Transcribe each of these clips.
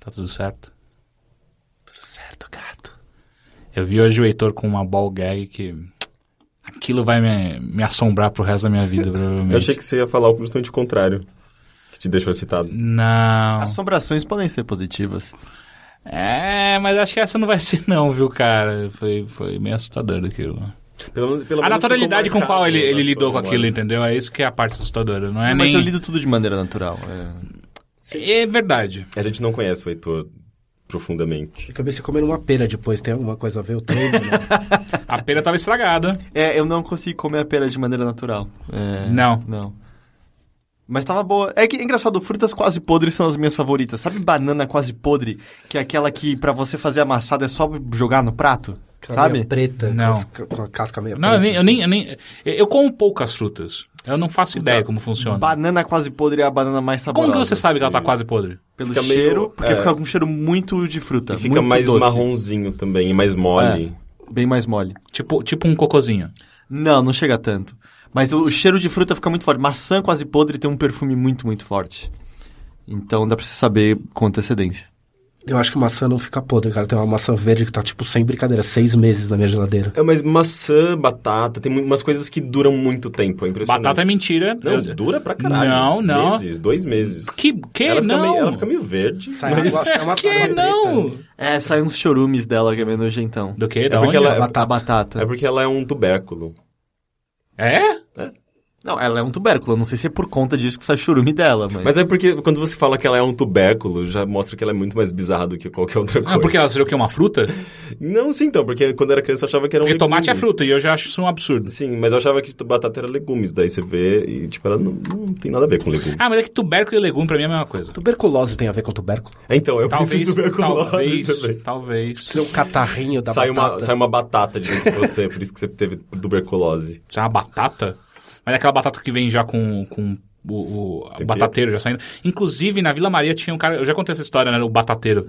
Tá tudo certo? Tudo certo, gato. Eu vi hoje o Heitor com uma ball gag que. Aquilo vai me, me assombrar pro resto da minha vida, provavelmente. Eu achei que você ia falar o justamente contrário, que te deixou excitado. Não. Assombrações podem ser positivas. É, mas acho que essa não vai ser, não, viu, cara? Foi, foi meio assustador aquilo. Pelo menos, pelo A menos naturalidade ficou né? com qual marcado ele, ele na lidou sua com aquilo, memória. entendeu? É isso que é a parte assustadora. Não é Mas nem. eu lido tudo de maneira natural. é. É verdade. A gente não conhece o Heitor profundamente. Acabei se comendo uma pera depois, tem alguma coisa a ver? Eu treino, né? A pera tava estragada. É. eu não consigo comer a pera de maneira natural. É, Não. Não. Mas tava boa. É que é engraçado, frutas quase podres são as minhas favoritas. Sabe banana quase podre? Que é aquela que pra você fazer amassada é só jogar no prato? Com a sabe? meia preta, Não. com as- com a casca É meio Não, eu nem, eu nem, eu nem- eu como poucas frutas. Eu não faço ideia como funciona. Banana quase podre é a banana mais saborosa. Como que você sabe que ela tá quase podre? Pelo Fica meio- cheiro, porque é. fica com um cheiro muito de fruta. E fica muito mais doce. marronzinho também, e mais mole. Bem mais mole. Tipo, tipo um cocôzinho. Não, não chega tanto. Mas o cheiro de fruta fica muito forte. Maçã quase podre tem um perfume muito, muito forte. Então dá pra você saber com antecedência. Eu acho que maçã não fica podre, cara. Tem uma maçã verde que tá, tipo, sem brincadeira, seis meses na minha geladeira. É, mas maçã, batata, tem mu- umas coisas que duram muito tempo, é impressionante. Batata é mentira. Não, Eu- dura pra caralho. Não, não. Meses, dois meses. Que, que ela fica não? Meio, ela fica meio verde. Sai mas- água- sai uma que água preta, não? né? É, sai uns chorumes dela que é meio nojentão. Do que? É Da porque onde? ela- A A batata. batata. É porque ela é um tubérculo. É? Não, ela é um tubérculo. Eu Não sei se é por conta disso que sai chorume dela, mas... Mas é porque quando você fala que ela é um tubérculo, já mostra que ela é muito mais bizarra do que qualquer outra coisa. Ah, porque ela seria o quê? Uma fruta? Não, sim, então, porque quando eu era criança eu achava que era um Porque tomate é legumes. fruta e eu já acho isso um absurdo. Sim, mas eu achava que batata era legumes. Daí você vê e, tipo, ela não, não tem nada a ver com legumes. Ah, mas é que tubérculo e legume pra mim é a mesma coisa. Tuberculose tem a ver com tubérculo? Então, eu Ah, Talvez, preciso ver com talvez, também. talvez. Seu um catarrinho da Sai uma, batata. sai uma batata de dentro de você, por isso que você teve tuberculose. Isso é uma batata? Mas é aquela batata que vem já com, com o, o Tempero. batateiro já saindo. Inclusive, na Vila Maria tinha um cara... Eu já contei essa história, né? O batateiro.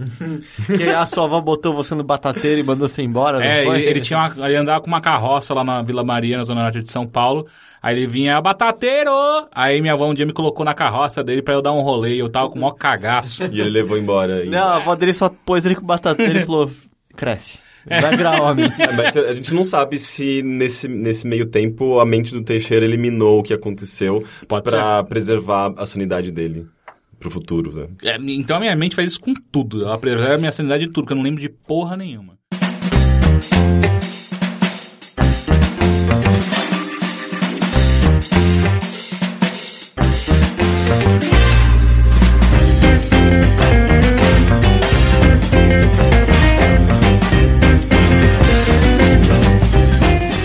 Porque a sua avó botou você no batateiro e mandou você embora, não É, foi? ele, ele tinha uma- ele andava com uma carroça lá na Vila Maria, na Zona Norte de São Paulo. Aí ele vinha, batateiro! Aí minha avó um dia me colocou na carroça dele pra eu dar um rolê e eu tava com o maior cagaço. E ele levou embora. E... Não, a avó dele só pôs ele com batateiro e falou... Cresce. Vai virar homem. É, mas a gente não sabe se nesse, nesse meio tempo a mente do Teixeira eliminou o que aconteceu Pode pra preservar a sanidade dele pro futuro, né? É, então a minha mente faz isso com tudo. Ela preserva a minha sanidade de tudo, porque eu não lembro de porra nenhuma.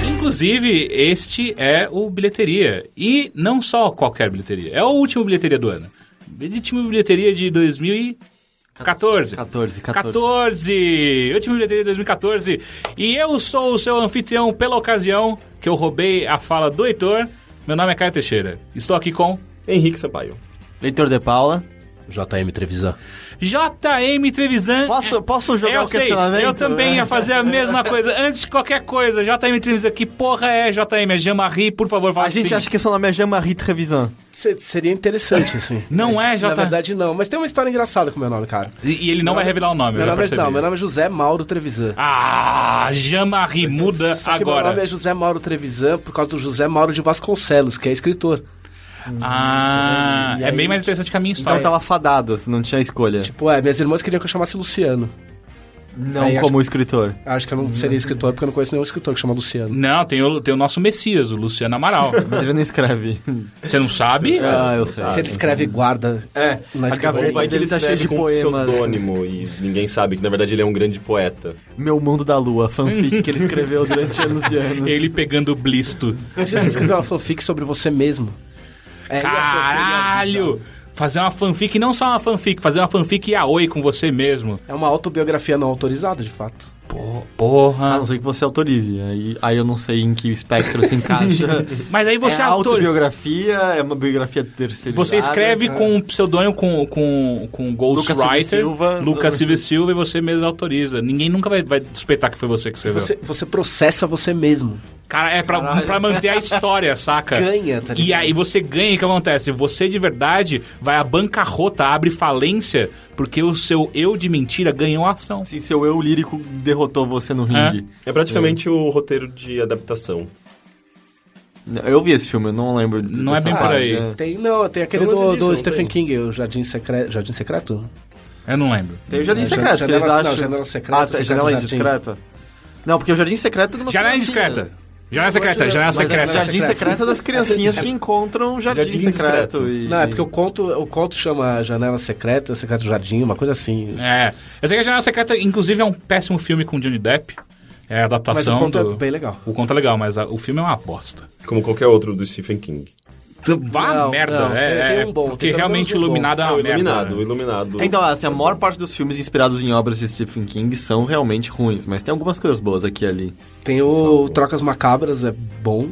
Inclusive, este é o Bilheteria. E não só qualquer bilheteria. É o último bilheteria do ano. Último bilheteria de 2014. 14, 14. 14! Último bilheteria de 2014. E eu sou o seu anfitrião pela ocasião que eu roubei a fala do Heitor. Meu nome é Caio Teixeira. Estou aqui com Henrique Sampaio. Leitor de Paula. JM Trevisan. JM Trevisan. Posso, posso jogar É, eu o sei, questionamento? eu também ia fazer a mesma coisa. Antes de qualquer coisa, JM Trevisan, que porra é JM? É Jean-Marie, por favor, fala A gente assim. acha que seu nome é Jean-Marie Trevisan. Se- seria interessante, assim. Não Mas, é, Jota? Na verdade, não. Mas tem uma história engraçada com o meu nome, cara. E, e ele não vai revelar o nome, Meu eu já nome é, percebi. não, meu nome é José Mauro Trevisan. Ah, Jean-Marie, muda Só que meu agora. nome é José Mauro Trevisan por causa do José Mauro de Vasconcelos, que é escritor. Ah, E é aí- bem mais interessante que a minha Então história. tava fadado, não tinha escolha. Tipo, é, minhas irmãs queriam que eu chamasse Luciano. não aí como escritor. Acho que eu não seria escritor porque eu não conheço nenhum escritor que chama Luciano. Não, tem o, tem o nosso Messias, o Luciano Amaral. Mas ele não escreve. Você não sabe? ah, eu sei. Se ele escreve guarda É, na a escrivaninha. Ou gaveta vai que dele ele tá cheia de com poemas. pseudônimo e ninguém sabe que na verdade ele é um grande poeta. Meu Mundo da Lua, fanfic que ele escreveu durante anos e anos. Ele pegando o blisto. Imagina você escrever uma fanfic sobre você mesmo. É, um Caralho! Fazer uma fanfic, não só uma fanfic, fazer uma fanfic yaoi com você mesmo. é uma autobiografia não autorizada, de fato. Po- A Porra. não ser que você autorize. Aí, aí eu não sei em que espectro se encaixa. Mas aí você é autor- autobiografia, é uma biografia terceirizada. Você escreve com um pseudônimo, com, com, com um Lucas Silva e Ghostwriter, Silva. Lucas Silva e Silva, e você mesmo autoriza. Ninguém nunca vai, vai suspeitar que foi você que escreveu. Você, você processa você mesmo. Cara, é pra, pra manter a história, saca? Ganha, tá ligado? E aí você ganha, e o que acontece? Você de verdade vai à bancarrota, abre falência Porque o seu eu de mentira ganhou ação. Sim, seu eu lírico derrotou você no ringue. É praticamente o roteiro de adaptação. Eu vi esse filme, eu não lembro. de- Não é dessa bem por parte, aí. né? Tem, não, tem aquele Tem umas do, do edições, não Stephen tem? King, o Jardim Secreto. Jardim Secreto? Eu não lembro. Tem o Jardim É, Secreto, que eles Janela- acham. não, Janela Secreta, Ah, tá, Secreto Janela Jardim. Indiscreta. Não, porque o Jardim Secreto é de uma Janela assim? criancinha. discreta. Janela secreta, janela Mas é secreta. o Jardim Secreto é das criancinhas que encontram o Jardim, Jardim Secreto. Secreto. e- Não, é porque o conto, o conto chama Janela Secreta, Secreto Jardim, uma coisa assim. É. Eu sei que a Janela Secreta, inclusive, é um péssimo filme com Johnny Depp. É a Mas adaptação o conto do... é bem legal. O conto é legal, mas a- o filme é uma bosta. Então, Como qualquer outro do Stephen King. Vá Não, merda, não, é. tem- é, tem um bom, porque tem pelo realmente menos um iluminado é uma o merda, Iluminado, né? o Iluminado. Então, assim, a maior parte dos filmes inspirados em obras de Stephen King são realmente ruins, mas tem algumas coisas boas aqui e ali. Tem o Trocas Macabras, é bom.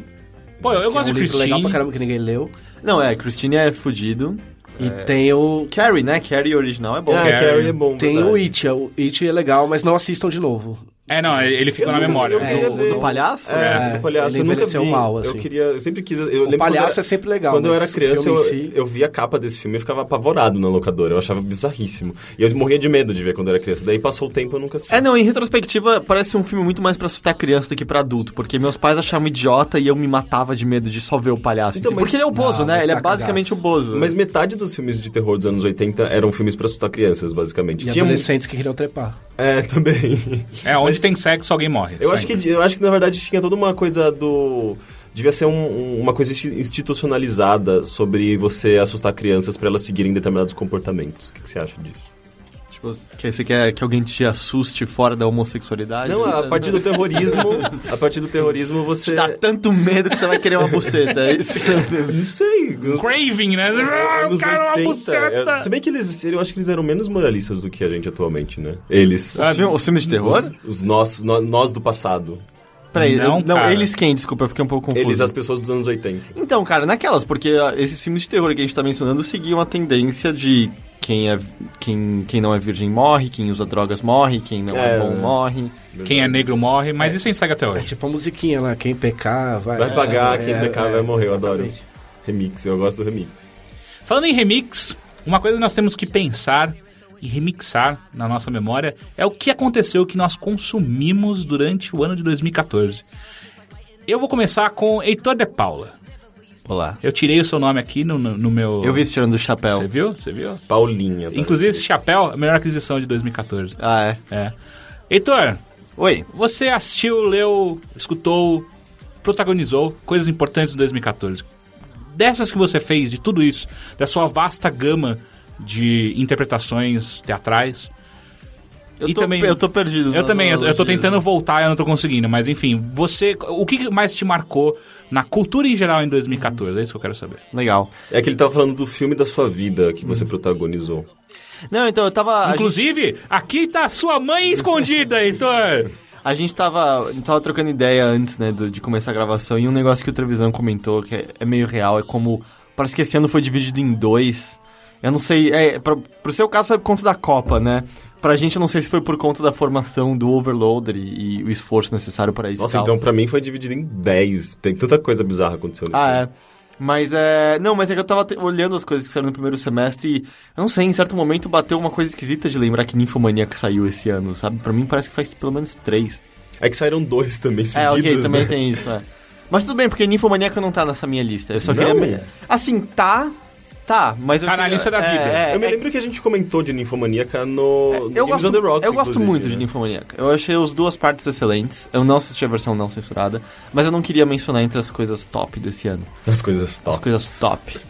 Pô, eu, eu que é um gosto de livro legal pra Christine. caramba que ninguém leu. Não, é, Christine é fudido. E tem o... Carrie, né? Carrie original é bom. Ah, Carrie. Carrie é bom, Tem verdade. o It. O It é legal, mas não assistam de novo. É, não, ele ficou Eu na nunca- memória. eu queria o- ver. do palhaço? É, É, do palhaço. ele eu nunca envelheceu vi. mal, Eu assim. queria... Eu sempre quis... Eu lembro o palhaço quando eu é sempre legal. Quando eu mas era o criança, filme eu, em si- eu via a capa desse filme e ficava apavorado na locadora. Eu achava bizarríssimo. E eu morria de medo de ver quando eu era criança. Daí passou o tempo e eu nunca assisti. É, não, em retrospectiva, parece um filme muito mais pra assustar criança do que pra adulto, porque meus pais achavam idiota e eu me matava de medo de só ver o palhaço. em Então, si. mas- porque ele é o Bozo, Não, né? mas Ele é tá basicamente o Bozo. Mas metade dos filmes de terror dos anos 80 eram filmes pra assustar crianças, basicamente. E Tinha mu- adolescentes que queriam trepar. É, também. É, onde Mas- tem sexo, alguém morre. Eu acho, sempre. que, eu acho que, na verdade, tinha toda uma coisa do... Devia ser um- um- uma coisa insti- institucionalizada sobre você assustar crianças pra elas seguirem determinados comportamentos. O que, que você acha disso? Tipo, que você quer que alguém te assuste fora da homossexualidade? Não, a partir do terrorismo... A partir do terrorismo, você... Dá tanto medo que você vai querer uma buceta, é isso? Não sei. eu- Craving, né? Ah, o anos cara é uma 80, buceta. é, se bem que eles, eu acho que eles eram menos moralistas do que a gente atualmente, né? Eles. Ah, Os, filmes, os filmes de terror? Os, os nossos, nó- nós, do passado. Peraí, Não, eu- não, cara. eles quem? Desculpa, eu fiquei um pouco confuso. Eles, as pessoas dos anos 80. Então, cara, naquelas, porque ó, esses filmes de terror que a gente tá mencionando seguiam a tendência de quem é quem, quem não é virgem morre, quem usa drogas morre, quem não é, É, bom né? morre. Quem é negro morre, mas isso a gente segue até É hoje. tipo a musiquinha lá, quem pecar vai... É, É, Vai pagar, quem pecar vai morrer, eu adoro. exatamente. Remix, eu gosto do remix. Falando em remix, uma coisa que nós temos que pensar e remixar na nossa memória é o que aconteceu que nós consumimos durante o ano de 2014. Eu vou começar com Heitor de Paula. Olá. Eu tirei o seu nome aqui no, no- no meu. Eu vi esse tirando o chapéu. Você viu? Você viu? Paulinha. tá? Inclusive, esse chapéu é a melhor aquisição de 2014. Ah, é. É. Heitor, Oi. Você assistiu, leu, escutou, protagonizou coisas importantes de 2014. Dessas que você fez, de tudo isso, da sua vasta gama de interpretações teatrais. Eu E tô, também- eu tô perdido. Eu nas também, eu, eu tô analogias. né? tentando voltar, eu não tô conseguindo, mas enfim, você. O que mais te marcou na cultura em geral em 2014? É isso que eu quero saber. Legal. É que ele tava falando do filme da sua vida que Hum. você protagonizou. Não, então eu tava. a Inclusive, aqui tá sua mãe escondida, Heitor! A gente tava, tava trocando ideia antes, né, do- de começar a gravação, e um negócio que o Trevisan comentou, que é, é meio real, é como. Parece que esse ano foi dividido em dois. Eu não sei, é, pra, pro seu caso foi por conta da Copa, né? Pra gente eu não sei se foi por conta da formação do Overloader e, e o esforço necessário para isso. e Nossa, tal. então pra mim foi dividido em 10. Tem tanta coisa bizarra acontecendo. Ah, é. Mas é. Não, mas é que eu tava te- olhando as coisas que saíram no primeiro semestre e. Eu não sei, em certo momento bateu uma coisa esquisita de lembrar que Ninfomania que saiu esse ano, sabe? Pra mim parece que faz pelo menos três. É que saíram dois também É, seguidos, ok, também né? tem isso, é. Mas tudo bem, porque Ninfomaníaca não tá nessa minha lista. Eu só Não? queria. Assim, tá. Tá, mas eu. Tá na queria- lista da é, vida. É, Eu me é- lembro que a gente comentou de Ninfomaníaca no eu Games gosto, on the Rocks, eu gosto inclusive, muito de né? Ninfomaníaca. Eu achei as duas partes excelentes. Eu não assisti a versão não censurada, mas eu não queria mencionar entre as coisas top desse ano. As coisas top. As coisas top.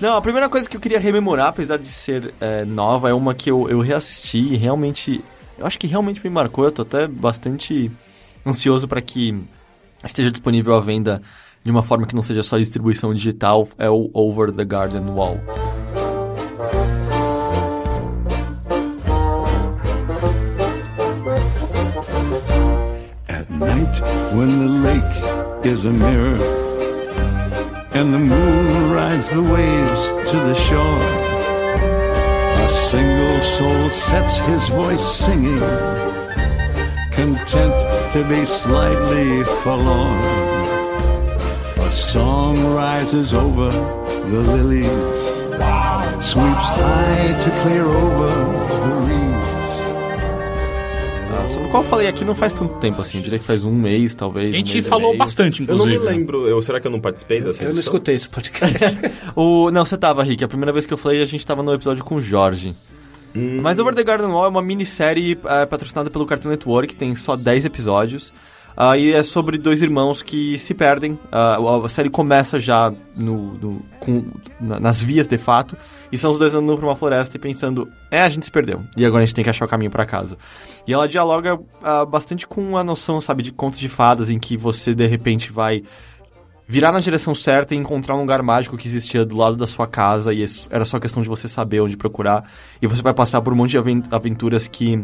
Não, a primeira coisa que eu queria rememorar, apesar de ser é, nova, é uma que eu, eu reassisti e realmente. Eu acho que realmente me marcou. Eu tô até bastante ansioso pra que esteja disponível à venda de uma forma que não seja só distribuição digital. É o Over the Garden Wall. At night, when the lake is a mirror, and the moon rides the waves to the shore, a single soul sets his voice singing, content to be slightly forlorn. A song rises over the lilies. Wow! sweeps high to clear over the reeds. Ah, Sobre o qual eu falei aqui não faz tanto tempo assim, eu diria que faz um mês, talvez. A um gente mês e falou meio. bastante, Eu não inclusive. me né? lembro. Eu, será que eu não participei dessa Eu não edição? escutei esse podcast. né? O... Não, você tava, Rick. A primeira vez que eu falei, a gente tava no episódio com o Jorge. Mas Over the Garden Wall é uma minissérie eh, patrocinada pelo Cartoon Network, tem só 10 episódios. Ah, e é sobre dois irmãos que se perdem. Ah, a- a série começa já no, no- com- na- nas vias de fato. E são os dois andando pra uma floresta e pensando: é, a gente se perdeu. E agora a gente tem que achar o caminho pra casa. E ela dialoga ah, bastante com a noção, sabe, de contos de fadas em que você de repente vai virar na direção certa e encontrar um lugar mágico que existia do lado da sua casa e isso era só questão de você saber onde procurar e você vai passar por um monte de aven- aventuras que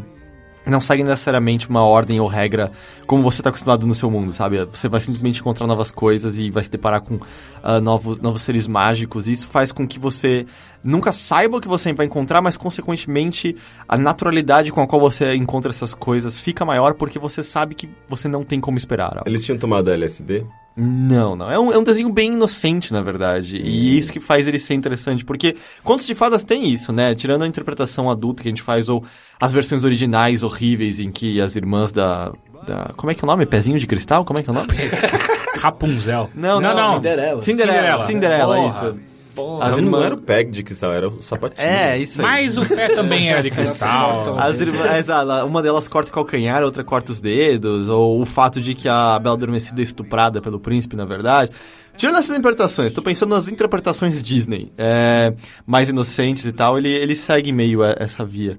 não seguem necessariamente uma ordem ou regra como você está acostumado no seu mundo, sabe? Você vai simplesmente encontrar novas coisas e vai se deparar com ah, novos, novos seres mágicos. E isso faz com que você nunca saiba o que você vai encontrar, mas consequentemente a naturalidade com a qual você encontra essas coisas fica maior porque você sabe que você não tem como esperar. algo. Eles tinham tomado LSD? Não, não. É um, é um desenho bem inocente, na verdade. E isso que faz ele ser interessante. Porque contos de fadas tem isso, né? Tirando a interpretação adulta que a gente faz, ou as versões originais horríveis em que as irmãs da. da- como é que é o nome? Pezinho de cristal? Como é que é o nome? Rapunzel. Não, não, Cinderela. Cinderela. Cinderela. Cinderela, Porra. isso. Porra. As não, irmãs- não era o PEG de cristal, era o sapatinho. É, isso aí. Mas o pé também era de cristal. As irmãs, é. exato, uma delas corta o calcanhar, a outra corta os dedos, ou o fato de que a Bela Adormecida é estuprada pelo príncipe, na verdade. Tirando essas interpretações, tô pensando nas interpretações Disney, é, mais inocentes e tal, ele, ele segue meio a- essa via.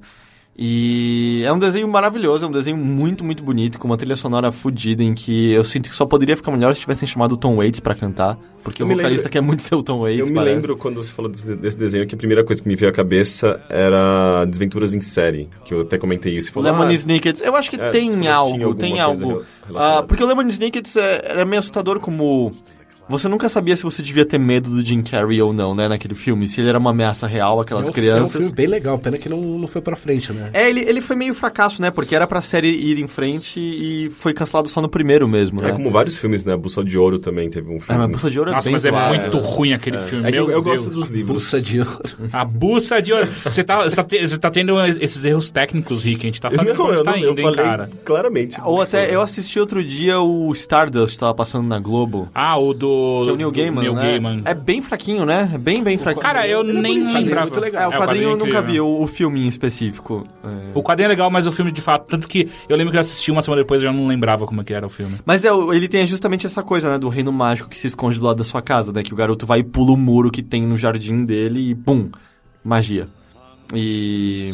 E é um desenho maravilhoso, é um desenho muito, muito bonito, com uma trilha sonora fodida, em que eu sinto que só poderia ficar melhor se tivessem chamado o Tom Waits pra cantar, porque Eu o me vocalista lembro- quer muito ser o Tom Waits, Eu me parece. lembro quando você falou desse, desse desenho que a primeira coisa que me veio à cabeça era Desventuras em Série, que eu até comentei isso. e falou, Tipo, Lemon ah, Snickets, eu acho que É, tem tinha algo, alguma tem coisa algo. rel- relacionada. Ah, porque o Lemon Snickets é- era meio assustador como... Você nunca sabia se você devia ter medo do Jim Carrey ou não, né, naquele filme. Se ele era uma ameaça real, É um- aquelas É um crianças... filme bem legal, pena que não, não foi pra frente, né? É, ele, ele foi meio fracasso, né, porque era pra série ir em frente e foi cancelado só no primeiro mesmo, né. É como vários filmes, né? A Bússola de Ouro também teve um Ah, filme. mas Bolsa de Ouro Nossa, é bem mas é zoado. muito ruim aquele filme. É que Meu eu, eu Deus. gosto dos livros. Pulsa de ouro. A bussa de ouro. Você tá, você, tá, te- você tá tendo esses erros técnicos, Rick. A gente tá sabendo Não, onde eu, tá não, eu indo, hein, falei cara. claramente. Ou Bússola. até, eu assisti outro dia o Stardust, tava passando na Globo. Ah, o do. Que é o do Neil Gaiman, Neil né? Gaiman. É bem fraquinho, né? É bem, bem fraquinho. Cara, eu nem bonitinho, lembrava. muito legal. É, o quadrinho eu nunca incrível. vi, o, o filme em específico. É. O quadrinho é legal, mas o filme de fato. Tanto que eu lembro que eu assisti uma semana depois e eu já não lembrava como é que era o filme. Mas é, o- ele tem justamente essa coisa, né? Do reino mágico que se esconde do lado da sua casa, né? Que o garoto vai e pula o muro que tem no jardim dele e pum! Magia. E.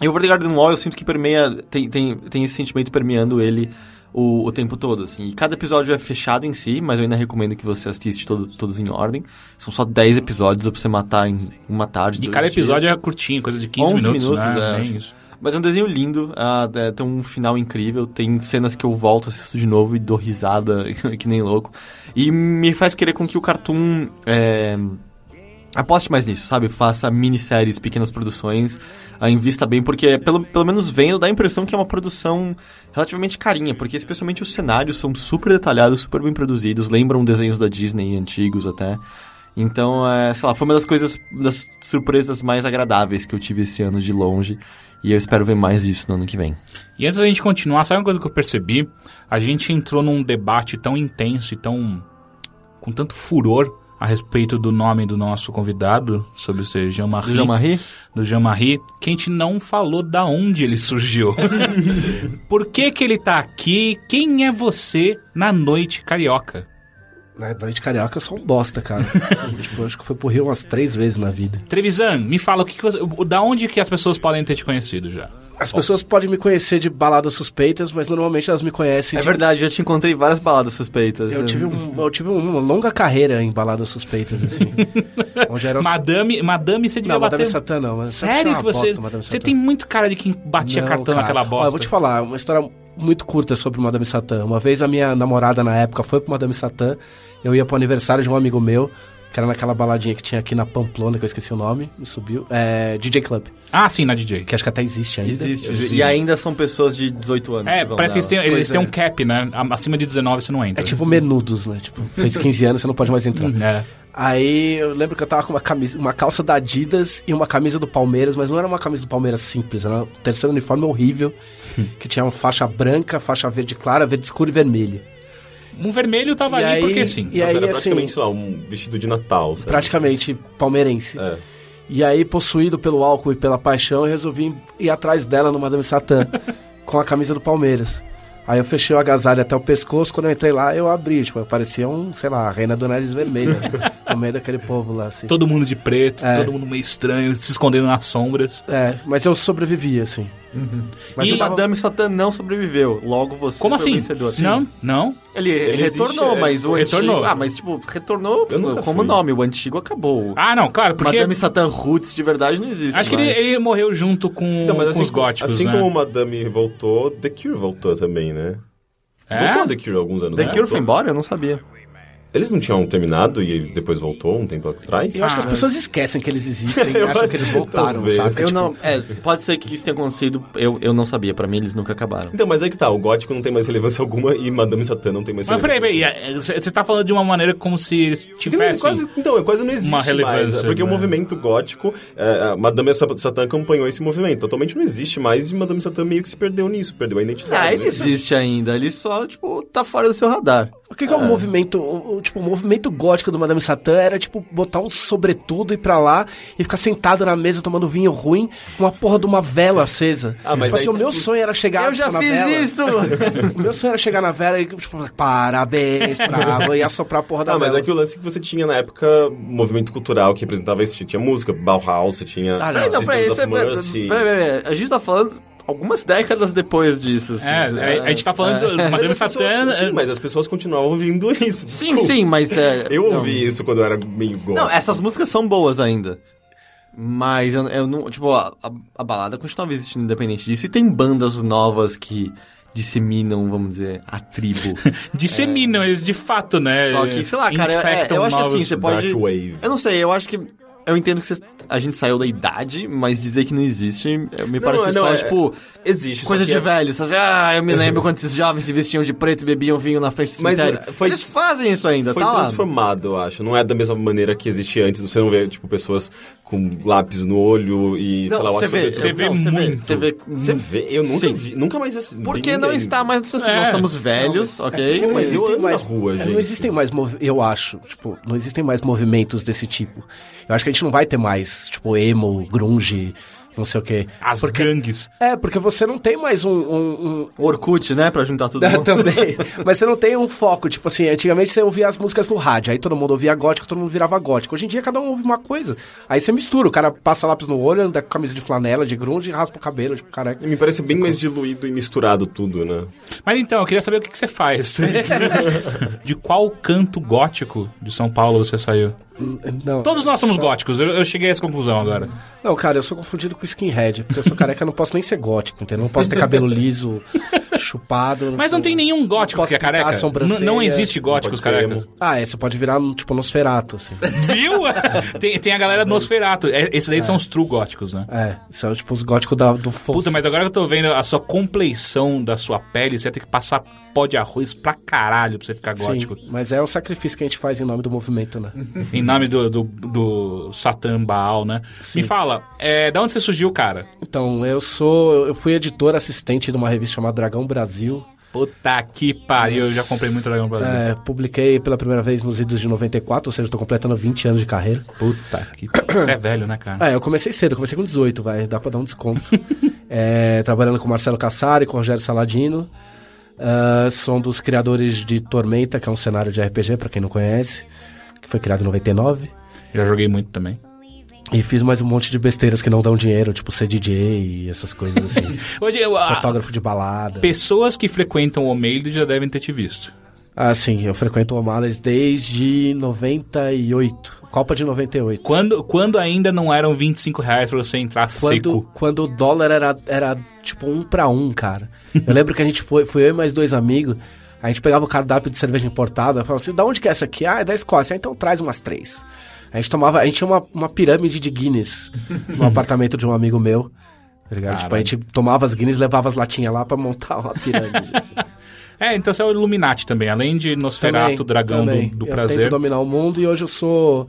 E Over the Garden Wall eu sinto que permeia. Tem, tem, tem esse sentimento permeando ele o, o tempo todo, assim. E cada episódio é fechado em si, mas eu ainda recomendo que você assista todo- todos em ordem. São só 10 episódios dá pra você matar em uma tarde. E dois cada episódio dias. é curtinho, coisa de 15 11 minutos. minutos, né? é, Nem acho. isso. Mas é um desenho lindo, ah, é, tem um final incrível, tem cenas que eu volto, assisto de novo e dou risada que nem louco. E me faz querer com que o Cartoon é, aposte mais nisso, sabe? Faça minisséries, pequenas produções, ah, invista bem, porque pelo, pelo menos vendo dá a impressão que é uma produção relativamente carinha, porque especialmente os cenários são super detalhados, super bem produzidos, lembram desenhos da Disney antigos até. Então, é, sei lá, foi uma das coisas, das surpresas mais agradáveis que eu tive esse ano de longe. E eu espero ver mais disso no ano que vem. E antes da gente continuar, sabe uma coisa que eu percebi? A gente entrou num debate tão intenso e tão. com tanto furor a respeito do nome do nosso convidado, sobre ser Jean-Marie. Jean-Marie? do Jean-Marie, que a gente não falou da onde ele surgiu. Por que que ele tá aqui? Quem é você na noite carioca? Na noite Né? carioca eu sou um bosta, cara. tipo, eu acho que foi pro Rio umas três vezes na vida. Trevisan, me fala o que, que você, o- da onde que as pessoas podem ter te conhecido já? As pessoas podem me conhecer de baladas suspeitas, mas normalmente elas me conhecem É de... verdade, já te encontrei em várias baladas suspeitas. Eu tive, um- eu tive uma longa carreira em baladas suspeitas, assim. onde era o... Madame, Madame, você devia Não, bater. Madame é Satã não. Mas Sério que você? você tem muito cara de quem batia cartão naquela bosta. Ó, eu vou te falar, uma história muito curta sobre Madame Satã. Uma vez a minha namorada na época foi pro Madame Satã, eu ia pro aniversário de um amigo meu, que era naquela baladinha que tinha aqui na Pamplona, que eu esqueci o nome, me subiu. É, DJ Club, Ah, sim, na DJ. que acho que até existe ainda. É, Existe, E ainda são pessoas de 18 anos. É, vão parece que eles nela. têm, eles Pois têm é. tipo um cap, né? A- Acima de 19 você não entra. É tipo menudos, né? Tipo, fez 15 anos, você não pode mais entrar. É. Aí eu lembro que eu tava com uma, camisa, uma calça da Adidas e uma camisa do Palmeiras, mas não era uma camisa do Palmeiras simples, era um terceiro uniforme horrível, que tinha uma faixa branca, faixa verde clara, verde escuro e vermelho. Um vermelho tava E ali aí- porque sim. E Nossa, aí, era assim, praticamente, sei lá, um vestido de Natal, sabe? Praticamente palmeirense. É. E aí, possuído pelo álcool e pela paixão, eu resolvi ir atrás dela no Madame Satã, com a camisa do Palmeiras. Aí eu fechei o agasalho até o pescoço, quando eu entrei lá, eu abri, tipo, eu parecia um, sei lá, a reina do nariz vermelho, né? no meio daquele povo lá, assim. Todo mundo de preto, É. todo mundo meio estranho, se escondendo nas sombras. É, mas eu sobrevivi, assim. Mas E- o Madame Satã não sobreviveu. Logo você Como foi o assim? vencedor. Não, não. Ele, Ele retornou, existe, é, mas o retornou. antigo... Ah, mas tipo, retornou Eu nunca como fui. nome. O antigo acabou. Ah, não, claro, porque Madame Satã Roots de verdade não existe acho que ele, mais. ele morreu junto com, Então, mas com assim, os góticos, assim né? como o Madame voltou, The Cure voltou também, né? É? Voltou The Cure há alguns anos. The né? Cure foi embora? Eu não sabia. Eles não tinham terminado e depois voltou um tempo atrás? Eu acho que as Ah. pessoas esquecem que eles existem e Eu acham acho que eles que voltaram, Tipo, talvez. saca? Eu não... É, pode ser que isso tenha acontecido. Eu, eu não sabia. Pra mim, eles nunca acabaram. Então, mas aí que tá, o gótico não tem mais relevância alguma e Madame Satã não tem mais Mas peraí, relevância. peraí, é, você você tá falando de uma maneira como se eles Ele tivessem... Quase, então, ele quase não existe assim, uma relevância, mais, é, porque o né? movimento gótico, é, a Madame Satã acompanhou esse movimento. Totalmente não existe mais e Madame Satã meio que se perdeu nisso, perdeu a identidade. Ah, ele né? existe ainda. Ele só, tipo, tá fora do seu radar. O que, que é o movimento? O, o, tipo, o movimento gótico do Madame Satã era, tipo, botar um sobretudo, ir pra lá e ficar sentado na mesa tomando vinho ruim com a porra de uma vela acesa. Ah, mas Tipo assim, aí- o meu sonho era chegar. eu já tipo, na fiz vela. isso! O meu sonho era chegar na vela e, tipo, parabéns, brava, e assoprar a porra da Ah, mas vela. é que o lance que você tinha na época, movimento cultural que representava isso. Tinha música, Bauhaus, você tinha Ah, não. Peraí, não, Systems peraí, of isso é- peraí, Mercy. peraí, peraí, a gente tá falando algumas décadas depois disso. assim, É, né? a- a gente tá falando de Mas Madame as Satã... pessoas- é, sim, mas as pessoas continuavam ouvindo isso. Sim, desculpa. sim, mas... É, Eu não. ouvi isso quando eu era meio gótico. Não, essas músicas são boas ainda. Mas eu, eu não... Tipo, a, a- a balada continuava existindo independente disso. E tem bandas novas que disseminam, vamos dizer, a tribo. Disseminam eles de fato, né? Só que, sei lá, cara, eu- é, Infectam eu acho novos- assim, você pode... Dark Wave. Eu não sei, eu acho que... Eu entendo que vocês- a gente saiu da idade, mas dizer que não existe eh, me parece não, só, é- tipo... Existe. Coisa só que de é- velho, sabe? Ah, eu me lembro quando esses jovens se vestiam de preto e bebiam vinho na frente do Mas, cemitério. eh, foi Eles des- fazem isso ainda, Foi tá lá. transformado, eu acho. Não é da mesma maneira que existia antes. Você não vê, tipo, pessoas com lápis no olho e, sei lá, o é você açúcar vê, do- Você vê não, você muito. Você vê, Você vê? Eu nunca Sim. vi, nunca mais ass- vi Porque não ninguém. está mais assim, É. nós somos velhos, ok? mas Não eu existem ando na rua, é, gente. Não existem mais, movi- eu acho, tipo, não existem mais movimentos desse tipo. Eu acho que a gente não vai ter mais, tipo, emo, grunge, não sei o quê. As gangues. É, porque você não tem mais um- um- um, O Orkut, né? Pra juntar tudo. É, mundo. também. Mas você não tem um foco, tipo assim, antigamente você ouvia as músicas no rádio, aí todo mundo ouvia gótico, todo mundo virava gótico. Hoje em dia cada um ouve uma coisa. Aí você mistura, o cara passa lápis no olho, anda com camisa de flanela, de grunge e raspa o cabelo, tipo, caraca. Me parece bem mais diluído e misturado tudo, né? Mas então, eu queria saber o que, que você faz. de qual canto gótico de São Paulo você saiu? Não. Todos nós somos góticos, eu, eu cheguei a essa conclusão agora. Não, cara, eu sou confundido com skinhead, porque eu sou careca, eu não posso nem ser gótico, entendeu? Não posso ter cabelo liso, chupado. Mas não tem nenhum gótico Posso que é pintar a careca. sobrancelha. N- Não existe Pode góticos ser carecas. emo. Ah, é, você pode virar, um, tipo, Nosferato, assim. Viu? tem, tem a galera do Nosferato. É, esses daí são os true góticos, né? É, são, tipo, os góticos da, do fosso. Puta, mas agora que eu tô vendo a sua compleição da sua pele, você vai ter que passar pó de arroz pra caralho pra você ficar gótico. Sim, mas é um sacrifício que a gente faz em nome do movimento, né? Em nome do, do, do Satã Baal, né? Me fala, é, da onde você surgiu, cara? Então, eu sou. Eu fui editor assistente de uma revista chamada Dragão Brasil. Puta que pariu, eu já comprei muito Dragão Brasil. É, publiquei pela primeira vez nos idos de 94, ou seja, estou completando 20 anos de carreira. Puta que pariu. Você é velho, né, cara? É, eu comecei cedo, eu comecei com 18, vai, dá pra dar um desconto. É, trabalhando com Marcelo Cassari, com Rogério Saladino. Ah, sou um dos criadores de Tormenta, que é um cenário de RPG, pra quem não conhece, que foi criado em 99. Já joguei muito também. E fiz mais um monte de besteiras que não dão dinheiro, tipo ser DJ e essas coisas assim. Hoje, eu, a- Fotógrafo de balada. pessoas que frequentam o Omeide já devem ter te visto. Ah, sim, eu frequento o O'Malley's desde 98. Copa de 98. Quando, quando ainda não eram 25 reais pra você entrar Quando, seco. quando o dólar era, era tipo um pra um, cara. Eu lembro que a gente foi, fui eu e mais dois amigos, a gente pegava o cardápio de cerveja importada, falava assim, da onde que é essa aqui? Ah, é da Escócia, "Ah, então traz umas três. A gente tomava, a gente tinha uma, uma pirâmide de Guinness no apartamento de um amigo meu. tá ligado? Tipo, a gente tomava as Guinness e levava as latinhas lá pra montar uma pirâmide. assim. É, então você é o Illuminati também, além de Nosferatu, Também, dragão do- também. do, eu prazer. tento dominar o mundo e hoje eu sou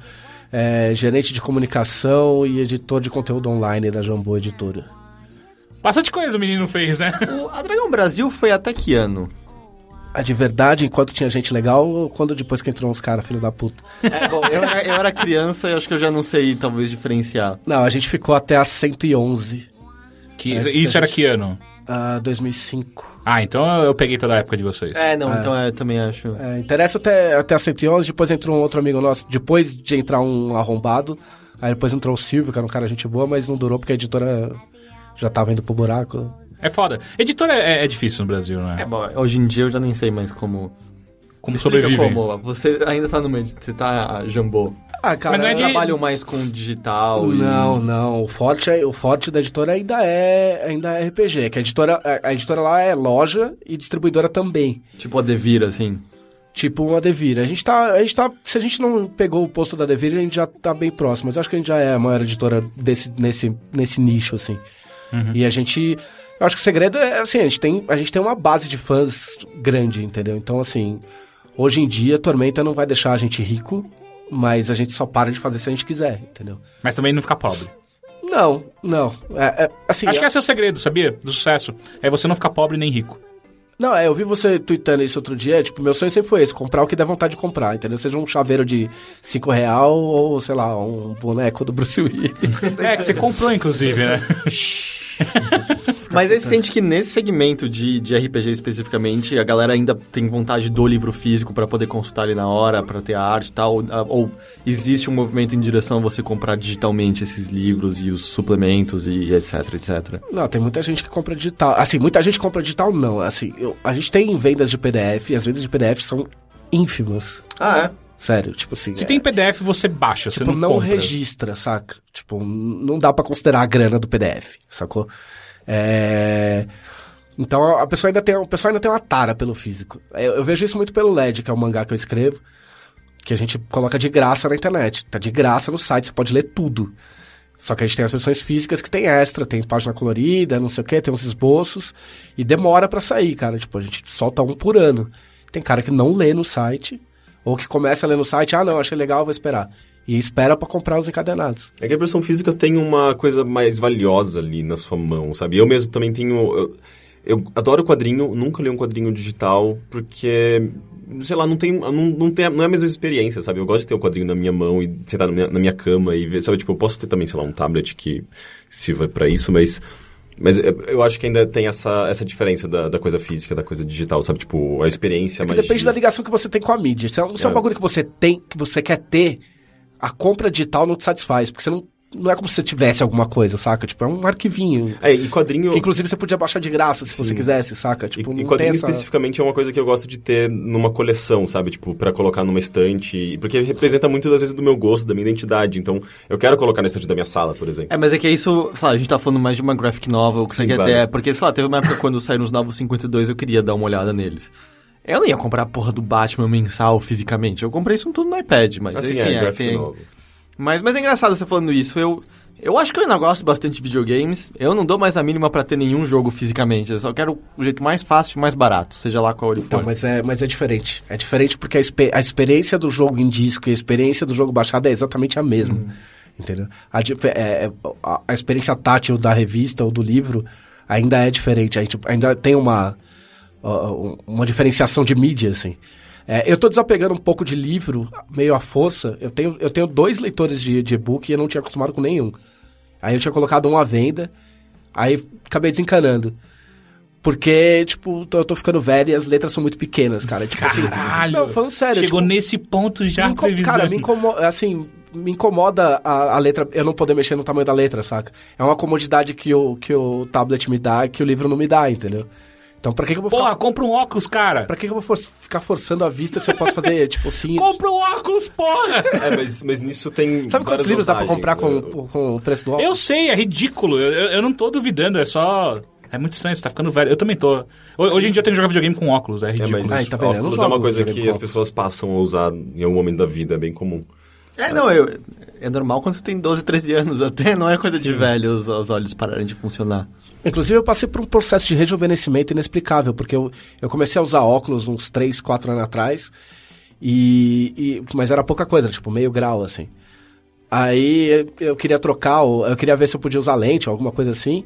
é, gerente de comunicação e editor de conteúdo online da Jambô Editora. Bastante coisa o menino fez, né? O- a Dragão Brasil foi até que ano? A Ah, de verdade, enquanto tinha gente legal, ou quando depois que entrou uns caras, filho da puta? É, bom, eu, era, eu era criança e acho que eu já não sei, talvez, diferenciar. Não, a gente ficou até a 111, Que, Antes da isso era gente- que ano? a 2005. Ah, então eu peguei toda a época de vocês. É, não, então é, eu também acho. É, interessa até, até a 111, depois entrou um outro amigo nosso, depois de entrar um arrombado, aí depois entrou o Silvio, que era um cara gente boa, mas não durou porque a editora já tava indo pro buraco. É, foda. Editora é, é difícil no Brasil, né? É, bom, hoje em dia eu já nem sei mais como. Como Explica sobrevive. Como? Você ainda tá no meio, de- você tá ah, jambô. Ah, cara, Mas não é Vocês de- trabalham mais com digital Não, e... não. O forte, é- o forte da editora ainda é, ainda é RPG. Que a editora, a- a editora lá é loja e distribuidora também. Tipo a Devir, assim. Tipo uma Devira. A gente tá, a gente tá, se a gente não pegou o posto da Devira, a gente já tá bem próximo. Mas eu acho que a gente já é a maior editora desse, nesse, nesse nicho, assim. E a gente, eu acho que o segredo é, assim, a gente tem, a gente tem uma base de fãs grande, entendeu? Então, assim, hoje em dia, Tormenta não vai deixar a gente rico, mas a gente só para de fazer se a gente quiser, entendeu? Mas também não ficar pobre. Não, não. É, é, assim, Acho que é- esse é o segredo, sabia? Do sucesso. É você não ficar pobre nem rico. Não, é, eu vi você tweetando isso outro dia, tipo, meu sonho sempre foi esse, comprar o que der vontade de comprar, entendeu? Seja um chaveiro de 5 real ou, sei lá, um boneco do Bruce Willis. É, que você comprou, inclusive, né? Mas aí você sente que nesse segmento de, de RPG especificamente, a galera ainda tem vontade do livro físico pra poder consultar ele na hora, pra ter a arte e tal? Ou, ah, ou existe um movimento em direção a você comprar digitalmente esses livros e os suplementos e etc, etc? Não, tem muita gente que compra digital. Assim, muita gente compra digital não, assim, eu- a gente tem vendas de PDF e as vendas de PDF são ínfimas, Ah, é? sério, tipo assim. Se é- tem PDF, você baixa, você Tipo, não, não, compra. registra, saca? Tipo, n- não dá pra considerar a grana do PDF, sacou? É... Então a pessoa ainda tem, o pessoal ainda tem uma tara pelo físico. É, Eu, eu vejo isso muito pelo LED, que é o mangá que eu escrevo, que a gente coloca de graça na internet. Tá de graça no site, você pode ler tudo. Só que a gente tem as versões físicas que tem extra, tem página colorida, não sei o que, tem uns esboços e demora pra sair, cara. Tipo, a gente solta um por ano. Tem cara que não lê no site ou que começa a ler no site, ah não, achei legal, vou esperar. E espera pra comprar os encadenados. É que a versão física tem uma coisa mais valiosa ali na sua mão, sabe? Eu mesmo também tenho. Eu, eu adoro quadrinho, nunca li um quadrinho digital, porque. Sei lá, não tem, não, não tem. Não é a mesma experiência, sabe? Eu gosto de ter o quadrinho na minha mão e sentar na minha, na minha cama e ver. Sabe, tipo, eu posso ter também, sei lá, um tablet que sirva pra isso, mas. Mas eu eu acho que ainda tem essa, essa diferença da, da coisa física, da coisa digital, sabe? Tipo, a experiência Porque mais. depende da ligação É que você tem com a mídia. Se é, um- se é um É. bagulho que você tem, que você quer ter, a compra digital não te satisfaz, porque você não, não é como se você tivesse alguma coisa, saca? Tipo, é um arquivinho. É, e quadrinho. Que inclusive você podia baixar de graça se você quisesse, saca? E, Tipo, e não tem quadrinho essa... especificamente é uma coisa que eu gosto de ter numa coleção, sabe? Tipo, pra colocar numa estante. e- Porque representa muito das vezes do meu gosto, da minha identidade. Então, eu quero colocar na estante da minha sala, por exemplo. É, mas é que é isso, sei lá, a gente tá falando mais de uma graphic novel que você Sim, quer claro. ter, é, porque, sei lá, teve uma época quando saíram os novos 52, eu queria dar uma olhada neles. Eu não ia comprar a porra do Batman mensal fisicamente, eu comprei isso tudo no iPad, mas Assim, assim, é, é, graphic tem- novel. Mas, mas é engraçado você falando isso. Eu, eu acho que eu ainda gosto bastante de videogames. Eu não dou mais a mínima pra ter nenhum jogo fisicamente. Eu só quero o jeito mais fácil e mais barato, seja lá qual ele Então, for. mas é, mas é diferente. É diferente porque a, expe- a experiência do jogo em disco e a experiência do jogo baixado é exatamente a mesma. Entendeu? A, dif- é- é- a- a experiência tátil da revista ou do livro ainda é diferente. A gente ainda tem uma, ó, um- uma diferenciação de mídia, assim. É, eu tô desapegando um pouco de livro, meio à força. Eu tenho, eu tenho dois leitores de, de e-book e eu não tinha acostumado com nenhum. Aí eu tinha colocado um à venda, aí acabei desencanando. Porque, tipo, tô- eu tô ficando velho e as letras são muito pequenas, cara. Tipo, assim, Caralho. não, falando sério. Chegou tipo, nesse ponto já me inco- previsando. Cara, me incomoda, assim, me incomoda a, a letra, eu não poder mexer no tamanho da letra, saca? É uma comodidade que o, que o tablet me dá, que o livro não me dá, entendeu? Então, pra que, que eu vou Porra, ficar... compra um óculos, cara. Pra que que eu vou for- ficar forçando a vista se eu posso fazer, tipo, sim... Compra um óculos, porra! É, mas, mas nisso tem. Sabe quantos várias livros dá pra comprar vantagens, com, né? com o preço do óculos? Eu sei, é ridículo. Eu, eu- eu não tô duvidando, é só. É muito estranho, você tá ficando velho. Eu também tô. Ho- Hoje em dia eu tenho que jogar videogame com óculos, é É, ridículo. mas Ah, ah, então, pera, eu não é uma jogo coisa videogame que com as óculos. pessoas passam a usar em algum momento da vida, é bem comum. É, não, eu, é normal quando você tem 12, 13 anos até, não é coisa de velho os, os olhos pararem de funcionar. Inclusive, eu passei por um processo de rejuvenescimento inexplicável, porque eu, eu comecei a usar óculos uns 3, 4 anos atrás, e, e- mas era pouca coisa, tipo, meio grau, assim. Aí eu- eu queria trocar, ou eu queria ver se eu podia usar lente, alguma coisa assim.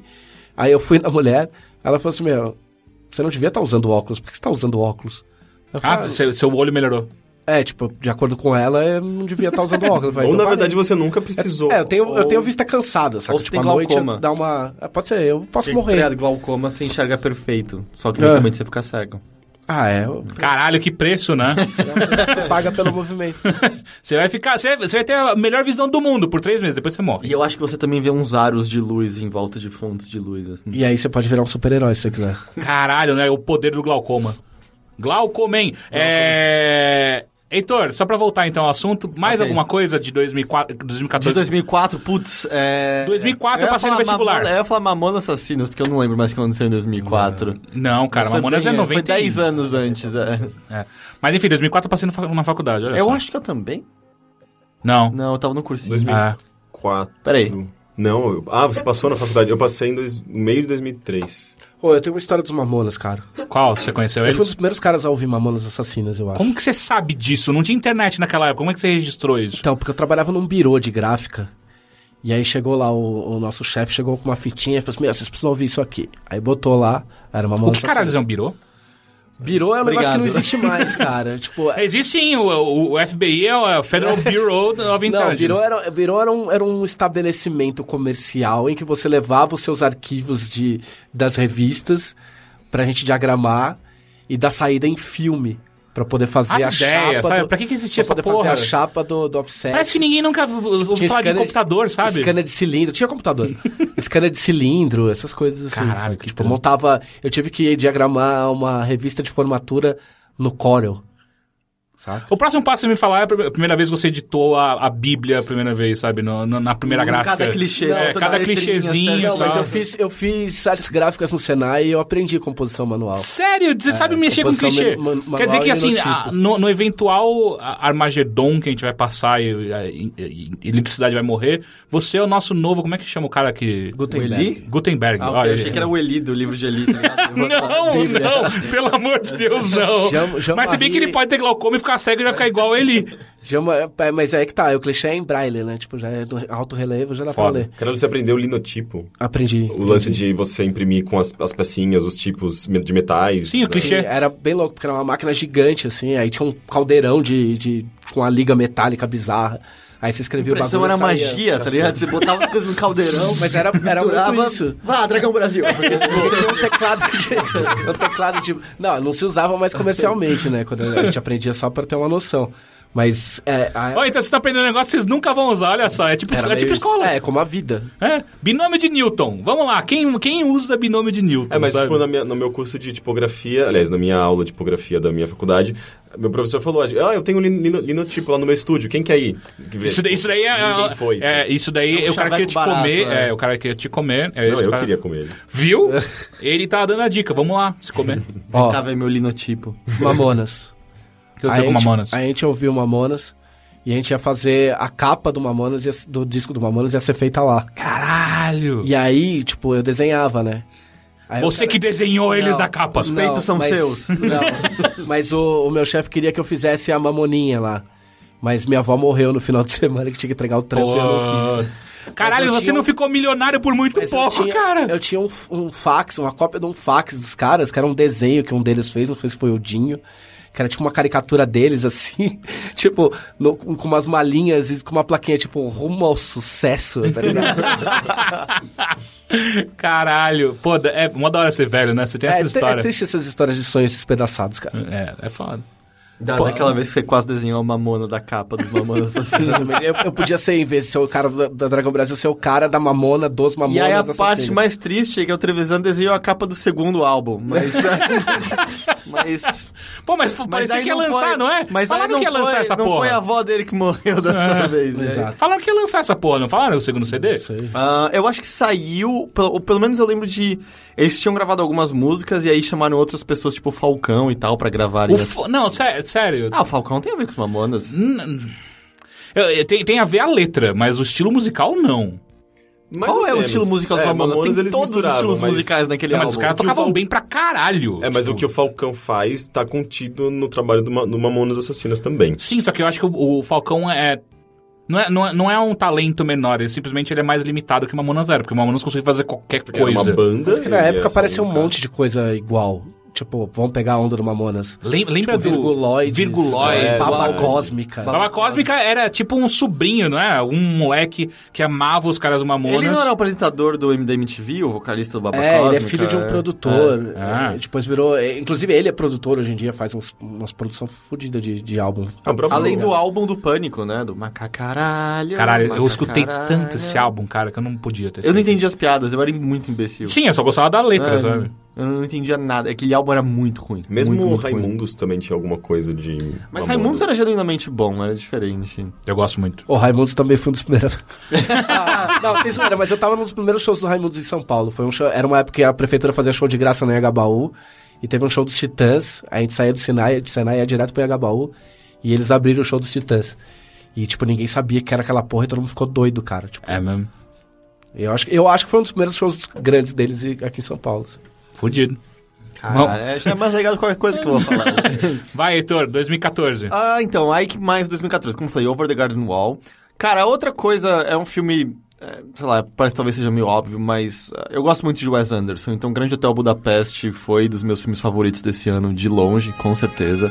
Aí eu fui na mulher, ela falou assim, meu, você não devia estar usando óculos, por que você está usando óculos? Eu Ah, falei, seu, seu olho melhorou. é, tipo, de acordo com ela, eu não devia estar usando óculos. Eu falei, Ou, "Então na parei." verdade, você nunca precisou. É, eu tenho, eu Ou- tenho vista cansada, sabe? Ou se Tipo, tem à noite glaucoma. dá uma... é, Pode ser, eu posso morrer. Criado glaucoma, você enxerga perfeito. Só que É. eventualmente você fica cego. Ah, é. eu- Caralho, que preço, né? Você paga pelo movimento. Você vai ficar. Você, você vai ter a melhor visão do mundo por três meses, depois você morre. E eu acho que você também vê uns aros de luz em volta de fontes de luz, assim. E aí você pode virar um super-herói se você quiser. Caralho, né? O poder do glaucoma. Glaucomen. É. Heitor, só pra voltar então ao assunto, mais Ok. alguma coisa de 2004, De 2014? 2004, putz, é... 2004 eu ia passei no falar vestibular. Mamona- eu ia falar Mamona Assassinas, porque eu não lembro mais o que aconteceu em 2004. Não, cara, Mas foi Mamonas é bem- 90. Foi e- 10 anos antes, é. É. Mas enfim, 2004 eu passei no fa- na faculdade. Olha Eu só. acho que eu também. Não. Não, eu tava no cursinho. 2000. Ah, Quatro. Peraí. Não, eu- ah, você passou na faculdade. Eu passei em dois, no meio de 2003. Pô, eu tenho uma história dos Mamonas, cara. qual? Você conheceu Eu fui um eles? dos primeiros caras a ouvir Mamonas Assassinas, eu acho. Como que você sabe disso? Não tinha internet naquela época. Como é que você registrou isso? Então, porque eu trabalhava num birô de gráfica. E aí chegou lá, o, o nosso chefe chegou com uma fitinha e falou assim, meu, vocês precisam ouvir isso aqui. Aí botou lá, era O Então, Mamonas que caralho é um Assassinas. birô? Birô é um negócio que não Obrigado. existe mais, cara. Tipo, é- Existe sim, o, o FBI é o Federal Bureau of Não, Intelligence. virou, era, virou era, um, era um estabelecimento comercial em que você levava os seus arquivos de, das revistas pra gente diagramar e dar saída em filme pra poder fazer As a ideias, chapa. sabe? Do, Pra que que existia pra essa poder porra? fazer a chapa do, do offset. Parece que ninguém nunca ouviu Tinha falar de scanner- computador, sabe? Scanner de cilindro, tinha computador. scanner de cilindro, essas coisas assim. Caralho, sabe? que tipo, trampo. montava. Eu tive que diagramar uma revista de formatura no Corel. O próximo passo que você me falar é a prime- a primeira vez que você editou a, a Bíblia a primeira vez, sabe? No- no- na primeira Hum, gráfica. cada clichê, É, toda cada letrinha, clichêzinho. certo? e Não, mas tal. eu fiz, eu fiz artes gráficas no Senai e eu aprendi composição manual. Sério? É, Você sabe mexer com composição clichê? man- man- Quer dizer que, manual e assim, logotipo. a- no, no eventual a- Armagedon que a gente vai passar e a e- e- e eletricidade vai morrer, você é o nosso novo... Como é que chama o cara que... Gutenberg. Gutenberg. Ah, ok, olha eu achei ele. que era o Eli do livro de Eli. tá ligado? Eu vou falar Não, Bíblia. né? não, pelo amor de Deus, não. Jean- Jean Mas se bem que ele Marie- pode ter glaucoma e ficar cego e vai ficar igual ele. Já é uma- é, mas é que tá, o clichê é em braille, né? Tipo, já é do alto relevo, já dá Foda. pra ler. Caralho, você aprendeu o linotipo. Aprendi. O lance de você imprimir com as, as pecinhas, os tipos me- de metais. Sim, o Sim, clichê. era bem louco, porque era uma máquina gigante, assim, aí tinha um caldeirão de, de com a liga metálica bizarra. Aí você A escrevia o impressão bagulho. era e saía. magia, tá ligado? Você botava as coisas no caldeirão, Não, mas era, era muito misturava. isso. Vá, Dragão Brasil! Porque tinha um teclado de, um teclado de. Não, não se usava mais comercialmente, né? Quando a gente aprendia só pra ter uma noção. Mas é. a- Ó, então vocês estão aprendendo um negócio que vocês nunca vão usar, olha só. É tipo, era é meio tipo isso. escola. É, como a vida. É, binômio de Newton. Vamos lá, quem, quem usa binômio de Newton? É, mas sabe? tipo, na minha- no meu curso de tipografia, aliás, na minha aula de tipografia da minha faculdade, meu professor falou, ah, eu tenho lin- lino- linotipo lá no meu estúdio, quem quer ir? Que vê. Isso, daí- isso daí é, Ninguém foi, é, sabe? isso daí É um é o cara que ia te chaveco comer, barato, né? é, o cara que ia te comer. é Não, esse eu cara- queria comer ele. Viu? Ele tá dando a dica, vamos lá, se comer. Ó, Tava aí meu linotipo. Mamonas. O que eu dizer a com gente- Mamonas? A gente ouviu Mamonas e a gente ia fazer a capa do Mamonas, ia- do disco do Mamonas, ia ser feita lá. Caralho! E aí, tipo, eu desenhava, né? Aí eu- Você que desenhou eles Não, na capa. não, peitos são mas- seus. Não, mas o, o meu chefe queria que eu fizesse a mamoninha lá. Mas minha avó morreu no final de semana que tinha que entregar o trampo e eu não fiz. Pô. Caralho, Mas eu você tinha não um- ficou milionário por muito Mas pouco, eu tinha, cara! Eu tinha um, f- um fax, uma cópia de um fax dos caras, que era um desenho que um deles fez, não sei se foi o Dinho, que era tipo uma caricatura deles, assim, tipo, no- com umas malinhas e com uma plaquinha, tipo, rumo ao sucesso, tá ligado? Caralho! Pô, é uma da hora ser velho, né? Você tem é, essa tri- é história. triste essas histórias de sonhos despedaçados, cara. É, é foda. Da, daquela vez que você quase desenhou a mamona da capa dos Mamonas Assassinas. Exatamente. Eu, eu podia ser, em vez de ser o cara da, da Dragon Brasil, ser o cara da mamona, dos mamonas E aí a assassinos. parte mais triste é que o Trevisan desenhou a capa do segundo álbum, mas... mas... Pô, mas, mas parecia aí que ia não foi- lançar, não é? Mas aí Falaram não, que ia foi, lançar essa não foi a porra. É, avó dele que morreu dessa vez, né? exato. Falaram que ia lançar essa porra, não falaram o segundo CD? Ah, eu acho que saiu, pelo, ou pelo menos eu lembro de. Eles tinham gravado algumas músicas e aí chamaram outras pessoas, tipo o Falcão e tal, pra gravarem. O Hum, as- fo- Não, sé- sério. Ah, o Falcão tem a ver com os Mamonas. N- Eu- eu- tem, tem a ver a letra, mas o estilo musical não. Mais Qual ou é o menos. estilo musical É, dos Mamonas? Mamonas Tem eles todos os misturavam, estilos mas- musicais naquele Não, mas os álbum. caras que o tocavam Val- bem pra caralho. É, mas tipo. o que o Falcão faz tá contido no trabalho do, Ma- do Mamonas Assassinas também. Sim, só que eu acho que o, o Falcão é. Não é, não, é, não é um talento menor, ele simplesmente ele é mais limitado que o Mamonas era, porque o Mamonas conseguiu fazer qualquer Porque era coisa. É uma banda. Mas que na e época era só apareceu um cara. monte de coisa igual. Tipo, vamos pegar a onda do Mamonas. Lem- Lembra É do. Tipo, Virguloides. Virguloides. é, Baba Virguloides. Cósmica. Baba Cósmica era tipo um sobrinho, não é? Um moleque que amava os caras do Mamonas. Ele não era o apresentador do da MTV, o vocalista do Baba É, ele é Cósmica, filho de um é. produtor. Ah. é, depois virou. é, inclusive, ele é produtor hoje em dia, faz uns, umas produções fodidas de, de álbum. Ah, o próprio- Além do álbum do Pânico, né? Do Macacaralho. Caralho, eu escutei macacaralho. tanto esse álbum, cara, que eu não podia ter. é Eu não feito. entendi as piadas, eu era muito imbecil. Sim, eu só gostava da É, letra, sabe? Eu não entendia nada. Aquele álbum era muito ruim. Mesmo muito, o muito ruim. Raimundos também tinha alguma coisa de. Mas é Mamonas. Raimundos era genuinamente bom, era diferente. Eu gosto muito. O Raimundos também foi um dos primeiros. Ah, não, vocês não eram, mas eu tava nos primeiros shows do Raimundos em São Paulo. Foi um show, era uma época que a prefeitura fazia show de graça no Agabaú. E teve um show dos Titãs. A gente saía do Sinai, de Sinai ia direto pro Agabaú. E eles abriram o show dos Titãs. E, tipo, ninguém sabia que era aquela porra e todo mundo ficou doido, cara. Tipo, É mesmo. eu, acho, eu acho que foi um dos primeiros shows grandes deles e- aqui em São Paulo. Fudido. Bom. Cara, é, já é mais legal do que qualquer coisa que eu vou falar. Vai, Heitor, 2014. ah, então, aí que mais 2014, como eu falei, Over the Garden Wall. Cara, outra coisa, é um filme, é, sei lá, parece que talvez seja meio óbvio, mas ah, eu gosto muito de Wes Anderson, então Grande Hotel Budapeste foi dos meus filmes favoritos desse ano, de longe, com certeza.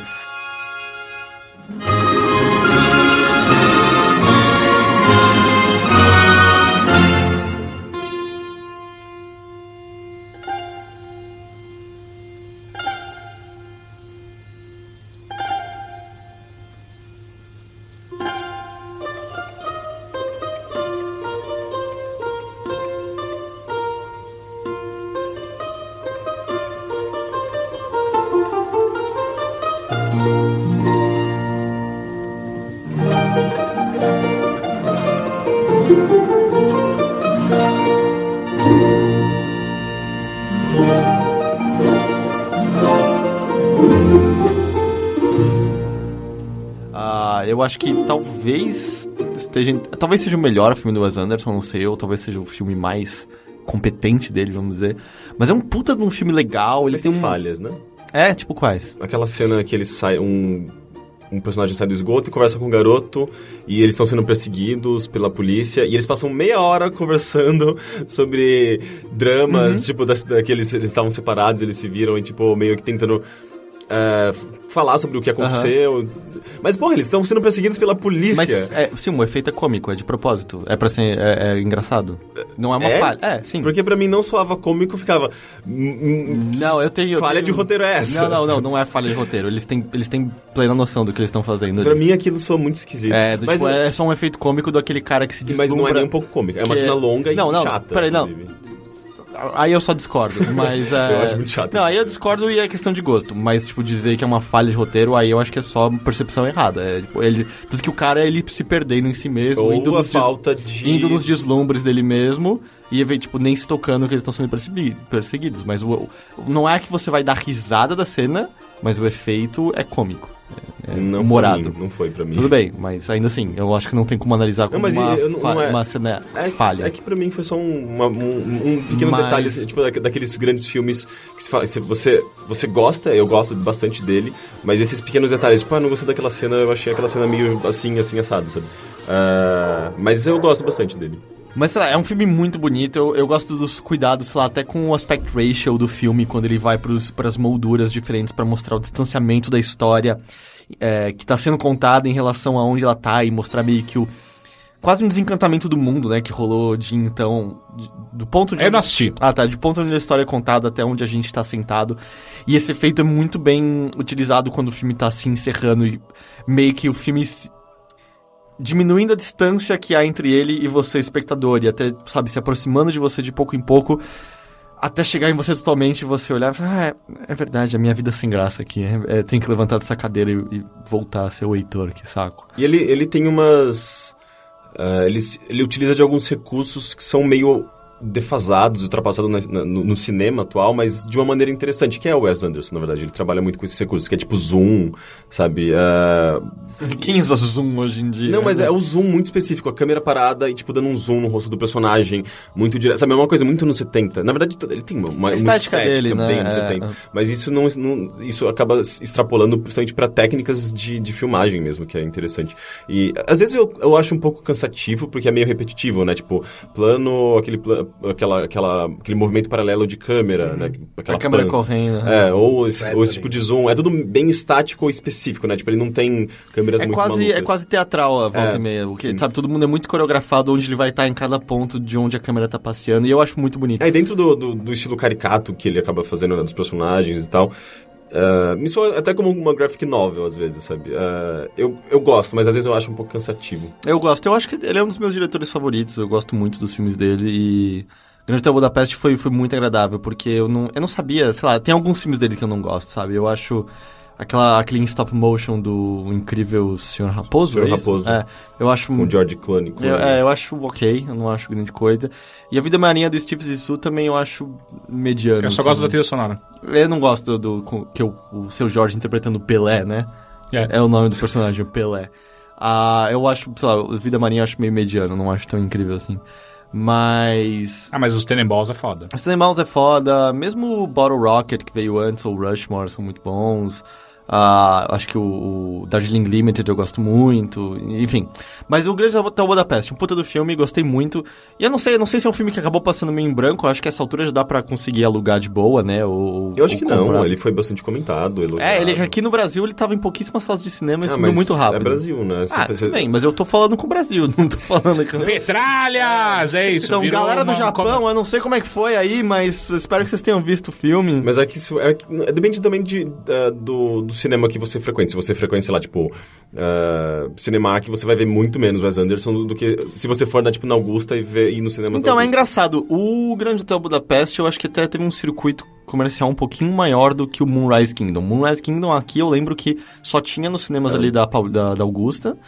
Ah, eu acho que talvez esteja. Talvez seja o melhor filme do Wes Anderson, não sei, ou talvez seja o filme mais competente dele, vamos dizer. Mas é um puta de um filme legal, ele Mas tem tem um. falhas, né? É, tipo quais? Aquela cena que ele sai. Um, um personagem sai do esgoto e conversa com um garoto. E eles estão sendo perseguidos pela polícia. E eles passam meia hora conversando sobre Uhum. dramas, tipo, da, da, que eles eles estavam separados, eles se viram e, tipo, meio que tentando. é, falar sobre o que aconteceu. Mas, porra, eles estão sendo perseguidos pela polícia. Mas, é, sim, o efeito é cômico, é de propósito. É pra ser é, é engraçado. Não é uma É? falha. É, sim. Porque pra mim não soava cômico, ficava. "Hum, hum, Não, eu tenho. eu Falha tenho- de roteiro é essa. Não, não, não, não é falha de roteiro. Eles têm, eles têm plena noção do que eles estão fazendo. Pra ali. mim aquilo soa muito esquisito. É, do mas, tipo, é só um efeito cômico do aquele cara que se mas deslumbra. não é nem um pouco cômico. É uma que- cena longa Não, e não, chata. peraí, não. inclusive. Aí eu só discordo, mas. é, Eu acho muito chato. Não, aí eu discordo e é questão de gosto. Mas, tipo, dizer que é uma falha de roteiro, aí eu acho que é só percepção errada. É, tipo, ele, tanto que o cara ele se perdendo em si mesmo, indo, Ou a nos des- falta de. indo nos deslumbres dele mesmo e, vê, tipo, nem se tocando que eles estão sendo percebi- perseguidos. Mas o, o- não é que você vai dar risada da cena, mas o efeito é cômico. É, é não humorado. Pra mim, não foi pra mim. Tudo bem, mas ainda assim, eu acho que não tem como analisar como mas uma, eu não- fa- não é- uma cena É, falha. é que pra mim foi só um, uma- um, um pequeno Mas- detalhe, assim, tipo, daqu- daqueles grandes filmes que se fala, se você, você gosta, eu gosto bastante dele, mas esses pequenos detalhes, tipo, ah, não gostei daquela cena, eu achei aquela cena meio assim, assim, assado, sabe? Ah, mas eu gosto bastante dele. Mas sei lá, é um filme muito bonito. Eu, eu gosto dos cuidados, sei lá, até com o aspect ratio do filme, quando ele vai para as molduras diferentes pra mostrar o distanciamento da história é, que tá sendo contada em relação a onde ela tá e mostrar meio que o. Quase um desencantamento do mundo, né? Que rolou de então. de- do ponto de Eu não assisti. ah, tá. De ponto onde a história é contada até onde a gente tá sentado. E esse efeito é muito bem utilizado quando o filme tá se encerrando e meio que o filme se- diminuindo a distância que há entre ele e você, espectador, e até, sabe, se aproximando de você de pouco em pouco. Até chegar em você totalmente e você olhar e falar, ah, é, é verdade, a minha vida é sem graça aqui. É, é, tem que levantar dessa cadeira e, e voltar a ser o Heitor, que saco. E ele, eh, ele tem umas. ah, ele, se- ele utiliza de alguns recursos que são meio defasados, ultrapassados na- na- no, no cinema atual, mas de uma maneira interessante, que é o Wes Anderson, na verdade. Ele trabalha muito com esses recursos, que é tipo Zoom, sabe? Ah, Quem usa Zoom hoje em dia? Né? Não, mas é o zoom muito específico, a câmera parada e, tipo, dando um zoom no rosto do personagem, muito direto. Sabe, é uma coisa muito nos 70. Na verdade, ele tem uma, uma A estética estética, dele, né? bem nos É. 70. Mas isso não, não- isso acaba se extrapolando principalmente para técnicas de, de filmagem mesmo, que é interessante. E às vezes eu, eu acho um pouco cansativo, porque é meio repetitivo, né? Tipo, plano, aquele, pla- aquela, aquela, aquele movimento paralelo de câmera, né? Aquela Uhum. a câmera pan- correndo. né? É, ou esse, Vai ou esse também. tipo de zoom. É tudo bem estático ou específico, né? Tipo, ele não tem câmeras É muito quase, malucas. é quase teatral a volta É, e meia. O que, sim. sabe, todo mundo é muito coreografado onde ele vai estar em cada ponto de onde a câmera tá passeando. E eu acho muito bonito. Aí É, dentro do, do, do estilo caricato que ele acaba fazendo né, dos personagens e tal, ah, me soa até como uma graphic novel às vezes, sabe? Ah, eu, eu gosto, mas às vezes eu acho um pouco cansativo. Eu gosto. Eu acho que ele é um dos meus diretores favoritos. Eu gosto muito dos filmes dele e... Grande Hotel Budapeste foi, foi muito agradável, porque eu não, eu não sabia, sei lá, tem alguns filmes dele que eu não gosto, sabe? Eu acho aquela, aquele em stop motion do incrível Senhor Raposo, Senhor é isso? Raposo. É, eu acho... Com o George Clooney. Clooney. Eu, é, eu acho ok, eu não acho grande coisa. E a Vida Marinha do Steve Zissou também eu acho mediano. Eu só sabe? gosto da trilha sonora. Eu não gosto do, do- com- que o, o seu Jorge interpretando Pelé, né? É. É o nome do personagem, o Pelé. Ah, eu acho, sei lá, o Vida Marinha eu acho meio mediano, não acho tão incrível assim. Mas. Ah, mas os Tenenbaums é foda. Os Animals é foda, mesmo o Bottle Rocket que veio antes, ou Rushmore são muito bons. Ah, acho que o, o Darjeeling Limited eu gosto muito, enfim. Mas o Grande Hotel Budapeste, um puta do filme, gostei muito. E eu não sei, eu não sei se é um filme que acabou passando meio em branco, eu acho que essa altura já dá pra conseguir alugar de boa, né? Ou, Eu acho ou que não, comprar. ele foi bastante comentado, elogiado. É, ele aqui no Brasil ele tava em pouquíssimas salas de cinema e Ah, subiu mas muito rápido. É Brasil, né? Você Ah, tá- tudo você- bem, mas eu tô falando com o Brasil, não tô falando com... Petralhas! É isso. Então, virou galera do uma- Japão, eu não sei como é que foi aí, mas eu espero que vocês tenham visto o filme. Mas é que isso é, que- é, depende também de, ah, do, do cinema que você frequenta. Se você frequenta, sei lá, tipo, ah, Cinemark, você vai ver muito menos Wes Anderson do, do que se você for, na, tipo, na Augusta e ver e ir no cinema Então, é engraçado. O Grande Hotel Budapeste, eu acho que até teve um circuito comercial um pouquinho maior do que o Moonrise Kingdom. Moonrise Kingdom aqui eu lembro que só tinha nos cinemas É. ali da, Paul- da, da Augusta.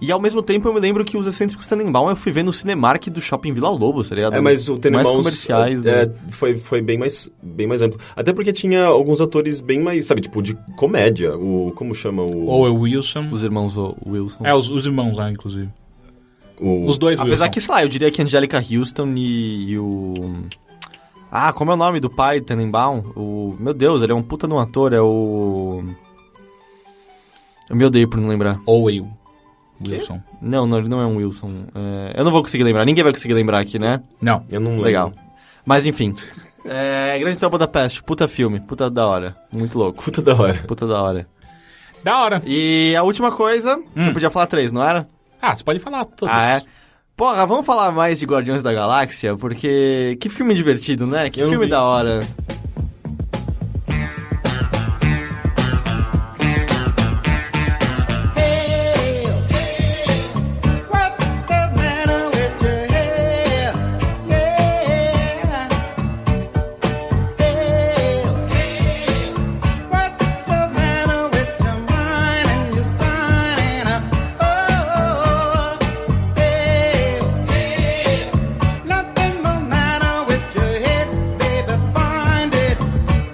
E ao mesmo tempo eu me lembro que os excêntricos Tenenbaum eu fui ver no Cinemark do Shopping Vila Lobos, tá ligado? É, mas o Tenenbaums... Mais comerciais, é, né? foi, foi bem mais, bem mais amplo. Até porque tinha alguns atores bem mais, sabe, tipo, de comédia. O... Como chama o... Ou é o Wilson. Os irmãos o- Wilson. É, os, os irmãos lá, inclusive. o- Os dois Apesar Wilson. que, sei lá, eu diria que Angelica Houston e, e o... Ah, como é o nome do pai do Tenenbaum? O... Meu Deus, ele é um puta de um ator, é o... Eu me odeio por não lembrar. Ou eu. Wilson. Não, não, ele não é um Wilson. É, eu não vou conseguir lembrar. Ninguém vai conseguir lembrar aqui, né? Não. Eu não lembro. Legal. Mas enfim. É, Grande Tampa da Peste. Puta filme. Puta da hora. Muito louco. Puta da hora. Puta da hora. Da hora. E a última Hum. coisa. que Eu podia falar três, não era? Ah, você pode falar todos. Ah, é. Porra, vamos falar mais de Guardiões da Galáxia, porque que filme divertido, né? Que Eu não filme vi. da hora.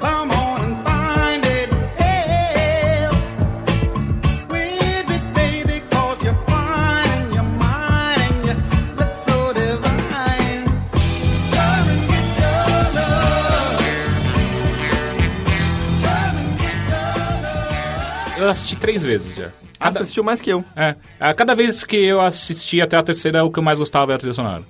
Come on and find it. Hey, Eu assisti três vezes já. Ah, você assistiu mais que eu. É. Ah, Cada vez que eu assisti até a terceira, o que eu mais gostava era a trilha sonora.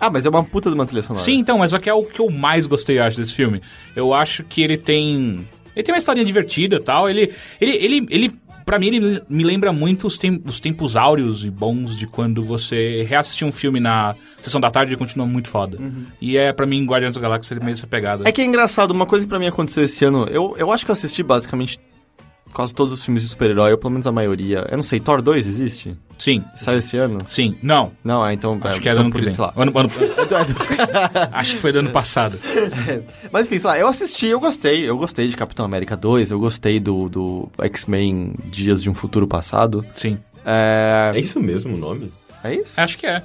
Ah, mas é uma puta de uma trilha sonora. Sim, então, mas só que é o que eu mais gostei, eu acho, desse filme. Eu acho que ele tem. Ele tem uma historinha divertida e tal. Ele. Ele. ele, ele Pra mim, ele me lembra muito os, tem- os tempos áureos e bons de quando você reassistia um filme na sessão da tarde e continua muito foda. Uhum. E é, pra mim, Guardiões da Galáxia, ele meio essa pegada. É que é engraçado, uma coisa que pra mim aconteceu esse ano, eu, eu acho que eu assisti basicamente quase todos os filmes de super-herói, ou pelo menos a maioria. Eu não sei, Thor 2 existe? Sim, Saiu esse ano? sim. Não, Não, ah, então... acho é, que é do então ano por que vem. isso, sei lá. É Ano- ano- acho que foi do ano passado. Mas enfim, sei lá, eu assisti, eu gostei. Eu gostei de Capitão América 2, eu gostei do, do X-Men Dias de um Futuro Passado. Sim. É... É isso mesmo o nome? É isso? Acho que é.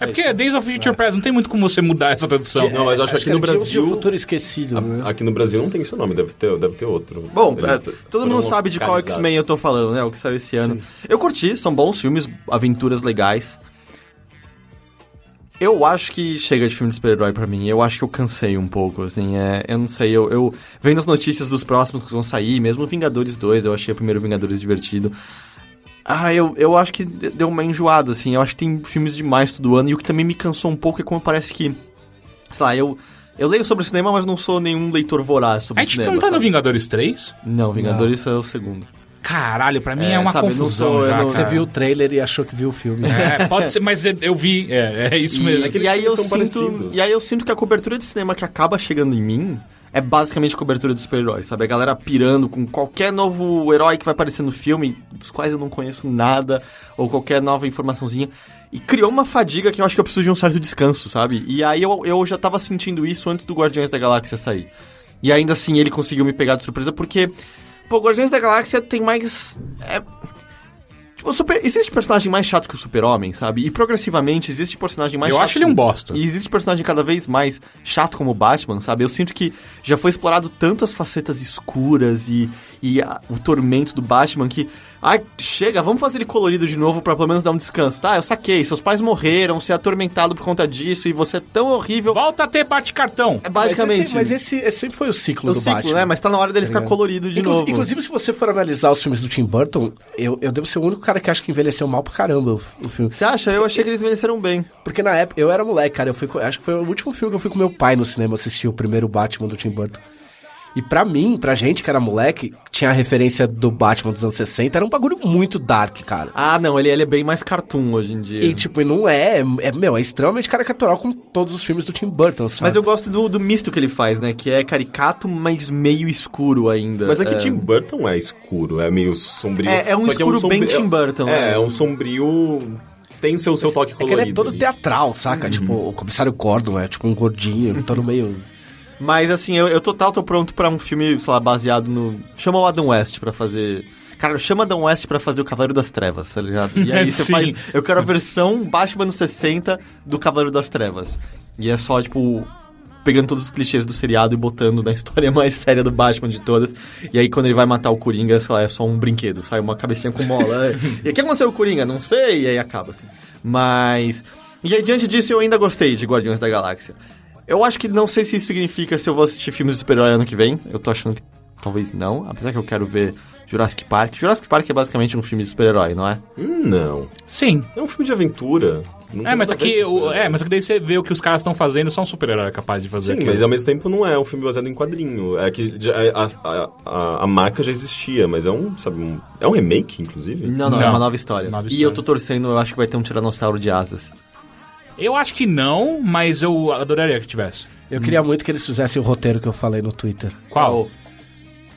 É porque Days of Future Past não tem muito como você mudar essa tradução. é, Não, mas eu acho que aqui no era tipo Dias de um Brasil- futuro esquecido, né? Aqui no Brasil não tem esse nome, deve ter, deve ter outro. Bom, Eles é, todo foram mundo sabe de qual localizados. X-Men eu tô falando, né? O que saiu esse ano. Eu curti, são bons filmes, aventuras legais. Eu acho que chega de filme de super-herói pra mim. Eu acho que eu cansei um pouco, assim. é, eu não sei, eu, eu vendo as notícias dos próximos que vão sair, mesmo Vingadores 2, eu achei o primeiro Vingadores divertido. Ah, eu, eu acho que de- deu uma enjoada, assim. Eu acho que tem filmes demais todo ano. E o que também me cansou um pouco é como parece que. Sei lá, eu, eu leio sobre cinema, mas não sou nenhum leitor voraz sobre A gente cinema. não tá no sabe? Vingadores 3? Não, Vingadores é o segundo. Caralho, pra mim é, É, uma sabe, não confusão sou- eu já, não- cara. Você viu o trailer e achou que viu o filme. É, pode ser, mas eu vi. É, é isso mesmo. E, e aí eu filmes são sinto, parecidos. e aí eu sinto que a cobertura de cinema que acaba chegando em mim é basicamente cobertura de super-heróis, sabe? A galera pirando com qualquer novo herói que vai aparecer no filme, dos quais eu não conheço nada, ou qualquer nova informaçãozinha. E criou uma fadiga que eu acho que eu preciso de um certo descanso, sabe? E aí eu, eu já tava sentindo isso antes do Guardiões da Galáxia sair. E ainda assim ele conseguiu me pegar de surpresa porque. Pô, Guardiões da Galáxia tem mais. é, Tipo, o super... existe personagem mais chato que o Super-Homem, sabe? E progressivamente existe personagem mais eu chato acho ele um que- bosta. e existe personagem cada vez mais chato como o Batman, sabe? Eu sinto que já foi explorado tantas facetas escuras e, e a- o tormento do Batman que. Ai, chega, vamos fazer ele colorido de novo pra pelo menos dar um descanso. Tá, eu saquei, seus pais morreram, você é atormentado por conta disso e você é tão horrível. Volta a ter bate-cartão. É basicamente. Mas esse, esse sempre foi o ciclo o do ciclo, Batman. né? Mas tá na hora dele Tá ficar ligado? colorido de Inclu- novo. Inclusive, se você for analisar os filmes do Tim Burton, eu, eu devo ser o único cara que acha que envelheceu mal pra caramba o, f- o filme. Você acha? Eu achei que eles envelheceram bem. Porque na época, eu era moleque, cara. Eu fui, com- acho que foi o último filme que eu fui com meu pai no cinema assistir o primeiro Batman do Tim Burton. E pra mim, pra gente que era moleque, que tinha a referência do Batman dos anos 60, era um bagulho muito dark, cara. Ah, não, ele, ele é bem mais cartoon hoje em dia. E tipo, e não é, é, meu, é extremamente caricatural como todos os filmes do Tim Burton, sabe? Mas eu gosto do, do misto que ele faz, né? Que é caricato, mas meio escuro ainda. Mas é que É. Tim Burton é escuro, é meio sombrio. É, é um Só que escuro bem Tim Burton, É, né? é um sombrio. Tem seu, seu toque É que colorido. ele é todo ali. teatral, Uhum. saca? Tipo, o comissário Gordon é tipo um gordinho, todo meio. Mas assim, eu, eu total tô pronto pra um filme, sei lá, baseado no. Chama o Adam West pra fazer. Cara, chama Adam West pra fazer o Cavaleiro das Trevas, tá ligado? E aí você Sim. faz. Eu quero a versão Batman nos 60 do Cavaleiro das Trevas. E é só, tipo, pegando todos os clichês do seriado e botando na história mais séria do Batman de todas. E aí quando ele vai matar o Coringa, sei lá, é só um brinquedo, sai uma cabecinha com mola. e aí, o que aconteceu com o Coringa? Não sei, e aí acaba assim. Mas. E aí, diante disso, eu ainda gostei de Guardiões da Galáxia. Eu acho que não sei se isso significa se eu vou assistir filmes de super-herói ano que vem. Eu tô achando que talvez não, apesar que eu quero ver Jurassic Park. Jurassic Park é basicamente um filme de super-herói, não é? Hum, Não. Sim. É um filme de aventura. Não É, tem mas nada a ver aqui. com o- isso. é, mas aqui daí você vê o que os caras estão fazendo, só um super-herói é capaz de fazer. Sim, aquilo. mas ao mesmo tempo não é um filme baseado em quadrinho. É que já- a, a, a, a marca já existia, mas é um, sabe, um- é um remake, inclusive. Não, não, é Não. uma nova história. Nova E eu história. tô torcendo, eu acho que vai ter um tiranossauro de asas. Eu acho que não, mas eu adoraria que tivesse. Eu queria muito que eles fizessem o roteiro que eu falei no Twitter. Qual?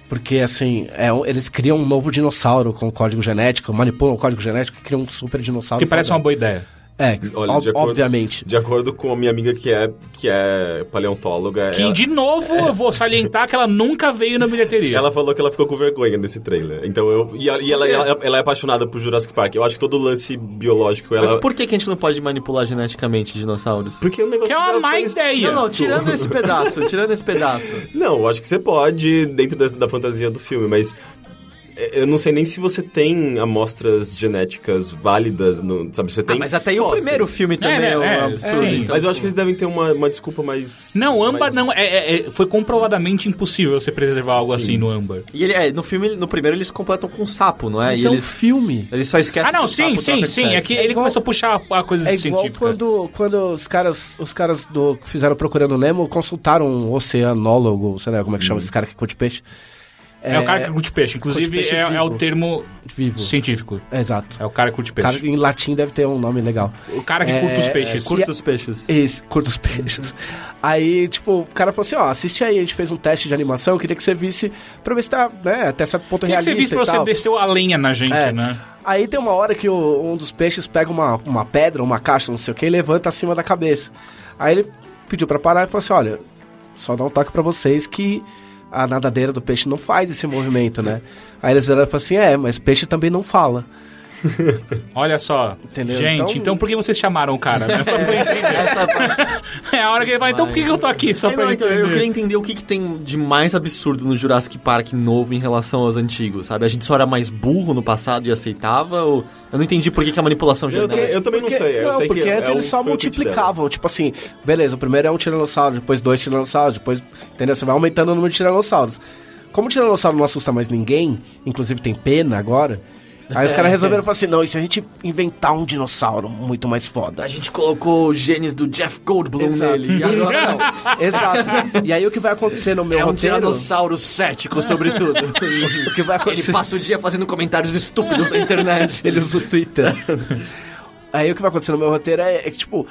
Porque, assim, é um- eles criam um novo dinossauro com código genético, manipulam o código genético e criam um super dinossauro. Que parece uma foda. boa ideia. É, Olha, ob- de acordo- obviamente. De acordo com a minha amiga que é, que é paleontóloga, Que, ela, de novo, eu vou salientar que ela nunca veio na bilheteria. ela falou que ela ficou com vergonha desse trailer. Então eu. E, a- e ela, ela, ela é apaixonada por Jurassic Park. Eu acho que todo lance biológico ela. Mas por que, que a gente não pode manipular geneticamente dinossauros? Porque o negócio Que é uma já má existia. ideia. Não, não, tirando esse pedaço, tirando esse pedaço. Não, eu acho que você pode, dentro dessa, da fantasia do filme, mas é, eu não sei nem se você tem amostras genéticas válidas, no, sabe? Você tem. Ah, mas até aí o fósseis. primeiro filme também né, é, um é, absurdo. sim. então, Mas eu acho que eles devem ter uma, uma desculpa mais. Não, âmbar mais- não. É, é- é- foi comprovadamente impossível você preservar algo Sim. assim no âmbar. E ele, é, no filme, no primeiro eles completam com um sapo, não é? Mas e é um eles, filme. eles só esquecem Ah, não, que o sim, sapo tá troca sim, de sim. sexo. É que ele começou a puxar a coisa É igual científica. quando, quando os caras, os caras do, que fizeram Procurando Nemo consultaram um oceanólogo, sei lá como é que Uhum. chama esse cara que curte peixe. É, o cara que curte peixe. Inclusive, curte peixe é, é vivo. o termo Vivo. científico. É, Exato. É o cara que curte O peixe. cara, em latim deve ter um nome legal. O cara que É, curta os é, peixes. curta- Curta os peixes. É, Esse, curta os peixes. Aí, tipo, o cara falou assim, ó, assiste aí, a gente fez um teste de animação, eu queria que você visse pra ver se tá, né, até certo ponto Tem que realista ser visto pra e você tal. desceu a lenha na gente, É. né? Aí tem uma hora que o- um dos peixes pega uma, uma pedra, uma caixa, não sei o que, e levanta acima da cabeça. Aí ele pediu pra parar e falou assim: olha, só dá um toque pra vocês que a nadadeira do peixe não faz esse movimento, né? Aí eles viraram e falaram assim: é, mas peixe também não fala. Olha só. Entendeu? Gente, então... Então- por que vocês chamaram o cara? né? Só pra eu entender. Essa parte. É a hora que ele fala, então por que que eu tô aqui? Só É, pra não, eu então, entender. eu queria entender o que, que tem de mais absurdo no Jurassic Park novo em relação aos antigos, sabe? A gente só era mais burro no passado e aceitava? Ou... Eu não entendi por que, que a manipulação Eu, genética... também- eu também não Porque- sei. Eu sei porque que antes é o- eles só foi o tweet dela. multiplicavam. Tipo assim, beleza, o primeiro é um tiranossauro, depois dois tiranossauros, depois. Entendeu? Você vai aumentando o número de tiranossauros. Como o tiranossauro não assusta mais ninguém, inclusive tem pena agora. Aí os caras resolveram falar assim: não, e se a gente inventar um dinossauro muito mais foda? A gente colocou os genes do Jeff Goldblum Exato. nele. E agora não. Exato. E aí o que vai acontecer no meu É um roteiro? tiranossauro cético, sobretudo. O que vai Ele acontecer? passa o dia fazendo comentários estúpidos na internet. Ele usa o Twitter. Aí o que vai acontecer no meu roteiro é, é que, tipo,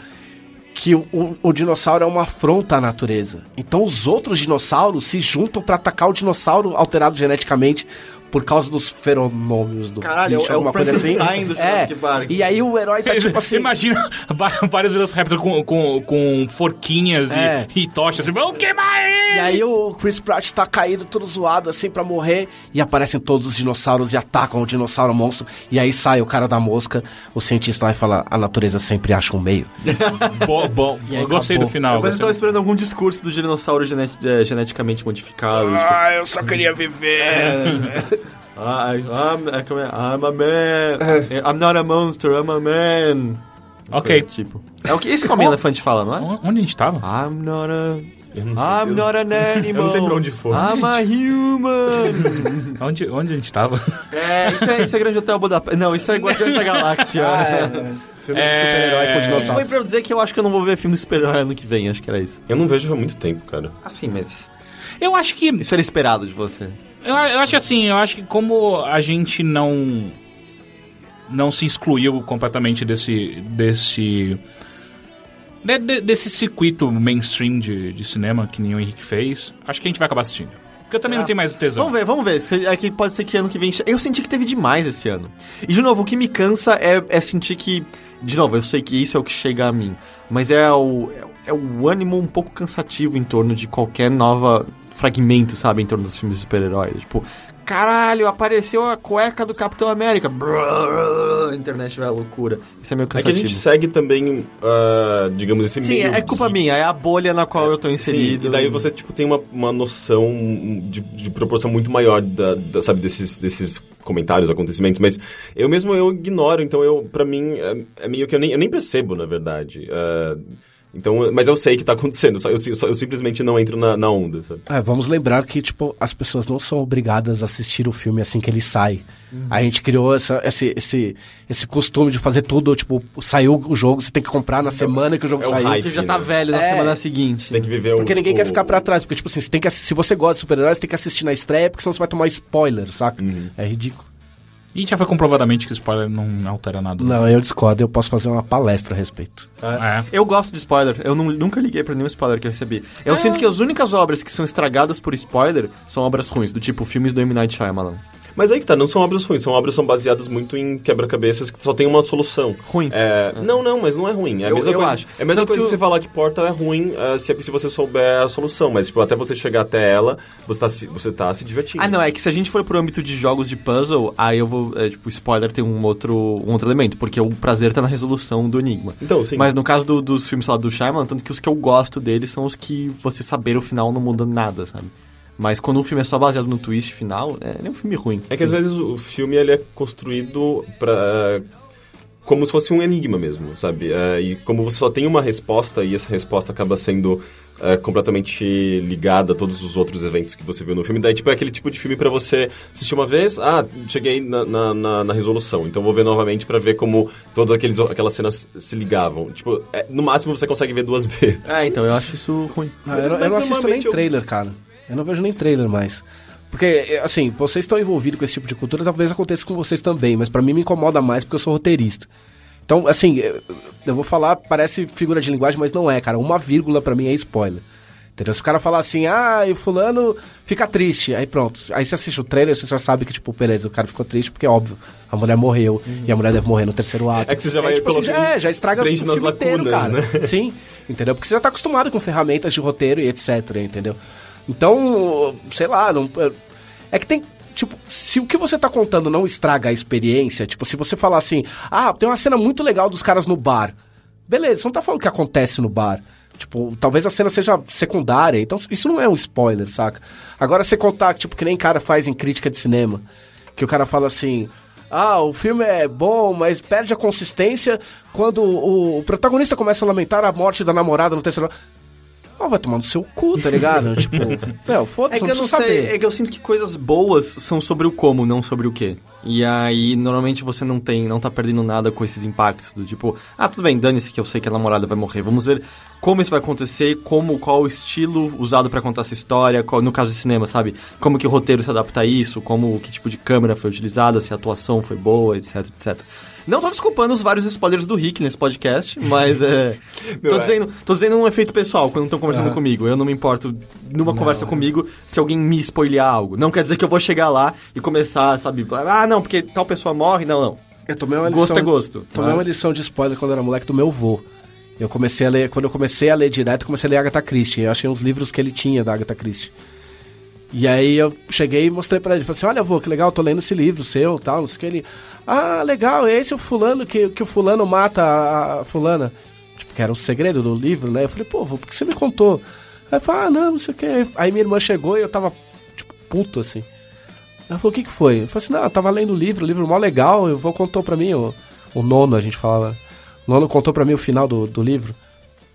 que o, o- o dinossauro é uma afronta à natureza. Então os outros dinossauros se juntam pra atacar o dinossauro alterado geneticamente por causa dos feromônios do Caralho, é o- bicho, é o alguma coisa assim. Frankenstein do Jurassic Park. E aí o herói tá tipo assim... Imagina va- vários Velociraptor com, com, com forquinhas e- É. e, tochas. Vamos queimar ele! E aí o Chris Pratt tá caído, todo zoado, assim, pra morrer. E aparecem todos os dinossauros e atacam o dinossauro monstro. E aí sai o cara da mosca, o cientista lá e fala, a natureza sempre acha um meio. Bo, bo, E aí eu gostei acabou. do final. Mas eu gostei tava do- esperando algum discurso do dinossauro genet- eh, geneticamente modificado. Ah, eu só queria viver. tipo, ah, I- I'm, eh, como é? I'm a É. man. I'm not a monster, I'm a man. Coisa ok. do tipo. É o que esse como elefante fala, não Hum? é? Onde a gente tava? I'm not a. Eu não sei. I'm not an Eu animal. não sei pra onde foi. I'm a human. Onde, onde a gente tava? é, isso é, isso é Grande Hotel Budapeste. Não, isso é Guardiões da Galáxia. Filme É. de super-herói com Isso foi dinossauro. pra eu dizer que eu acho que eu não vou ver filme de super-herói ano que vem, acho que era isso. Eu não vejo há muito tempo, cara. Assim, mas. Eu acho que. Isso era esperado de você. Eu, eu acho assim, eu acho que como a gente não. Não se excluiu completamente desse. desse. de- de- desse circuito mainstream de, de cinema que nem o Henrique fez, acho que a gente vai acabar assistindo. Porque eu também Ah. não tenho mais o tesão. Vamos ver, vamos ver. Se- É que pode ser que ano que vem. che- Eu senti que teve demais esse ano. E de novo, o que me cansa é, é sentir que. De novo, eu sei que isso é o que chega a mim. Mas é o, é, o- é o ânimo um pouco cansativo em torno de qualquer nova fragmento, sabe? Em torno dos filmes de super-heróis. Tipo, caralho, apareceu a cueca do Capitão América. Brrr, a internet vai à loucura. Isso é meio É que a cansativo. gente segue também, ah, digamos, esse Sim, meio é, é culpa geek. minha, é a bolha na qual eu tô inserido. Sim, e daí você, tipo, tem uma, uma noção de, de proporção muito maior, da, da- sabe, desses, desses comentários, acontecimentos. Mas eu mesmo, eu ignoro. Então, eu, para mim, é, é meio que eu nem, eu nem percebo, na verdade. Ah, então, mas eu sei que tá acontecendo. Só, eu, si- só- eu simplesmente não entro na, na onda, sabe? É, vamos lembrar que, tipo, as pessoas não são obrigadas a assistir o filme assim que ele sai. Uhum. A gente criou essa- esse, esse, esse costume de fazer tudo, tipo, saiu o jogo, você tem que comprar na semana que o jogo é o saiu. hype. Você já tá né? velho na É. semana seguinte. Tem que viver o, Porque ninguém tipo, quer ficar pra trás, porque, tipo assim, você tem que, assi- se você gosta de super-heróis, você tem que assistir na estreia, porque senão você vai tomar spoiler, saca? Uhum. É ridículo. E já foi comprovadamente que spoiler não altera nada. Não, eu discordo, eu posso fazer uma palestra a respeito. É. Eu gosto de spoiler. Eu nu- nunca liguei pra nenhum spoiler que eu recebi. Eu sinto que as únicas obras que são estragadas por spoiler são obras ruins, do tipo filmes do M. Night Shyamalan. Mas aí que tá, não são obras ruins, são obras que são baseadas muito em quebra-cabeças que só tem uma solução. Ruins. É, Não, não, mas não é ruim. É a Eu- mesma eu coisa. acho. É a mesma Tanto coisa que que você o- falar que porta é ruim ah, se, se você souber a solução. Mas, tipo, até você chegar até ela, você tá se, você tá se divertindo. Ah, não, é que se a gente for pro âmbito de jogos de puzzle, aí eu vou. é, tipo, spoiler tem um outro, um outro elemento, porque o prazer tá na resolução do enigma. Então, sim. Mas no caso do- dos filmes lá do Shyamalan, tanto que os que eu gosto deles são os que você saber o final não muda nada, sabe? Mas quando um filme é só baseado no twist final, é, ele é um filme ruim. É que às vezes o filme ele é construído pra. Como se fosse um enigma mesmo, sabe? É, e como você só tem uma resposta e essa resposta acaba sendo é, completamente ligada a todos os outros eventos que você viu no filme, daí tipo, é aquele tipo de filme pra você assistir uma vez, ah, cheguei na, na, na- na resolução, então vou ver novamente pra ver como todas aqueles, aquelas cenas se ligavam. Tipo, é, no máximo você consegue ver duas vezes. É, então eu acho isso ruim. Não, Mas- eu, não- eu mas não assisto nem normalmente eu- trailer, cara. Eu não vejo nem trailer mais. Porque, é, assim, vocês estão envolvidos com esse tipo de cultura, talvez aconteça com vocês também, mas pra mim me incomoda mais porque eu sou roteirista. Então, assim, eu, eu vou falar, parece figura de linguagem, mas não é, cara. Uma vírgula pra mim é spoiler. Entendeu? Se o cara falar assim, ah, e fulano fica triste, aí pronto. Aí você assiste o trailer, você já sabe que, tipo, beleza, o cara ficou triste porque, é óbvio, a mulher morreu e a mulher deve morrer no terceiro ato. Uhum. É que você já vai tipo assim, colocando- já, é, já estraga preenche nas lacunas, cara. né? Sim, entendeu? Porque você já tá acostumado com ferramentas de roteiro e etc, entendeu? Então, sei lá, não- é que tem, Tipo, se o que você tá contando não estraga a experiência, tipo, se você falar assim, ah, tem uma cena muito legal dos caras no bar. Beleza, você não tá falando o que acontece no bar. Tipo, talvez a cena seja secundária, então isso não é um spoiler, saca? Agora você contar, tipo, que nem cara faz em crítica de cinema, que o cara fala assim, ah, o filme é bom, mas perde a consistência quando o, o protagonista começa a lamentar a morte da namorada no terceiro... Ah, vai tomar no seu cu, tá ligado? tipo, não, É foda-se, que não eu não preciso sei, saber. é que eu sinto que coisas boas são sobre o como, não sobre o que. E aí, normalmente você não tem, não tá perdendo nada com esses impactos do tipo, ah, tudo bem, dane-se que eu sei que a namorada vai morrer. Vamos ver como isso vai acontecer, como, qual o estilo usado pra contar essa história, qual- no caso de cinema, sabe? Como que o roteiro se adapta a isso, como que tipo de câmera foi utilizada, se a atuação foi boa, etc, etc. Não tô desculpando os vários spoilers do Rick nesse podcast, mas é. tô, é. dizendo, tô dizendo um efeito pessoal quando estão Ah. conversando comigo. Eu não me importo numa conversa comigo se alguém me spoilear algo. Não quer dizer que eu vou chegar lá e começar, sabe? Ah, não, porque tal pessoa morre. Não, não. Eu tomei uma Gosto lição- é gosto. Tomei Mas- uma lição de spoiler quando eu era moleque do meu vô. Eu comecei a ler, quando eu comecei a ler direto, eu comecei a ler Agatha Christie. Eu achei uns livros que ele tinha da Agatha Christie. E aí eu cheguei e mostrei pra ele, falei assim, olha vô, que legal, tô lendo esse livro seu, tal, não sei o que ele. Ah, legal, é esse o fulano que, que o fulano mata a a fulana. Tipo, que era o segredo do livro, né? Eu falei, pô, vô, por que você me contou? Aí eu falei, ah, não, não sei o que. Aí minha irmã chegou e eu tava, tipo, puto assim. Ela falou, o que que foi? Eu falei assim, não, eu tava lendo o livro, o livro mó legal, eu vou contou pra mim, o, o nono, a gente falava. O nono contou pra mim o final do, do livro.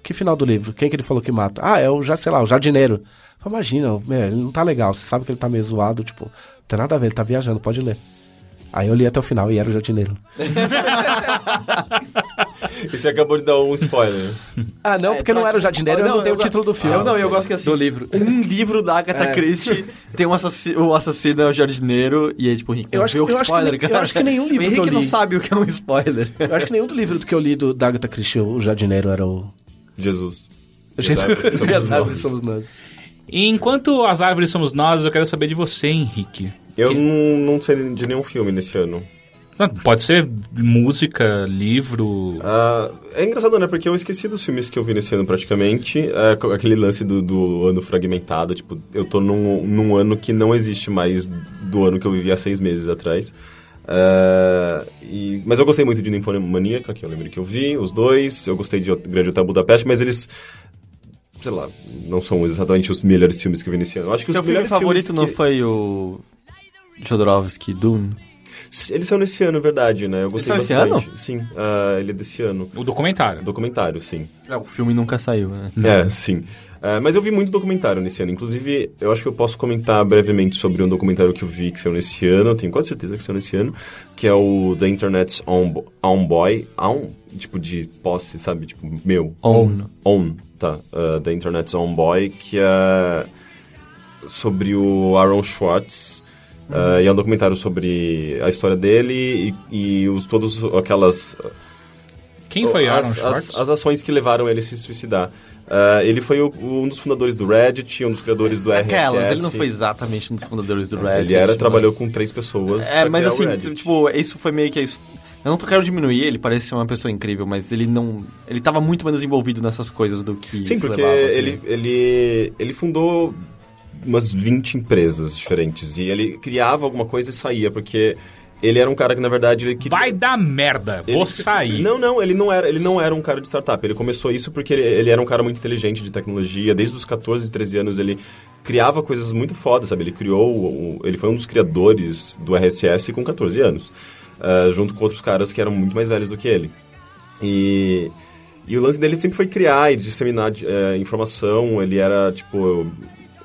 Que final do livro? Quem que ele falou que mata? Ah, é o, já, sei lá, o jardineiro. Eu falei, imagina, meu, ele não tá legal, você sabe que ele tá meio zoado, tipo, não tem nada a ver, ele tá viajando, pode ler. Aí eu li até o final e era o jardineiro. E você acabou de dar um spoiler. Ah, não, porque não era o jardineiro, eu Ah, não, dei o go- título do filme. Eu não, eu gosto que assim. Do livro. Um livro da Agatha É. Christie tem um assassino, o assassino é o jardineiro e é tipo, o Henrique, Eu não acho vê o que- eu acho que spoiler, nem- eu cara. acho que nenhum livro O que eu Henrique não li. sabe o que é um spoiler. Eu acho que nenhum do livro do que eu li do, da Agatha Christie, o jardineiro, era o... Jesus. Jesus, nós. somos nós. E enquanto as árvores somos nós, eu quero saber de você, Henrique. Eu Que- não, não sei de nenhum filme nesse ano. Ah, Pode ser música, livro. Ah, é engraçado, né? Porque eu esqueci dos filmes que eu vi nesse ano, praticamente. É, co- aquele lance do, do ano fragmentado. Tipo, eu tô num, num ano que não existe mais do ano que eu vivi há seis meses atrás. Ah, e- mas eu gostei muito de Ninfomaníaca, que eu lembrei que eu vi, os dois. Eu gostei de O- Grande Hotel Budapeste, mas eles... Sei lá, não são exatamente os melhores filmes que eu vi nesse ano. Eu Acho que Seu os filme é melhores favorito filmes não que- foi o Jodorowsky Dune? Eles são nesse ano, verdade, né? Eu gostei são esse bastante. Sim, ah, ele é desse ano. O documentário. Documentário, sim. É, o filme nunca saiu, né? É, sim. É, mas eu vi muito documentário nesse ano. Inclusive, eu acho que eu posso comentar brevemente sobre um documentário que eu vi que saiu nesse ano. Eu tenho quase certeza que saiu nesse ano. Que é o The Internet's Own, Own Boy. Own, tipo de posse, sabe? Tipo, meu. Own. Own, tá. Uh, The Internet's Own Boy, que é sobre o Aaron Schwartz. Uh, e é um documentário sobre a história dele e, e os, todos aquelas Quem foi as, Aaron Schwartz? As, as ações que levaram ele a se suicidar. Ah, ele foi o- um dos fundadores do Reddit, um dos criadores do Aquelas, RSS. ele não foi exatamente um dos fundadores do Reddit. É, Ele era, mas- trabalhou com três pessoas. É, pra mas criar o assim, Reddit. tipo, isso foi meio que a his- Eu não tô- quero diminuir, ele parece ser uma pessoa incrível, mas ele não. Ele tava muito menos envolvido nessas coisas do que. Sim, se porque levava, né? ele, ele, ele fundou umas 20 empresas diferentes. E ele criava alguma coisa e saía, porque ele era um cara que, na verdade, ele queria. Vai dar merda, Ele- vou sair. Não, não, ele não era, ele não era um cara de startup. Ele começou isso porque ele, ele era um cara muito inteligente de tecnologia. Desde os 14, 13 anos ele criava coisas muito fodas, sabe? Ele criou, o- ele foi um dos criadores do RSS com 14 anos, ah, junto com outros caras que eram muito mais velhos do que ele. E, e o lance dele sempre foi criar e disseminar de- eh, informação. Ele era, tipo.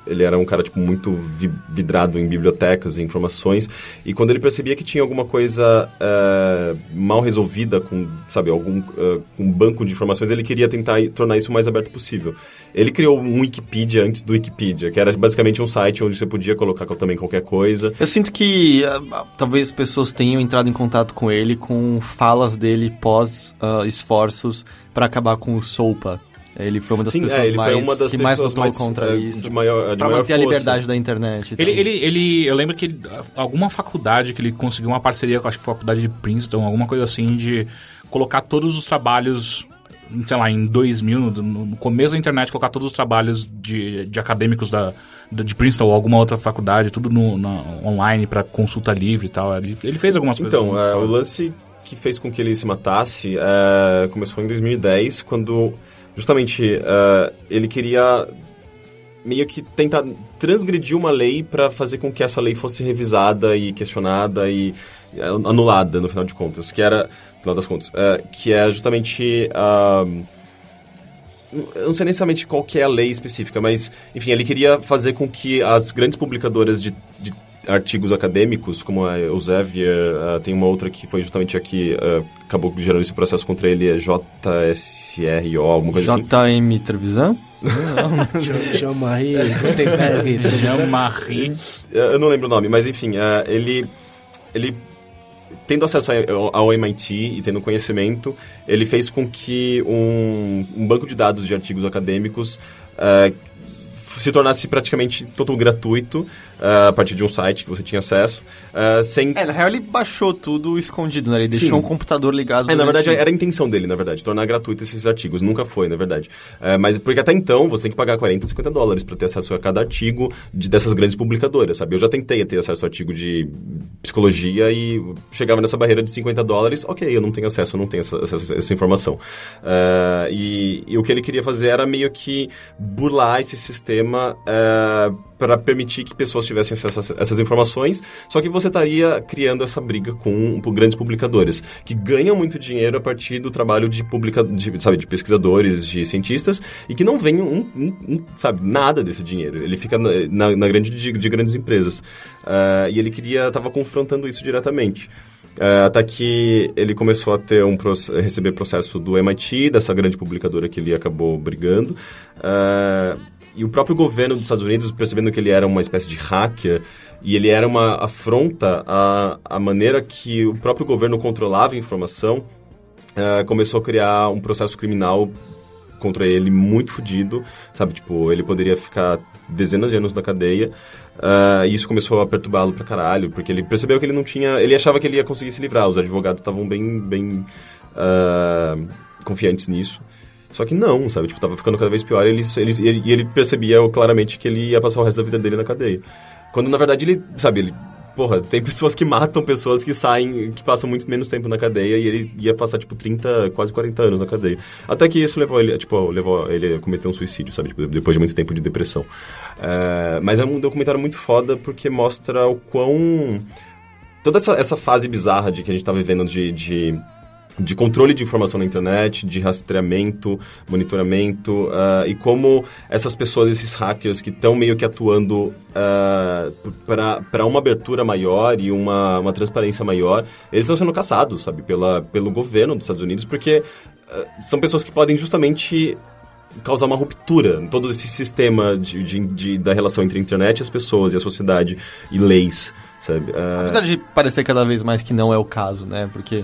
Ele era um cara, tipo, muito vi- vidrado em bibliotecas e informações. E quando ele percebia que tinha alguma coisa eh, mal resolvida com, sabe, algum eh, com banco de informações, ele queria tentar i- tornar isso o mais aberto possível. Ele criou um Wikipedia antes do Wikipedia, que era basicamente um site onde você podia colocar também qualquer coisa. Eu sinto que ah, ah, talvez pessoas tenham entrado em contato com ele com falas dele pós ah, esforços pra acabar com o Sopa. Ele foi uma das Sim, pessoas é, ele mais, foi uma das que mais pessoas lutou mais contra eh, isso. de maior, de pra maior manter a força. liberdade da internet. Ele, assim. ele, ele, eu lembro que ele- alguma faculdade que ele conseguiu uma parceria com acho que foi a faculdade de Princeton, alguma coisa assim, de colocar todos os trabalhos, sei lá, em 2000, no, no começo da internet, colocar todos os trabalhos de, de acadêmicos da, da- de Princeton ou alguma outra faculdade, tudo no, na- online pra consulta livre e tal. Ele, ele fez algumas coisas. Então, muito é, o fodas. lance que fez com que ele se matasse é, começou em 2010, quando justamente é, ele queria meio que tentar transgredir uma lei para fazer com que essa lei fosse revisada e questionada e é, anulada no final de contas, que era no final das contas, é, que é justamente a eu não sei nem exatamente qual que é a lei específica, mas, enfim, ele queria fazer com que as grandes publicadoras de, de artigos acadêmicos, como a Elsevier, eh, tem uma outra que foi justamente aqui, eh, acabou gerando esse processo contra ele, é JSRO, alguma coisa assim. JM Trevisan? Chama aí, Gutenberg. Jean-Marie. Eh, Eu não lembro o nome, mas enfim, eh, ele, ele tendo acesso a- ao MIT e tendo conhecimento, ele fez com que um, um banco de dados de artigos acadêmicos eh, se tornasse praticamente todo gratuito eh, a partir de um site que você tinha acesso, eh, sem... É, na real ele baixou tudo escondido, né? Ele deixou Sim. um computador ligado. É, na durante- verdade, era a intenção dele, na verdade, tornar gratuito esses artigos. Nunca foi, na verdade. É, mas porque até então você tem que pagar 40, 50 dólares para ter acesso a cada artigo de- dessas grandes publicadoras, sabe? Eu já tentei ter acesso a artigo de psicologia e chegava nessa barreira de 50 dólares, ok, eu não tenho acesso, eu não tenho essa, essa, essa informação. É, e, e o que ele queria fazer era meio que burlar esse sistema para permitir que pessoas tivessem acesso a essa- essas informações, só que você estaria criando essa briga com por grandes publicadores, que ganham muito dinheiro a partir do trabalho de, publica, de, sabe, de pesquisadores, de cientistas, e que não vem, um, um- um, sabe, nada desse dinheiro. Ele fica na, na, na grande de, de grandes empresas. Ah, e ele queria, estava confrontando isso diretamente. Ah, até que ele começou a ter um proce- receber processo do MIT, dessa grande publicadora que ele acabou brigando. Ah, e o próprio governo dos Estados Unidos, percebendo que ele era uma espécie de hacker, e ele era uma afronta à, à maneira que o próprio governo controlava a informação, ah, começou a criar um processo criminal contra ele muito fodido, sabe? Tipo, ele poderia ficar dezenas de anos na cadeia. ah, e isso começou a perturbá-lo pra caralho, porque ele percebeu que ele não tinha. Ele achava que ele ia conseguir se livrar, os advogados estavam bem, bem ah, confiantes nisso. Só que não, sabe? Tipo, tava ficando cada vez pior e ele, ele, ele, e ele percebia claramente que ele ia passar o resto da vida dele na cadeia. Quando na verdade ele, sabe, ele. Porra, tem pessoas que matam pessoas que saem, que passam muito menos tempo na cadeia e ele ia passar, tipo, 30, quase 40 anos na cadeia. Até que isso levou ele, tipo, levou ele a cometer um suicídio, sabe? Tipo, depois de muito tempo de depressão. É, mas é um documentário muito foda porque mostra o quão. Toda essa, essa fase bizarra de que a gente tá vivendo de- de de controle de informação na internet, de rastreamento, monitoramento, ah, e como essas pessoas, esses hackers que estão meio que atuando ah, para uma abertura maior e uma, uma transparência maior, eles estão sendo caçados, sabe, pela, pelo governo dos Estados Unidos, porque ah, são pessoas que podem justamente causar uma ruptura em todo esse sistema de, de- de- da relação entre a internet, as pessoas e a sociedade e leis, sabe? Ah, Apesar de parecer cada vez mais que não é o caso, né? Porque,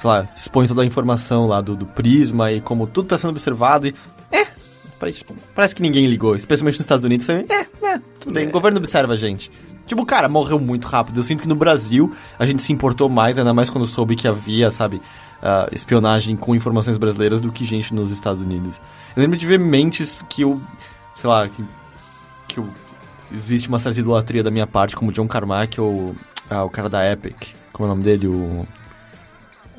sei lá, expõe toda a informação lá do, do prisma e como tudo tá sendo observado e. É! Parece, parece que ninguém ligou, especialmente nos Estados Unidos. Foi, é, é, tudo bem, o governo observa a gente. Tipo, cara, morreu muito rápido. Eu sinto que no Brasil a gente se importou mais, ainda mais quando soube que havia, sabe, ah, espionagem com informações brasileiras do que gente nos Estados Unidos. Eu lembro de ver mentes que eu, sei lá, que que eu- existe uma certa idolatria da minha parte, como John Carmichael, ah, o cara da Epic, como é o nome dele? O...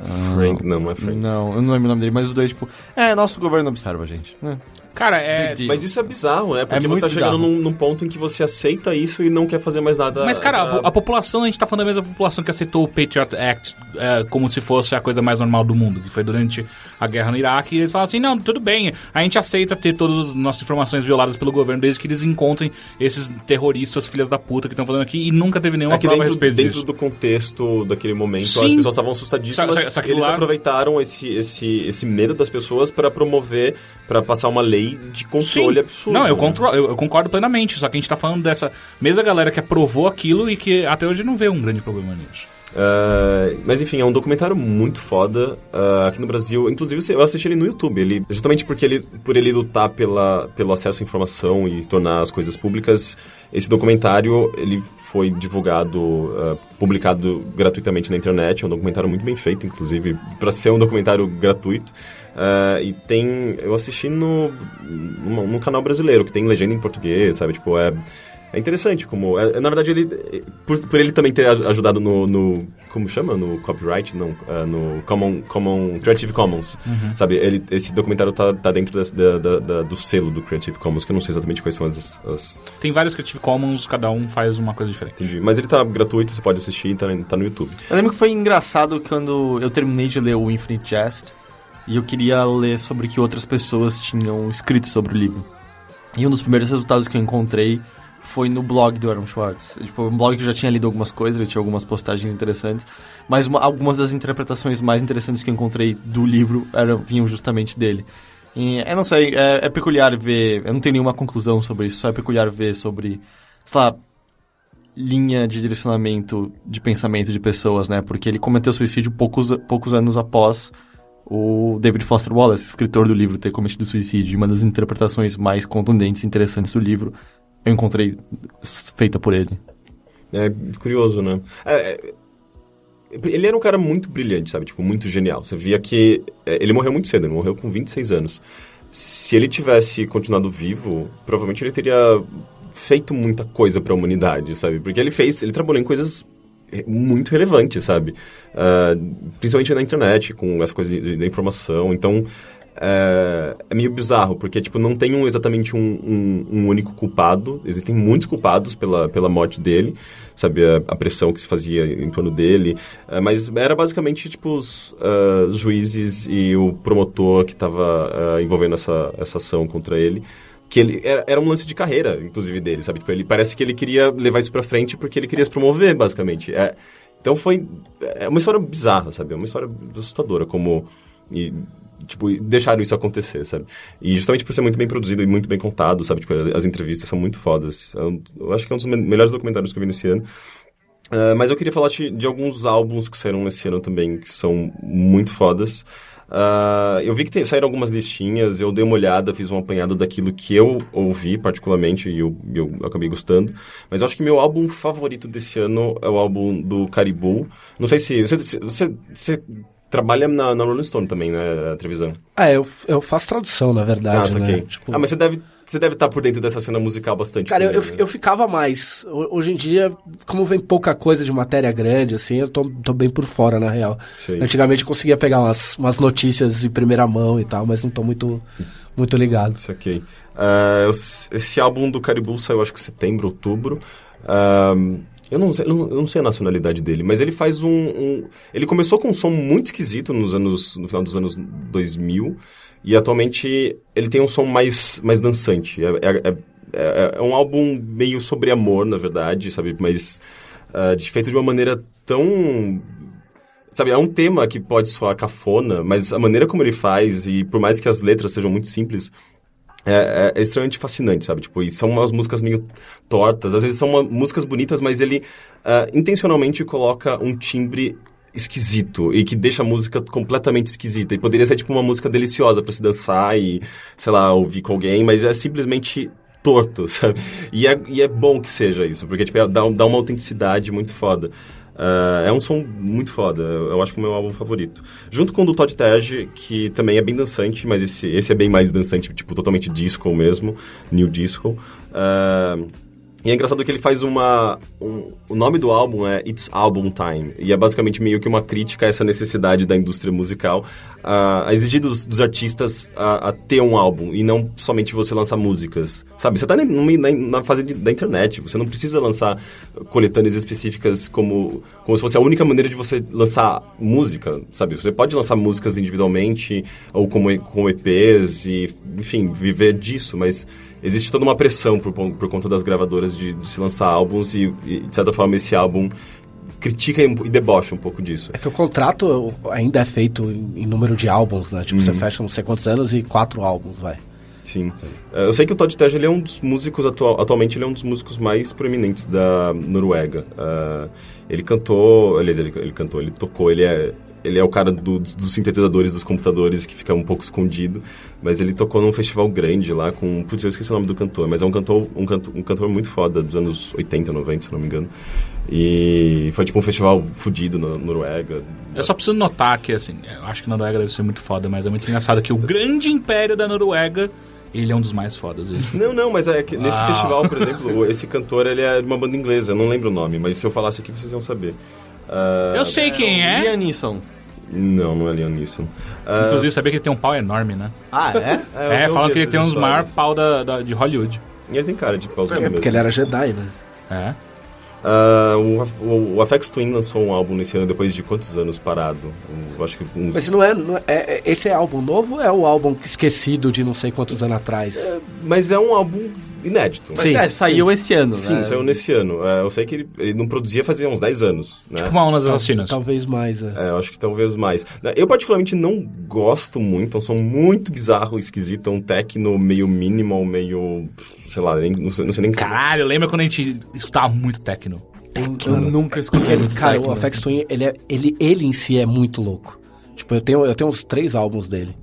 ah, Frank, não, não é Frank. Não, eu não lembro o nome dele, mas os dois, tipo, é, nosso governo observa a gente. né? Cara, é. Big deal. Mas isso é bizarro, né? Porque É você muito tá chegando bizarro. num, num ponto em que você aceita isso e não quer fazer mais nada. Mas, cara, a, ah, po- a população, a gente tá falando da mesma população que aceitou o Patriot Act é, como se fosse a coisa mais normal do mundo, que foi durante a guerra no Iraque, e eles falam assim, não, tudo bem, a gente aceita ter todas as nossas informações violadas pelo governo, desde que eles encontrem esses terroristas, filhas da puta que estão falando aqui, e nunca teve nenhuma é que prova a dentro, respeito dentro disso. do contexto daquele momento, Sim. as pessoas estavam assustadíssimas. Só- só- só que eles lá- aproveitaram esse, esse, esse medo das pessoas pra promover, pra passar uma lei de controle Sim. absurdo. Não, eu, né? contro- eu- eu concordo plenamente, só que a gente tá falando dessa mesma galera que aprovou aquilo e que até hoje não vê um grande problema nisso. Ah, mas enfim, é um documentário muito foda ah, aqui no Brasil. Inclusive, eu assisti ele no YouTube. Ele, justamente porque ele, por ele lutar pela, pelo acesso à informação e tornar as coisas públicas, esse documentário ele foi divulgado, ah, publicado gratuitamente na internet. É um documentário muito bem feito, inclusive, para ser um documentário gratuito. Ah, e tem. Eu assisti no, num, num canal brasileiro que tem legenda em português, sabe? Tipo, é. É interessante como... é- é, na verdade, ele... é, Por, por ele também ter aj- ajudado no... no- como chama? No copyright? Não. ah, no common, common... Creative Commons. Sabe? Ele, esse documentário tá, tá dentro desse- da- da- da- do selo do Creative Commons, que eu não sei exatamente quais são as- as Tem vários Creative Commons, cada um faz uma coisa diferente. Entendi. Mas ele tá gratuito, você pode assistir, tá, tá no YouTube. Eu lembro que foi engraçado quando eu terminei de ler o Infinite Jest e eu queria ler sobre o que outras pessoas tinham escrito sobre o livro. E um dos primeiros resultados que eu encontrei foi no blog do Aaron Schwartz. Tipo, um blog que eu já tinha lido algumas coisas, ele tinha algumas postagens interessantes, mas uma- algumas das interpretações mais interessantes que eu encontrei do livro eram, vinham justamente dele. E, eu não sei, é, é peculiar ver. Eu não tenho nenhuma conclusão sobre isso, só é peculiar ver sobre, sei lá, linha de direcionamento de pensamento de pessoas, né? Porque ele cometeu suicídio poucos, poucos anos após o David Foster Wallace, escritor do livro, ter cometido suicídio. E uma das interpretações mais contundentes e interessantes do livro eu encontrei s- feita por ele. É curioso, né? É, é, ele era um cara muito brilhante, sabe? Tipo, muito genial. Você via que... é, Ele morreu muito cedo, ele morreu com 26 anos. Se ele tivesse continuado vivo, provavelmente ele teria feito muita coisa pra humanidade, sabe? Porque ele fez... Ele trabalhou em coisas re- muito relevantes, sabe? Ah, principalmente na internet, com essa coisa de- da informação. Então, é, é meio bizarro, porque, tipo, não tem um, exatamente um, um- um único culpado. Existem muitos culpados pela, pela morte dele, sabe? A, a pressão que se fazia em torno dele. É, mas era basicamente, tipo, os ah, os juízes e o promotor que estava envolvendo essa, essa ação contra ele. Que ele era, era um lance de carreira, inclusive, dele, sabe? Tipo, ele parece que ele queria levar isso pra frente porque ele queria se promover, basicamente. É, então foi... É uma história bizarra, sabe? É uma história assustadora, como... E, tipo, e deixaram isso acontecer, sabe? E justamente por ser muito bem produzido e muito bem contado, sabe? Tipo, as entrevistas são muito fodas. É um- Eu acho que é um dos me- melhores documentários que eu vi nesse ano. Ah, mas eu queria falar de, de alguns álbuns que saíram nesse ano também, que são muito fodas. Ah, eu vi que tem- saíram algumas listinhas, eu dei uma olhada, fiz um apanhado daquilo que eu ouvi particularmente e eu, e eu acabei gostando. Mas eu acho que meu álbum favorito desse ano é o álbum do Caribou. Não sei se... Você, se- você, você trabalha na, na Rolling Stone também, né, Trevisan? Ah, eu, eu faço tradução, na Ah, verdade, né? saquei. Tipo, Ah, mas você deve, você deve estar por dentro dessa cena musical bastante. Cara, eu, também, eu, né? eu ficava mais. Ho- Hoje em dia, como vem pouca coisa de matéria grande, assim, eu tô, tô bem por fora, na real. Sei. Antigamente eu conseguia pegar umas, umas notícias de primeira mão e tal, mas não tô muito, muito ligado. Saquei. Ah, eu- esse álbum do Caribou saiu acho que setembro, outubro. Ah, eu, não sei, eu não- eu não sei a nacionalidade dele, mas ele faz um, um- Ele começou com um som muito esquisito nos anos, no final dos anos 2000 e atualmente ele tem um som mais, mais dançante. É, é- é- é- é um álbum meio sobre amor, na verdade, sabe? Mas ah, de- feito de uma maneira tão Sabe, é um tema que pode soar cafona, mas a maneira como ele faz, e por mais que as letras sejam muito simples, é, é- é extremamente fascinante, sabe? Tipo, e são umas músicas meio tortas, às vezes são uma- músicas bonitas, mas ele ah, intencionalmente coloca um timbre esquisito e que deixa a música completamente esquisita. E poderia ser tipo uma música deliciosa pra se dançar e, sei lá, ouvir com alguém, mas é simplesmente torto, sabe? E é, e é bom que seja isso, porque tipo, é- dá, um- dá uma autenticidade muito foda. Ah, é um som muito foda, eu acho que é o meu álbum favorito. Junto com o do Todd Terge, que também é bem dançante, mas esse, esse é bem mais dançante, tipo, totalmente disco mesmo, new disco. Ah, e é engraçado que ele faz uma. um- o nome do álbum é It's Album Time. E é basicamente meio que uma crítica a essa necessidade da indústria musical a, a exigir dos, dos artistas a, a ter um álbum e não somente você lançar músicas. Sabe? Você tá na, na, na fase de- da internet. Você não precisa lançar coletâneas específicas como, como se fosse a única maneira de você lançar música. Sabe? Você pode lançar músicas individualmente ou como, e- com EPs e, enfim, viver disso, mas existe toda uma pressão por, pon- por conta das gravadoras de, de se lançar álbuns e, e, de certa forma, esse álbum critica e, e debocha um pouco disso. É que o contrato ainda é feito em em número de álbuns, né? Tipo, Uhum. você fecha não sei quantos anos e quatro álbuns, vai. Sim. Eh, Eu sei que o Todd Terje, ele é um dos músicos, atual, atualmente, ele é um dos músicos mais proeminentes da Noruega. Ah, ele cantou, aliás, ele, ele cantou, ele tocou, ele é, ele é o cara do- dos dos sintetizadores dos computadores que fica um pouco escondido, mas ele tocou num festival grande lá com, putz, eu esqueci o nome do cantor, mas é um cantor, um cantor, um cantor muito foda dos anos 80, 90, se não me engano. E foi tipo um festival fudido na Noruega. Eu só preciso notar que, assim, eu acho que a Noruega deve ser muito foda, mas é muito engraçado que o grande império da Noruega Ele é um dos mais fodas. Ele. Não, não, mas é que nesse Uau. festival, por exemplo, o- esse cantor ele é de uma banda inglesa, eu não lembro o nome, mas se eu falasse aqui vocês iam saber. Ah, Eu sei quem é. Liam Neeson. Não, não é Liam Neeson. Ah, Inclusive, sabia que ele tem um pau enorme, né? Ah, é? ah, eu- É, eu falam vi que ele essas tem um dos histórias. maiores pau da, da- de Hollywood. Ele tem cara de pauzinho É mesmo. porque ele era Jedi, né? É. Ah, o, Af- o, o Afex Twin lançou um álbum nesse ano depois de quantos anos parado? Um, eu acho que uns... Mas não é, não é- é- é- Esse é álbum novo ou é o álbum esquecido de não sei quantos anos atrás? Mas é um álbum inédito. Mas Sim, é, saiu esse ano, Sim, né? saiu nesse ano. É, eu sei que ele, ele não produzia fazia uns 10 anos, né? Tipo uma onda das assassinas. Talvez mais. É. É, eu acho que talvez mais. Né, Eu particularmente não gosto muito, é um som muito bizarro, esquisito, é um techno meio minimal, meio... sei lá, nem- não, sei, não sei nem... como- Caralho, lembra quando a gente escutava muito techno? Eu nunca escutei muito Cara, o techno. Afex Twin, ele, é- ele, ele em si é muito louco. Tipo, eu tenho, eu tenho uns três álbuns dele.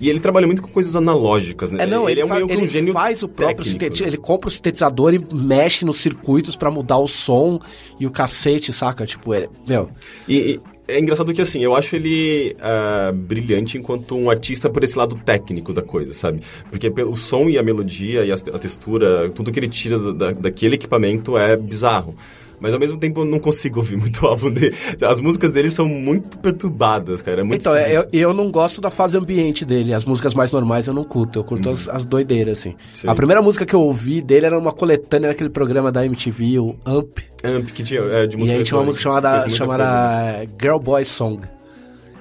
E ele trabalha muito com coisas analógicas, né? é um fa- meio que um ele gênio faz o próprio técnico, sinteti- né? ele compra o sintetizador e mexe nos circuitos pra mudar o som e o cacete, saca? Tipo, ele, meu, E, e é engraçado que, assim, eu acho ele ah, brilhante enquanto um artista por esse lado técnico da coisa, sabe? Porque pelo som e a melodia e as- a, textura, tudo que ele tira da- da- daquele equipamento é bizarro. Mas ao mesmo tempo eu não consigo ouvir muito o álbum dele. As músicas dele são muito perturbadas, cara. É muito Então, é, esquisito. eu, eu não gosto da fase ambiente dele. As músicas mais normais eu não curto. Eu curto as, as doideiras, assim. Uhum. Sim. A primeira música que eu ouvi dele era uma coletânea naquele programa da MTV, o Amp. Amp, que tinha, é, de E música aí tinha eletrônica. uma música Fez chamada, muita né? chamada Girl Boy Song.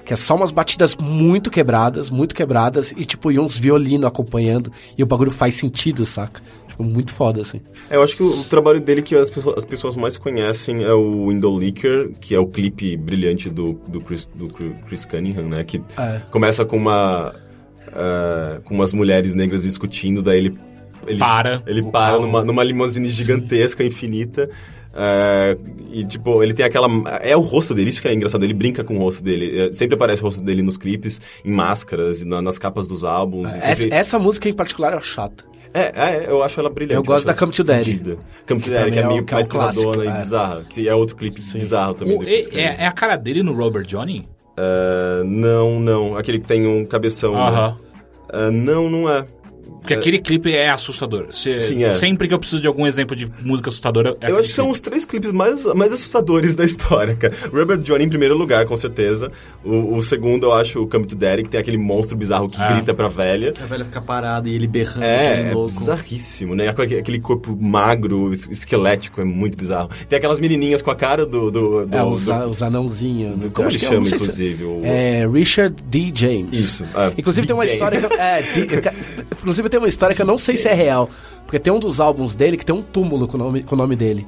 Que é só umas batidas muito quebradas, muito quebradas, e tipo, e uns violino acompanhando, e o bagulho faz sentido, saca? Tipo, muito foda, assim. É, eu acho que o trabalho dele que as pessoas, as pessoas mais conhecem é o Window Licker, que é o clipe brilhante do, do, Chris, do Cri- Chris Cunningham, né? Que É. começa com uma. ah, com umas mulheres negras discutindo, daí ele. ele Para. Ele O para carro. numa, numa limusine gigantesca, infinita. ah, e, tipo, ele tem aquela. É o rosto dele, isso que é engraçado. Ele brinca com o rosto dele. eh, Sempre aparece o rosto dele nos clipes, em máscaras, e na- nas capas dos álbuns. e É, Essa, sempre- essa música em particular é chata. é, é, eu acho ela brilhante. Eu gosto acho da ela Come to Daddy. fodida. Come to Que Daddy, pra que é mim é o- meio que é o mais clássico, pesadona e é. bizarra. Que é outro clipe bizarro também. O- do Chris e- Cunningham. é, é a cara dele no Robert Johnny? Ah, não, não. Aquele que tem um cabeção. né? Aham. Ah, não, não é. Porque aquele clipe é assustador. Se- Sim, é. Sempre que eu preciso de algum exemplo de música assustadora. é Eu aquele acho que são clipe. os três clipes mais, mais assustadores da história, cara. Robert Johnny em primeiro lugar, com certeza. O, o segundo, eu acho, o Come to Daddy, que tem aquele monstro bizarro que Ah. grita pra velha. A velha fica parada e ele berrando, É, que é louco. bizarríssimo, né? Aquele aquele corpo magro, es- esquelético, é muito bizarro. Tem aquelas menininhas com a cara do... do, do- É, do- os, a- os anãozinhos. né? Como Eu acho ele que é- chama, não sei se- inclusive? o- É Richard D. James. Isso, é. Inclusive tem uma DJ. história que eu, é, D- eu- inclusive tem uma história que eu não sei se é real, porque tem um dos álbuns dele que tem um túmulo com o nome, com o nome dele.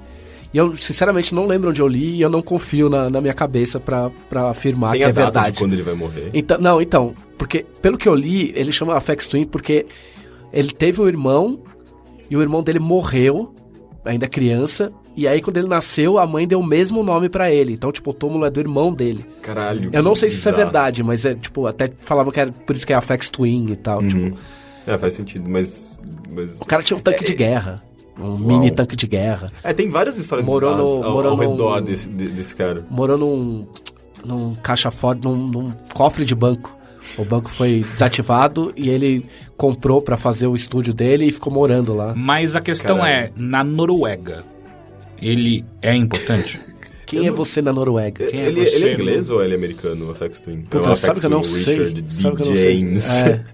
E eu sinceramente não lembro onde eu li e eu não confio na, na minha cabeça pra pra afirmar Tem que a é data verdade. de quando ele vai morrer. Então, não, então, porque pelo que eu li, ele chama Afex Twin porque ele teve um irmão e o irmão dele morreu, ainda criança, e aí quando ele nasceu, a mãe deu o mesmo nome pra ele. Então, tipo, o túmulo é do irmão dele. Caralho. Eu não que sei se isso é bizarro. verdade, mas é, tipo, até falavam que era por isso que é Afex Twin e tal, tipo, É, faz sentido, mas... mas... o cara tinha um tanque de guerra, um mini tanque de guerra. É, tem várias histórias Morou no- bizarras ao, morou ao num- redor desse, de- desse cara. morou num, num caixa forte, num, num cofre de banco. O banco foi desativado e ele comprou pra fazer o estúdio dele e ficou morando lá. Mas a questão Caralho. é, na Noruega, ele é importante? Quem é você na Noruega? Quem é ele, você, ele é mano? inglês ou ele é americano, o Afex Twin? Puta, é o sabe que eu não Twin, o sei? Richard D. Sabe que eu não James. sei? É.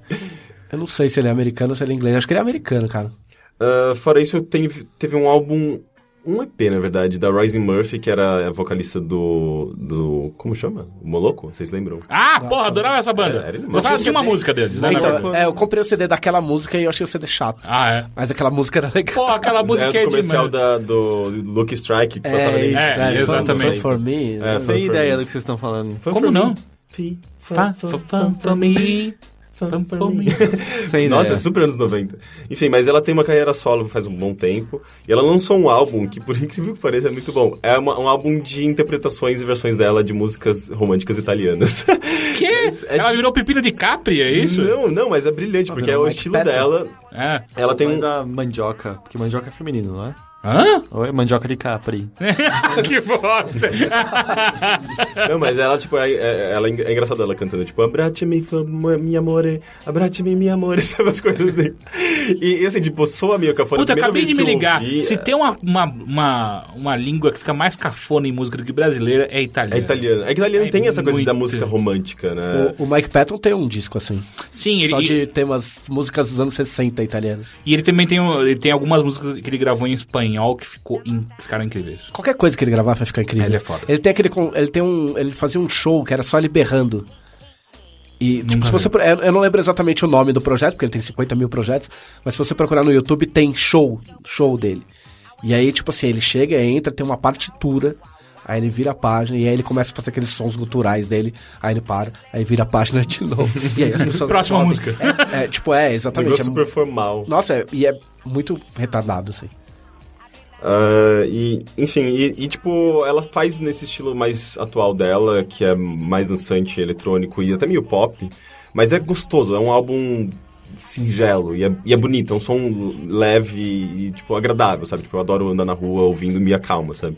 Eu não sei se ele é americano ou se ele é inglês. Acho que ele é americano, cara. Ah, fora isso, eu tenho- teve um álbum, um EP, na verdade, da Rising Murphy, que era a vocalista do. do como chama? O Moloco? Vocês lembram? Ah, porra, adorava essa banda. Era- era ele mesmo. Gostava de uma música deles, né? na verdade. Então, é, eu comprei o CD daquela música e eu achei o CD chato. Ah, é. Mas aquela música era legal. Porra, aquela música é é do comercial demais. da, do Lucky Strike, que passava isso, na MTV. é, fun- exatamente. fun For me. É, Não tem Fun for ideia me. do que vocês estão falando. Como não? Fun, Fun fun, fun for me, fun for me. Sem ideia. Nossa, é super anos 90. Enfim, mas ela tem uma carreira solo faz um bom tempo. E ela lançou um álbum que, por incrível que pareça, é muito bom. É uma- um álbum de interpretações e versões dela de músicas românticas italianas. Que? é Ela de- virou Pepino de Capri, é isso? Ah, Não, não, mas é brilhante, porque é o Mike estilo Patton. dela. É. Ela tem um. Mas a mandioca, porque mandioca é feminino, não é? Hã? Oi, mandioca de capri. que bosta! É Não, mas ela, tipo, é, é- ela é engra- é engraçada ela cantando, tipo, abrace-me, mi amore, abrace-me, mi amore, sabe as coisas bem. E, e, assim, tipo, soa meio cafona. Puta, a primeira acabei vez de que me eu ligar. ouvi, é. Se tem uma, uma, uma, uma língua que fica mais cafona em música do que brasileira, é italiana. É italiano. É que italiano É tem essa coisa da muito. música romântica, né? O, o Mike Patton tem um disco assim. Sim, só ele, de temas, músicas dos anos 60 italianas. e ele também tem, um- ele tem algumas músicas que ele gravou em espanhol que ficou in- ficaram incríveis. Qualquer coisa que ele gravar vai ficar incrível. Ele é foda. Ele tem aquele. con- Ele tem um. Ele fazia um show que era só ele berrando. E, tipo, Nunca se você, pro- eu eu não lembro exatamente o nome do projeto, porque ele tem 50 mil projetos, mas se você procurar no YouTube, tem show, show dele. E aí, tipo assim, ele chega, entra, tem uma partitura, aí ele vira a página, e aí ele começa a fazer aqueles sons guturais dele, aí ele para, aí vira a página de novo. E aí as pessoas. Próxima aplaudem. música. É, é, tipo, é, Um exatamente. negócio É, super formal. nossa, é- e é muito retardado, assim. Ah, e, enfim, e, e, tipo, ela faz nesse estilo mais atual dela, que é mais dançante, eletrônico e até meio pop, mas é gostoso, é um álbum singelo e é, e é bonito, é um som leve e, tipo, agradável, sabe? Tipo, eu adoro andar na rua ouvindo e me acalma, sabe?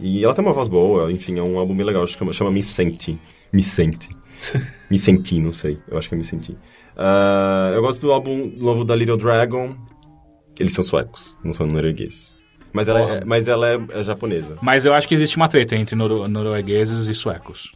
E ela tem uma voz boa, enfim, é um álbum bem legal, acho que chama, chama Me Sente. Me Sente. me Senti, não sei, eu acho que é Me Senti. Ah, eu gosto do álbum novo da Little Dragon, que eles são suecos, não são noruegueses. Mas ela, é, mas ela é, é japonesa. Mas eu acho que existe uma treta entre noro- noruegueses e suecos.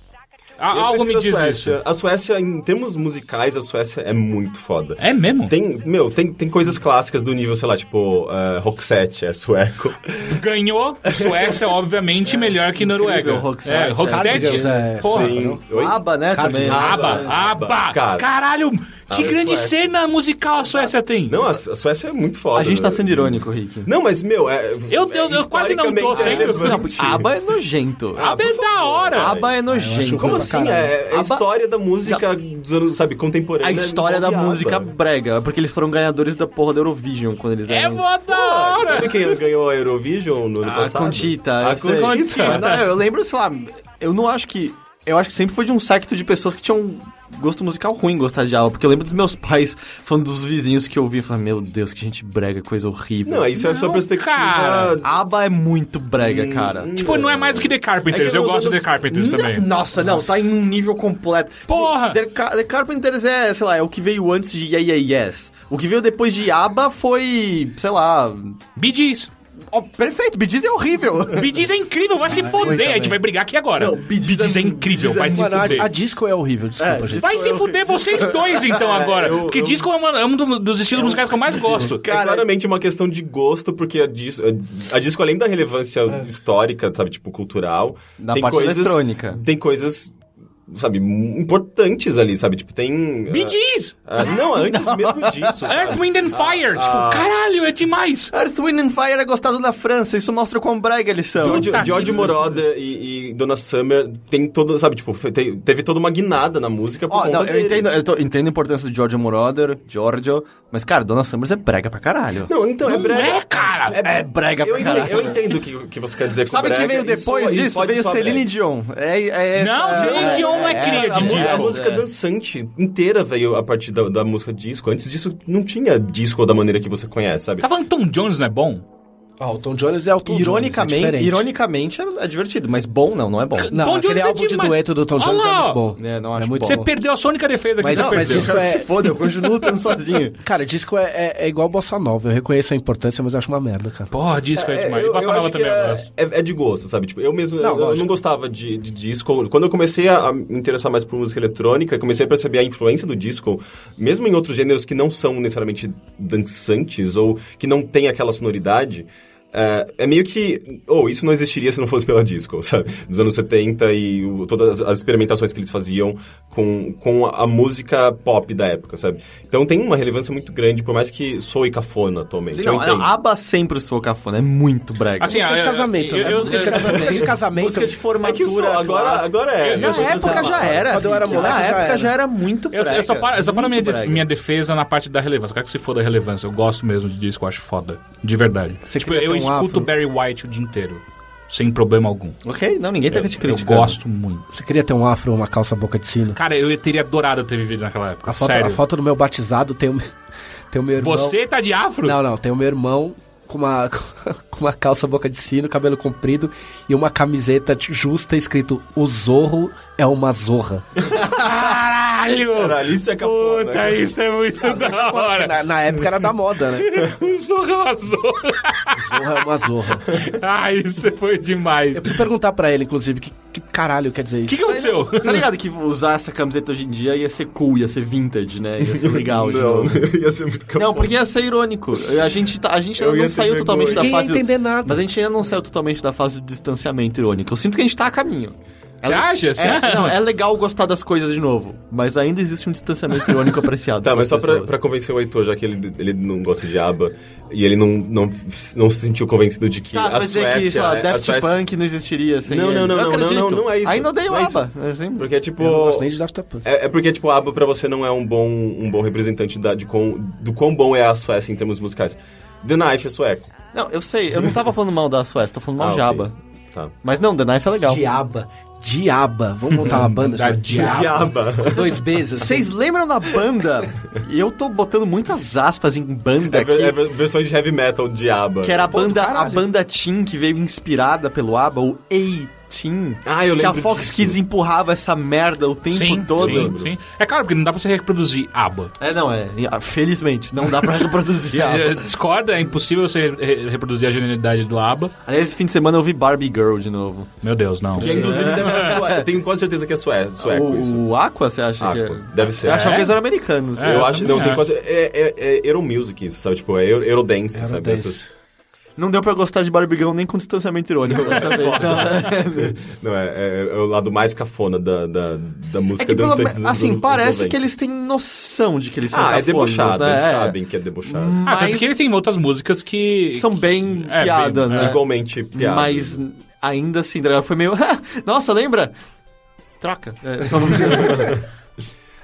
Ah, Eu algo me prefiro diz a isso. Suécia. A Suécia, em termos musicais, a Suécia é muito foda. É mesmo? Tem, meu, tem, tem coisas clássicas do nível, sei lá, tipo, eh, Roxette é sueco. Ganhou Suécia, obviamente, melhor que Noruega. incrível, Roxette. É, Roxette. Cardigans é Porra. Tem- Oi? Ah, Aba, né, Capri. também. Aba, Aba. aba. Cara. Caralho, que Aba é grande sueca. cena musical a Suécia tem. Não, a, a Suécia é muito foda. A gente tá sendo irônico, Rick. Não, mas, meu, é. Eu- eu- eu quase não tô historicamente é sendo. relevante. Ah, Não, Aba é nojento. Aba é por da favor. hora. Aba Aba é nojento. Como assim? Ah, É, é a Aba- história da música dos anos, sabe, contemporânea. A é história da envolve ABBA. música brega. É porque eles foram ganhadores da porra da Eurovision quando eles É eram... mó da hora. Sabe quem ganhou a Eurovision no ano Ah, A passado? Ah, Contita. A eu sei. Contita. Mas, não, eu lembro, sei lá, eu não acho que... Eu acho que sempre foi de um secto de pessoas que tinham gosto musical ruim gostar de ABBA. Porque eu lembro dos meus pais falando dos vizinhos que eu ouvia e falava, meu Deus, que gente brega, coisa horrível. Não, isso é sua Não, perspectiva. cara. ABBA é hum, muito brega, cara. Tipo, não é mais do que The É Carpenters. que eu nos gosto de anos- The Carpenters N- também. Nossa, não, tá em um nível completo. Tipo, Porra! The, Car- The Carpenters é, sei lá, é o que veio antes de Yeah Yeah Yes. O que veio depois de ABBA foi, sei lá... Bee Gees. ó, perfeito, Bee Gees é horrível. Bee Gees é incrível, vai se foder. A gente vai brigar aqui agora. Não, Bee Bee Gees, Gees é é- incrível, Bee vai Gees se é Mano, fuder. a, a disco é horrível, desculpa, É, gente. Vai se fuder vocês dois, então, agora. eu- Porque eu- disco é, uma- é um do- dos estilos musicais que eu mais gosto. É claramente uma questão de gosto, porque a disco, a disco além da relevância É. histórica, sabe, tipo, cultural... Na parte eletrônica. Tem coisas, sabe, m- importantes ali, sabe? Tipo, tem... Bee ah, Gees! ah, não, antes mesmo disso, sabe? Earth, Wind and Fire! tipo, caralho, é demais! Earth, Wind and Fire é gostado na França, isso mostra o quão brega eles são. George, Puta George que- Moroder e, e Donna Summer tem toda, sabe, tipo, fe- te- teve toda uma guinada na música por Ó, conta não, eu deles. entendo, eu tô- entendo a importância do Giorgio Moroder, Giorgio, mas, cara, Dona Summers é brega pra caralho. Não, então, é Não brega. é, cara! É brega Eu pra entendo, caralho. eu entendo o que, o que você quer dizer com Sabe o que brega veio e depois soa- e disso? pode Veio soar Celine brega. Dion. É, é, Não, é, Celine Dion não é cria A, de mu- disco. É. a música dançante inteira veio a partir da, da música disco. Antes disso, não tinha disco da maneira que você conhece, sabe? Tá falando Tom Jones não é bom? Ah, o Tom Jones é o Tom Jones, é Ironicamente, diferente. ironicamente é é divertido, mas bom não, não é bom. Não, Tom aquele Jones é álbum de demais. dueto do Tom Olha Jones lá, é ó. muito bom. É, não acho muito bom. Você bom. perdeu a Sônica Defesa aqui, Mas- você não, mas perdeu. disco Cara, que é- se foda, eu continuo lutando sozinho. Cara, disco é, é, é igual bossa nova. Eu reconheço a importância, mas eu acho uma merda, cara. Porra, disco é, demais. e passa nova acho que também, eu é, gosto. é, é de gosto, sabe? Tipo, eu mesmo Não, eu- eu, lógico. não gostava de, de disco. Quando eu comecei a, a me interessar mais por música eletrônica, comecei a perceber a influência do disco, mesmo em outros gêneros que não são necessariamente dançantes ou que não tem aquela sonoridade. É, é meio que. Ou isso não existiria se não fosse pela disco, sabe? Dos anos 70 e o- todas as, as experimentações que eles faziam com, com a, a música pop da época, sabe? Então tem uma relevância muito grande, por mais que soe cafona atualmente. Assim, eu não, entendo. não, aba sempre sou cafona, é muito brega. Assim, Música de eu- casamento, eu- né? eu- Música de eu- casamento. Música de música casamento. de É que só, formatura. agora, clássica. agora é. Na eu sou- época já era. Quando eu era Rick, moleque, Na já época era. já era muito Eu, brega. eu só paro, eu só paro muito minha, def- brega. minha defesa na parte da relevância. Eu quero que se foda a relevância. Eu gosto mesmo de disco, eu acho foda. De verdade. Você tipo, queria eu ter um escuto afro? Barry White o dia inteiro. Sem problema algum. Ok, não, ninguém tá te Eu criticando. gosto muito. Você queria ter um afro, uma calça boca de sino? Cara, eu teria adorado ter vivido naquela época. A foto, sério. a foto do meu batizado tem o, meu- tem o meu irmão. Você tá de afro? Não, não, tem o meu irmão com uma, com uma calça boca de sino, cabelo comprido e uma camiseta de- justa escrito O Zorro é uma zorra. Caralho! Caralho, isso é capô, Puta, né? isso é muito da hora. Na, na época era da moda, né? Um zorro azul. Zorra é uma zorra. Ah, isso foi demais. Eu O preciso perguntar pra ele, inclusive, que, que caralho quer dizer isso? que, que aconteceu? um- Tá ligado que usar essa camiseta hoje em dia ia ser cool, ia ser vintage, né? Ia ser legal de Não, novo. ia ser muito capô. Não, porque ia ser irônico. A gente, tá- a gente Eu ainda ia não ter saiu totalmente da Ninguém ia fase. do- entender nada. Mas a gente ainda não saiu totalmente da fase do distanciamento irônico. Eu sinto que a gente tá a caminho. Você acha? Você É, acha? não, é legal gostar das coisas de novo, mas ainda existe um distanciamento irônico apreciado. Tá, mas pelas só pra, pessoas. pra convencer o Heitor, já que ele, ele não gosta de aba e ele não, não, não se sentiu convencido de que Tá, você a vai dizer que, sei Suécia... lá, é- a Daft Suécia Punk não existiria sem Não, não, eles. não, Eu não, não, acredito. não, não é isso. Ainda odeio Não é isso. aba. assim. Porque é tipo... Eu não gosto nem de Daft Punk. É, é porque, tipo, a ABBA pra você não é um bom, um bom representante da, de quão, do quão bom é a Suécia em termos musicais. The Knife é sueco. Não, eu sei, eu não tava falando mal da Suécia, tô falando mal Ah, de ok. aba. Tá. Mas não, The Knife é legal. Diaba. Diaba. Vamos montar uma banda Da chamada Diaba. Diaba. Diaba. Dois Bs. assim. Vocês lembram da banda? E eu tô botando muitas aspas em banda É, aqui. ver- é ver- versões de heavy metal de ABBA. Que era a Pô, do banda, a caralho. banda Teen que veio inspirada pelo ABBA, o A-Teen. Ah, eu Que a lembro Fox disso. Kids empurrava essa merda o tempo Sim, todo. sim. É claro, porque não dá pra você reproduzir aba. É, não, é. Felizmente, não dá pra reproduzir a É, aba. Discorda, é impossível você re- reproduzir a genialidade do aba. Aliás, esse fim de semana eu vi Barbie Girl de novo. Meu Deus, não. Que, inclusive, deve ser sueco. Eu tenho quase certeza que é sué, sueco isso. né? o, o Aqua, você acha que Aqua. é? Ah, Deve ser. Eu achava É? que eles eram americanos. É, eu eu acho. também Não, tem acho. quase. É, é, é Euromusic isso, sabe? Tipo, é Euro- Eurodance, sabe? Eurodance. Essas- Não deu pra gostar de Barbie Girl nem com distanciamento irônico É É dessa vez. Não, é, é- é o lado mais cafona da, da, da É música que pelo dançante menos, dos assim, anos parece que 90. eles têm noção de que eles são Ah, é cafonas, debochado, né? eles É. sabem que é debochado. Ah, tanto Mas que ele tem outras músicas que. são bem É, bem- piadas, né? Igualmente piada. Mas ainda assim, Dragon foi meio. Nossa, lembra? Troca. É,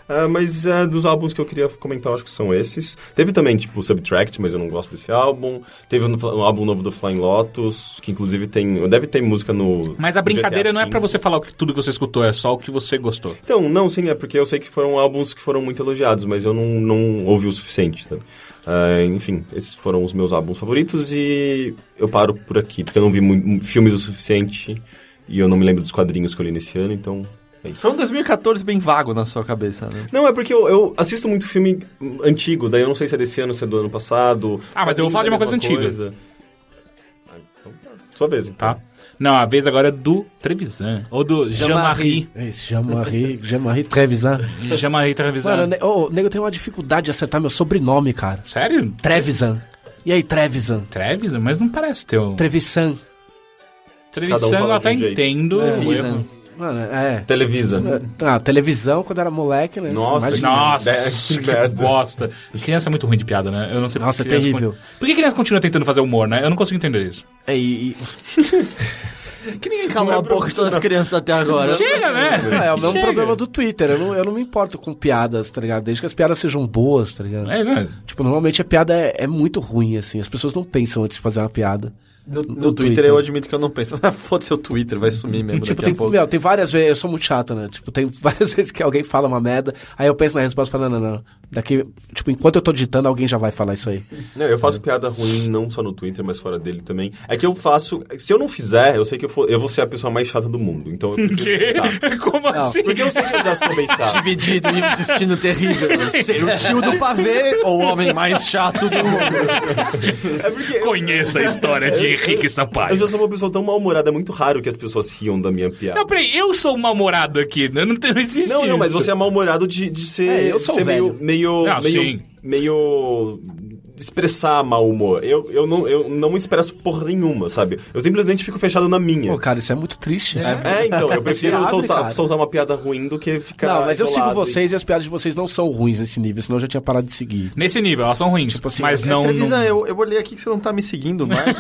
Ah, mas ah, dos álbuns que eu queria comentar, eu acho que são esses. Teve também, tipo, Subtract, mas eu não gosto desse álbum. Teve um, um álbum novo do Flying Lotus, que inclusive tem. Deve ter música no. Mas a no brincadeira GTA não é V. pra você falar o que, tudo que você escutou, é só o que você gostou. Então, não, sim, é porque eu sei que foram álbuns que foram muito elogiados, mas eu não, não ouvi o suficiente, sabe? Ah, enfim, esses foram os meus álbuns favoritos e eu paro por aqui, porque eu não vi mu- mu- filmes o suficiente e eu não me lembro dos quadrinhos que eu li nesse ano, então Foi um 2014 bem vago na sua cabeça, né? Não, é porque eu, eu assisto muito filme antigo, daí eu não sei se é desse ano, se é do ano passado. Ah, mas eu vou falar de uma coisa antiga. Ah, então tá. Sua vez, então. Tá? Não, a vez agora é do Trevisan. Ou do Jean-Marie. É isso, Jean-Marie, Jean-Marie Trevisan. Jean-Marie Mano, né? Trevisan. ne- ô, nego, eu tenho uma dificuldade de acertar meu sobrenome, cara. Sério? Trevisan. E aí, Trevisan? Trevisan? Mas não parece teu. Trevisan. Trevisan, Cada um fala eu de um até jeito. entendo. o Trevisan. erro. Mano, é. Televisa. Ah, televisão quando era moleque, né? Nossa, Imagina. Nossa, Que que merda. bosta. Criança é muito ruim de piada, né? Eu não sei por Nossa, que é criança terrível. con- Por que criança continua tentando fazer humor, né? Eu não consigo entender isso. É, e- e- Que ninguém calou a boca das crianças até agora. Chega, né? É, o mesmo Chega. problema do Twitter. Eu não, eu não me importo com piadas, tá ligado? Desde que as piadas sejam boas, tá ligado? É, né? Tipo, normalmente a piada é, é muito ruim, assim. As pessoas não pensam antes de fazer uma piada. No, no No Twitter, Twitter. eu admito que eu não penso. Foda-se o Twitter, vai sumir mesmo tipo, daqui tem, a pouco. meu, tem várias vezes... Eu sou muito chato, né? Tipo, tem várias vezes que alguém fala uma merda, aí eu penso na resposta e falo, não, não, não. Daqui... Tipo, enquanto eu tô digitando, alguém já vai falar isso aí. Não, eu É. faço piada ruim não só no Twitter, mas fora dele também. É que eu faço. Se eu não fizer, eu sei que eu, for- eu vou ser a pessoa mais chata do mundo. Então eu prefiro evitar. Como assim? Tá. Porque eu sei que eu já sou bem Tá. chato. Dividido em um destino terrível. Ser o tio do pavê ou o homem mais chato do mundo. É porque eu, Conheça a história de Henrique eu Sampaio. já sou uma pessoa tão mal-humorada, é muito raro que as pessoas riam da minha piada. Não, peraí, eu sou mal-humorado aqui, né? Não, tem- não existe Não, não, mas isso. você é mal-humorado de, de ser, É, eu sou ser meio. velho. meio, Ah, meio, sim. meio expressar mau humor. Eu, eu, não, eu não expresso porra nenhuma, sabe? Eu simplesmente fico fechado na minha. Pô, cara, isso é muito triste. né? É, então, eu prefiro abre, soltar, cara. soltar uma piada ruim do que ficar. Não, mas eu sigo isolado vocês e as piadas de vocês não são ruins nesse nível, senão eu já tinha parado de seguir. Nesse nível, elas são ruins. Tipo assim, é mas não. Trevisan, não... eu, eu olhei aqui que você não tá me seguindo mais.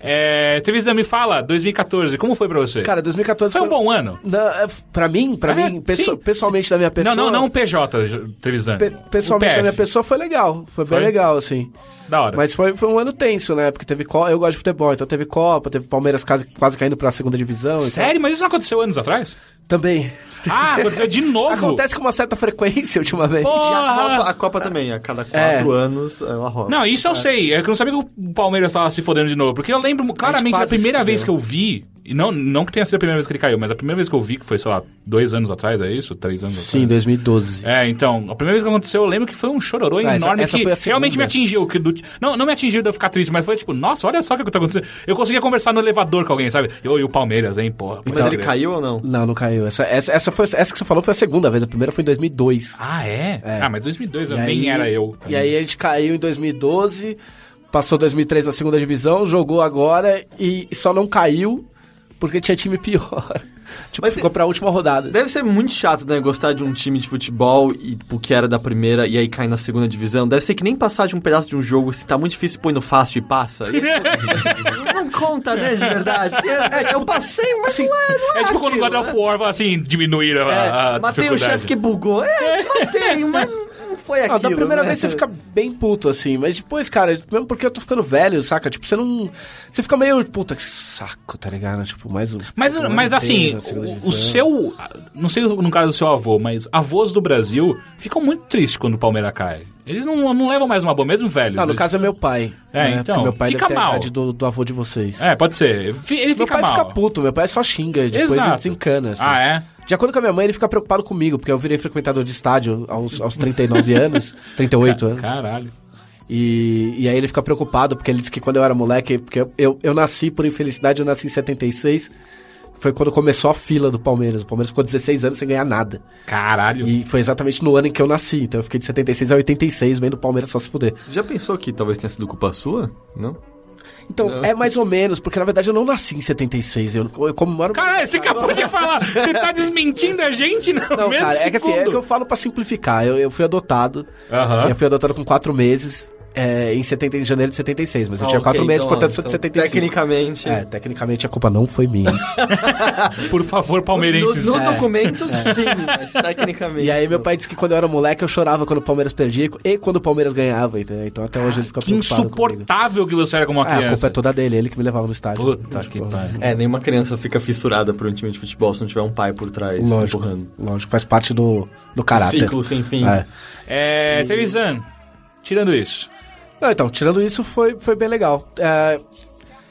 É, Trevisan, me fala, 2014, como foi pra você? Cara, 2014 foi um bom ano. Não, é, pra mim, pra É, mim, pesso- sim, pessoalmente da minha pessoa. Não, não, não o PJ, Trevisan. Pe- pessoalmente O PF. da minha pessoa foi legal. Foi, Foi? bem legal, assim. Da hora. Mas foi, foi um ano tenso, né? Porque teve Copa. Eu gosto de futebol, então teve Copa, teve Palmeiras quase, quase caindo pra segunda divisão. então- Sério? Mas isso não aconteceu anos atrás? Também. Ah, aconteceu de novo. Acontece com uma certa frequência ultimamente. E a Porra! Copa, a Copa também, a cada quatro anos ela rola. Não, isso eu sei. É que eu não sabia que o Palmeiras tava se fodendo de novo. Porque eu lembro claramente da quase se primeira fudeu. vez que eu vi. E não, não que tenha sido a primeira vez que ele caiu, mas a primeira vez que eu vi, que foi, sei lá, dois anos atrás, é isso? Três anos Sim, atrás. 2012. É, então, a primeira vez que aconteceu, eu lembro que foi um chororô Ah, essa- enorme essa que foi a segunda. realmente me atingiu. Que do- não, não me atingiu de eu ficar triste, mas foi tipo, nossa, olha só o que tá acontecendo. Eu conseguia conversar no elevador com alguém, sabe? Eu e o Palmeiras, hein, porra. Então, Mas Então- ele caiu ou não? Não, não caiu. Essa, essa, essa, foi, essa que você falou foi a segunda vez, a primeira foi em 2002. Ah, é? É. Ah, mas 2002 E eu nem aí- era eu. E aí a gente caiu em 2012, passou 2003 na segunda divisão, jogou agora e só não caiu porque tinha time pior. tipo, Mas ficou pra última rodada. Deve ser muito chato, né? Gostar de um time de futebol e o que era da primeira e aí cai na segunda divisão. Deve ser que nem passar de um pedaço de um jogo, se tá muito difícil, põe no fácil e passa. E, tipo, não conta, né, de verdade? É, é, eu passei, mas Assim, não é, não é É tipo quando o God aquilo, of War fala assim, diminuir a, É, Ah, a matei o dificuldade. chefe que bugou. É, matei, mas não foi Ah, aquilo. da primeira né? vez você fica bem puto, assim, mas depois, cara, mesmo porque eu tô ficando velho, saca? Tipo, você não. Você fica meio. Puta, que saco, tá ligado? Tipo, mais um. Mas, um ano mas assim, inteiro na segunda o- o, divisão. seu. Não sei no caso do seu avô, mas avós do Brasil ficam muito tristes quando o Palmeiras cai. Eles não, não levam mais uma boa, mesmo velhos. Não, no Eles- caso é meu pai. É, Porque então, Meu pai fica deve ter mal. a idade do, do avô de vocês. É, pode ser. Fi- Ele Meu fica pai mal. fica puto, meu pai só xinga e depois ele Exato. desencana. Assim. Ah, é? De acordo com a minha mãe, ele fica preocupado comigo, porque eu virei frequentador de estádio aos, aos 39 anos, 38 anos. Caralho. E, e aí ele fica preocupado, porque ele disse que quando eu era moleque, porque eu, eu, eu nasci, por infelicidade, eu nasci em 76, foi quando começou a fila do Palmeiras. O Palmeiras ficou 16 anos sem ganhar nada. Caralho. E foi exatamente no ano em que eu nasci, então eu fiquei de 76 a 86 vendo o Palmeiras só se fuder. Já pensou que talvez tenha sido culpa sua? Não? Então, é mais ou menos, porque na verdade eu não nasci em 76, eu, eu comemoro... Caralho, você acabou de falar. Você tá desmentindo a gente no Não, mesmo cara, é que assim, é segundo. que eu falo pra simplificar. Eu, eu fui adotado. Aham. Eu fui adotado com quatro meses é, em, 70, em janeiro de 76, mas eu Ah, tinha quatro ok, meses, então, portanto sou de então, 75. Tecnicamente. É, tecnicamente a culpa não foi minha. Por favor, palmeirenses. Nos, nos É. documentos, sim, mas tecnicamente. e aí meu não. pai disse que quando eu era moleque eu chorava quando o Palmeiras perdia e quando o Palmeiras ganhava, entendeu? Então até hoje ele fica Que preocupado comigo. insuportável que você era como uma É, a criança. culpa é toda dele, ele que me levava no estádio. Puta que Tipo, pariu. É, nenhuma criança fica fissurada por um time de futebol se não tiver um pai por trás Lógico, empurrando. lógico, faz parte do, do caráter. Ciclo sem fim. Ah, É. É, Trevisan, tirando isso. Não, então, tirando isso, foi, foi bem legal. É,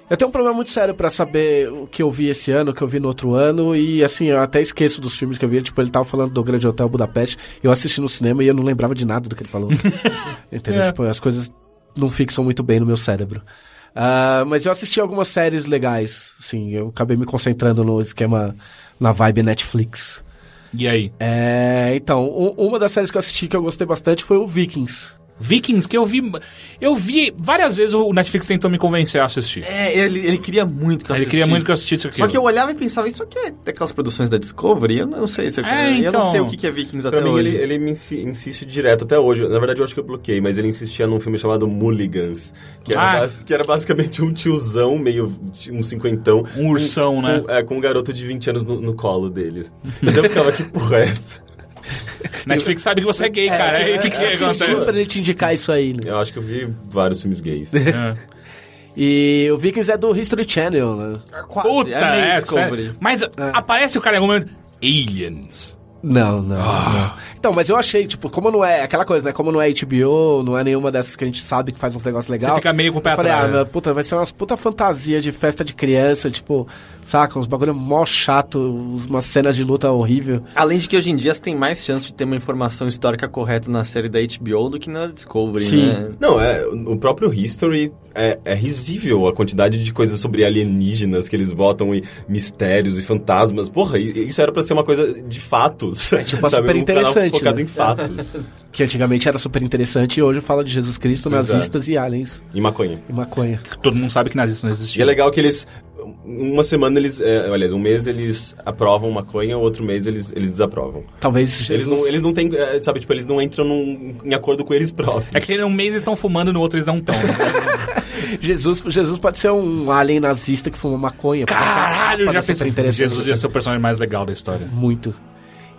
eu tenho um problema muito sério pra saber o que eu vi esse ano, o que eu vi no outro ano, e assim, eu até esqueço dos filmes que eu vi. Tipo, ele tava falando do Grande Hotel Budapeste, eu assisti no cinema e eu não lembrava de nada do que ele falou. Entendeu? É. Tipo, as coisas não fixam muito bem no meu cérebro. Ah, mas eu assisti algumas séries legais, assim, eu acabei me concentrando no esquema, na vibe Netflix. E aí? É, então, u- uma das séries que eu assisti que eu gostei bastante foi o Vikings. Vikings, que eu vi. Eu vi várias vezes o Netflix tentou me convencer a assistir. É, ele, ele queria muito que eu Ele assistisse. queria muito que eu assistisse aquilo. Só que eu olhava e pensava, isso aqui é daquelas produções da Discovery? Eu não sei. Se eu, É, eu então. não sei o que que é Vikings até Pra mim, hoje. ele, ele me insi- insiste direto até hoje. Na verdade, eu acho que eu bloqueei, mas ele insistia num filme chamado Mulligans, que era, Ah. bas- que era basicamente um tiozão, meio de- um cinquentão. Um ursão, com- né? com- é, com um garoto de 20 anos no, no colo deles. Então eu ficava, que porra é essa? Netflix sabe que você é gay, cara. É, isso que você Assistiu acontece. pra ele te indicar isso aí, né? Eu acho que eu vi vários filmes gays. É. E o Vikings é do History Channel, né? É quase, Puta, é meio é, Discovery. sério. Mas aparece o cara em algum momento. Aliens. Ah, Não, não, não. Então, mas eu achei, tipo, como não é aquela coisa, né? Como não é HBO, não é nenhuma dessas que a gente sabe que faz uns negócios legais. Você fica meio com o pé eu falei, atrás, ah, né? meu, puta, vai ser umas puta fantasia de festa de criança, tipo, saca? Uns bagulho mó chato, uns- umas cenas de luta horrível. Além de que hoje em dia você tem mais chance de ter uma informação histórica correta na série da HBO do que na Discovery, Sim. né? Não, é, o próprio History é, é risível a quantidade de coisas sobre alienígenas que eles botam e mistérios e fantasmas. Porra, i- isso era pra ser uma coisa de fatos. É tipo, super interessante, focado né? em fatos. Que antigamente era super interessante e hoje fala de Jesus Cristo, Pois é. nazistas e aliens e maconha. e maconha. Que todo mundo sabe que nazistas não E é existiam. legal que eles. um, Uma semana eles. É, aliás, um mês eles aprovam maconha, o outro mês eles, eles desaprovam. Talvez Eles não, eles não têm. é, sabe, tipo, eles não entram num- em acordo com eles próprios. É que tem um mês eles estão fumando, no outro eles não estão. Jesus, Jesus pode ser um alien nazista que fuma maconha. pode ser a Caralho, capa já da super pensei. interessante. Jesus ia ser o personagem mais legal da história. Muito.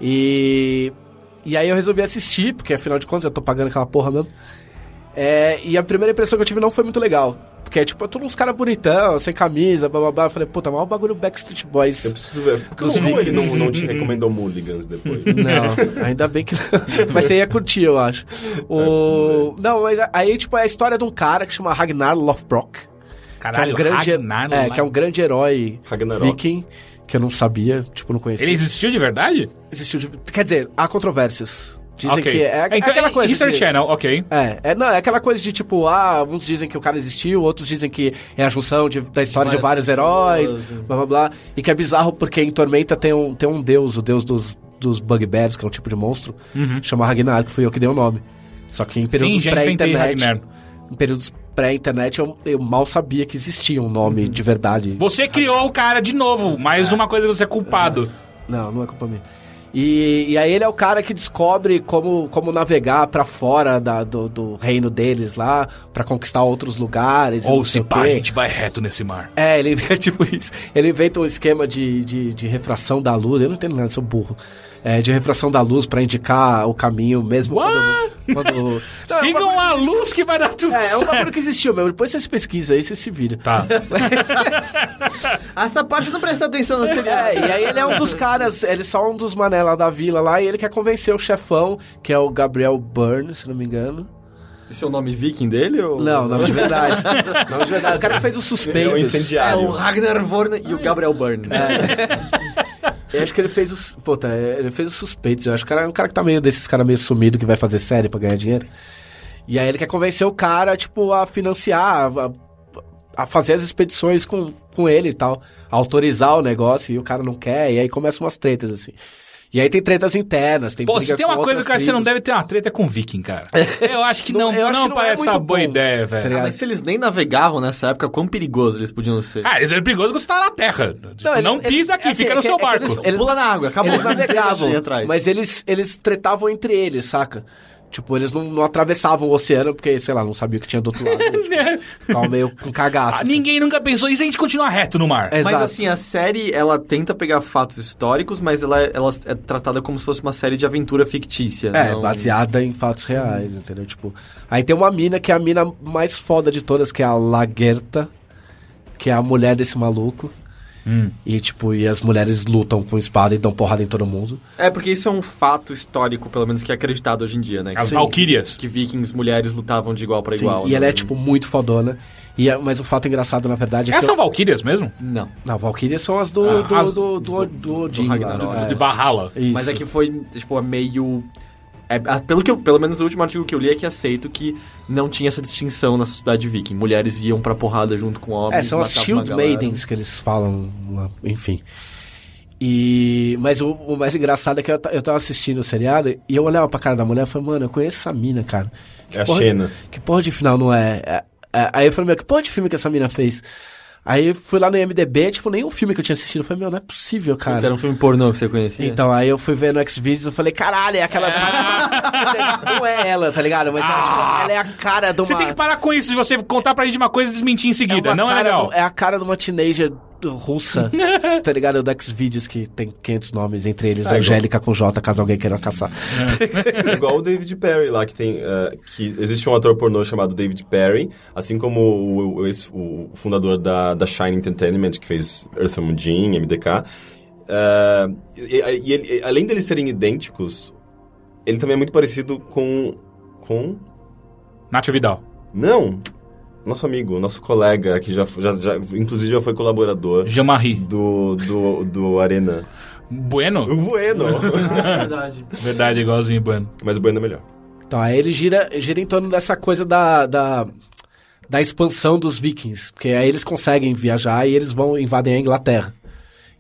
E. E aí eu resolvi assistir, porque afinal de contas eu tô pagando aquela porra mesmo. É, e a primeira impressão que eu tive não foi muito legal. Porque, tipo, é tudo uns caras bonitão, sem camisa, blá blá blá. Eu falei, puta, mal bagulho Backstreet Boys. Eu preciso ver. Porque Dos como ele não, Vikings. é um não te recomendou Mulligans depois? Não, ainda bem que não. Mas você ia curtir, eu acho. O... Não, mas aí, tipo, é a história de um cara que chama Ragnar Lothbrok. Que é Caralho, um grande, Ragnar, é, que é um grande herói Ragnarok. viking, que eu não sabia, tipo, não conhecia. Ele existiu de verdade? existiu de... Quer dizer, há controvérsias. Dizem ok. que é, é então, aquela é coisa History de- Channel, ok. É, é, não, é aquela coisa de tipo, ah, uns dizem que o cara existiu, outros dizem que é a junção de- da história de vários Várias pessoas, heróis, blá blá blá. E que é bizarro porque em Tormenta tem um, tem um deus, o deus dos, dos Bugbears, que é um tipo de monstro, chama Ragnar, que fui eu que dei o nome. Só que em períodos Uhum. já enfrentei pré-internet. Ragnar. Em períodos pré-internet eu, eu mal sabia que existia um nome Uhum. de verdade. Você criou o cara de novo, mais uma coisa que você é culpado. Não, não é culpa minha. E, e aí ele é o cara que descobre como, como navegar pra fora da- do, do reino deles lá, pra conquistar outros lugares. e não sei o quê. vai reto nesse mar. É, ele é tipo isso. Ele inventa um esquema de, de, de refração da luz. Eu não entendo nada, sou burro. É, de refração da luz pra indicar o caminho mesmo quando. quando... Não, é um bagulho- Sigam a luz que vai dar tudo é, é um bagulho certo. que existiu mesmo. Depois vocês pesquisam aí, vocês se viram. Tá. Essa parte não presta atenção no seriado. É, e aí ele é um dos caras, ele é só um dos mané lá da vila lá, e ele quer convencer o chefão, que é o Gabriel Byrne, se não me engano. Esse é o nome viking dele? Ou... Não, não de verdade. Não de verdade. O cara que fez os É um suspeitos. É incendiário. o Ragnar Vorn e o Gabriel né? Burns. É, tá Eu acho que ele fez os. Puta, ele fez os suspeitos. Eu acho que o cara é um cara que tá meio desses caras meio sumido que vai fazer série pra ganhar dinheiro. E aí ele quer convencer o cara, tipo, a financiar, a, a fazer as expedições com, com ele e tal. A autorizar o negócio e o cara não quer. E aí começam umas tretas, assim. E aí tem tretas internas, tem Pô, briga se tem com uma coisa outras que você não tribos. deve ter uma treta é com viking, cara. Eu acho que não, Não, eu não, acho que não é parece muito uma boa bom, ideia, tá velho. ligado? Ah, Mas se eles nem navegavam nessa época, quão perigoso eles podiam ser. Ah, eles eram perigosos quando você tá na terra. Tipo, Não, eles- eles- pisa aqui, assim, fica é no que- seu é que barco. eles- eles- Pula na água, acabou. Eles navegavam, Ali atrás. mas eles, eles tretavam entre eles, saca? Tipo, eles não, não atravessavam o oceano porque, sei lá, não sabia o que tinha do outro lado. tipo, Ficavam meio com cagaço. Né? Ah, assim. Ninguém nunca pensou, e se a gente continuar reto no mar? Exato. Mas assim, a série, ela tenta pegar fatos históricos, mas ela, ela é tratada como se fosse uma série de aventura fictícia. É, não- baseada em fatos reais, entendeu? Tipo, aí tem uma mina que é a mina mais foda de todas, que é a Lagerta, que é a mulher desse maluco. Hum. E tipo, e as mulheres lutam com espada e dão porrada em todo mundo. É, porque isso é um fato histórico, pelo menos que é acreditado hoje em dia, né? As Que- valquírias. Que vikings, mulheres lutavam de igual pra Sim, igual. e né? ela é tipo muito fodona. E é- mas o fato engraçado, na verdade, é Elas que. são valquírias mesmo? É. Não. Não, Valkyrias são as do, Ah, do, as- do, do, do Odin lá, Ragnarok. né? De Valhalla. É, isso. Mas é que foi, tipo, é meio. é, a- pelo, que eu- pelo menos o último artigo que eu li é que aceito que não tinha essa distinção na sociedade viking. Mulheres iam pra porrada junto com homens. É, são as matavam Shield uma galera. Maidens que eles falam, lá, enfim. E, mas o, o mais engraçado é que eu, ta- eu tava assistindo o seriado e eu olhava pra cara da mulher e falei, mano, eu conheço essa mina, cara. Que É a porra- Xena. Que porra de final não é? É- é- aí eu falei, meu, que porra de filme que essa mina fez? Aí eu fui lá no IMDB, tipo, nenhum filme que eu tinha assistido. Eu falei, meu, não é possível, cara. Então, Era um filme pornô que você conhecia? Então, aí eu fui ver no Xvideos e falei, caralho, é aquela. não é ela, tá ligado? Mas ela, tipo, ela é a cara do Você tem que parar com isso de você contar pra gente uma coisa e desmentir em seguida. uma não é cara legal. do- é a cara de uma teenager do- russa, tá ligado? Do Xvideos que tem 500 nomes, entre Tá, eles Angélica com J, caso alguém queira caçar. É igual o David Perry lá, que tem... eh, que existe um ator pornô chamado David Perry, assim como o, o, ex- o fundador da, da Shine Entertainment, que fez Earth Moon Jean, MDK. Eh, e, e ele- e além deles serem idênticos, ele também é muito parecido com... Com... Nath Vidal. Não! Nosso amigo, nosso colega, que já, f- já, já inclusive já foi colaborador Jean-Marie. do, do, do Arena. Bueno? O Bueno! verdade. Verdade, igualzinho Bueno. Mas o Bueno é melhor. Então, aí ele gira, gira em torno dessa coisa da, da, da expansão dos vikings, porque aí eles conseguem viajar e eles vão invadem a Inglaterra.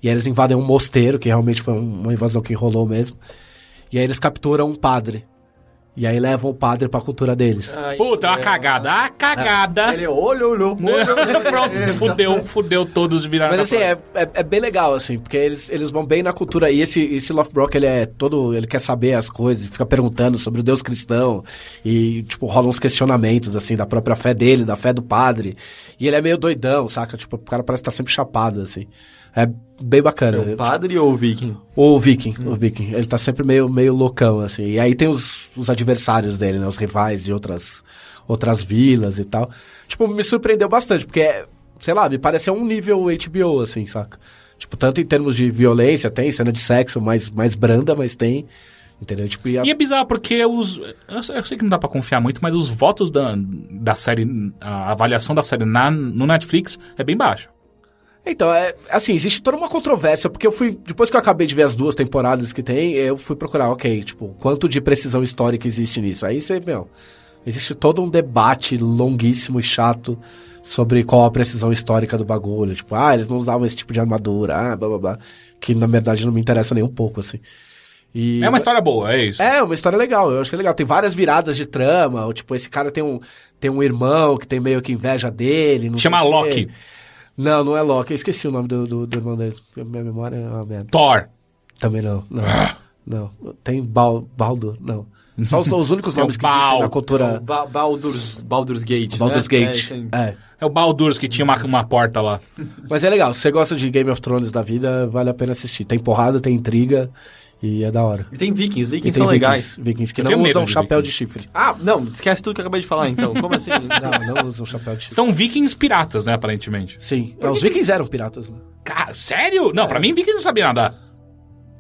E aí eles invadem um mosteiro, que realmente foi um- uma invasão que rolou mesmo. E aí eles capturam um padre. E aí levam o padre pra cultura deles. Puta, é É. uma cagada. A cagada. Ele olhou, olhou, olhou. Pronto, É. fudeu, fudeu todos viraram. Mas assim, é, é, é bem legal, assim, porque eles, eles vão bem na cultura. E esse, esse Lothbrok, ele é todo. Ele quer saber as coisas, fica perguntando sobre o Deus cristão. E, tipo, rolam uns questionamentos, assim, da própria fé dele, da fé do padre. E ele é meio doidão, saca? Tipo, o cara parece estar sempre chapado, assim. É bem bacana. né? O padre ou o viking? O Viking, o Viking. Ele tá sempre meio, meio loucão, assim. E aí tem os, os adversários dele, né? Os rivais de outras, outras vilas e tal. Tipo, me surpreendeu bastante, porque, é, sei lá, me pareceu um nível HBO, assim, saca? Tipo, tanto em termos de violência, tem cena de sexo mais, mais branda, mas tem. Entendeu? Tipo, e a- E é bizarro, porque os. Eu sei eu sei que não dá pra confiar muito, mas os votos da, da série, a avaliação da série na, no Netflix é bem baixa. Então, é, assim, existe toda uma controvérsia, porque eu fui, depois que eu acabei de ver as duas temporadas que tem, eu fui procurar, ok, tipo, quanto de precisão histórica existe nisso? Aí você, meu, existe todo um debate longuíssimo e chato sobre qual a precisão histórica do bagulho. Tipo, ah, eles não usavam esse tipo de armadura, ah, blá blá blá. Que na verdade não me interessa nem um pouco, assim. E- É uma história boa, é isso. é, uma história legal, eu achei legal. Tem várias viradas de trama, ou, tipo, esse cara tem um, tem um irmão que tem meio que inveja dele. Não Chama sei o quê. Loki. Não, não é Loki, eu esqueci o nome do, do, do irmão dele. Minha memória é uma merda. Thor. Também não, não. Ah. Não, tem Bal, Baldur, não. Só os, os únicos Tem o nomes que existem na Bal- cultura É Ba- Baldur's, Baldur's Gate. né? Baldur's Gate. É, tem- É. É o Baldur's que tinha uma, uma porta lá. Mas é legal, se você gosta de Game of Thrones da vida, vale a pena assistir. Tem porrada, tem intriga e é da hora. E tem Vikings, E tem Vikings são legais. Vikings, Vikings que Eu tenho não medo usam de chapéu Vikings. de chifre. Ah, não, esquece tudo que eu acabei de falar, então. Como assim? Não, não usam chapéu de chifre. São vikings piratas, né, aparentemente. Sim, Não, os vikings eram piratas, né? Cara, sério? Não, pra mim, vikings não sabia nadar.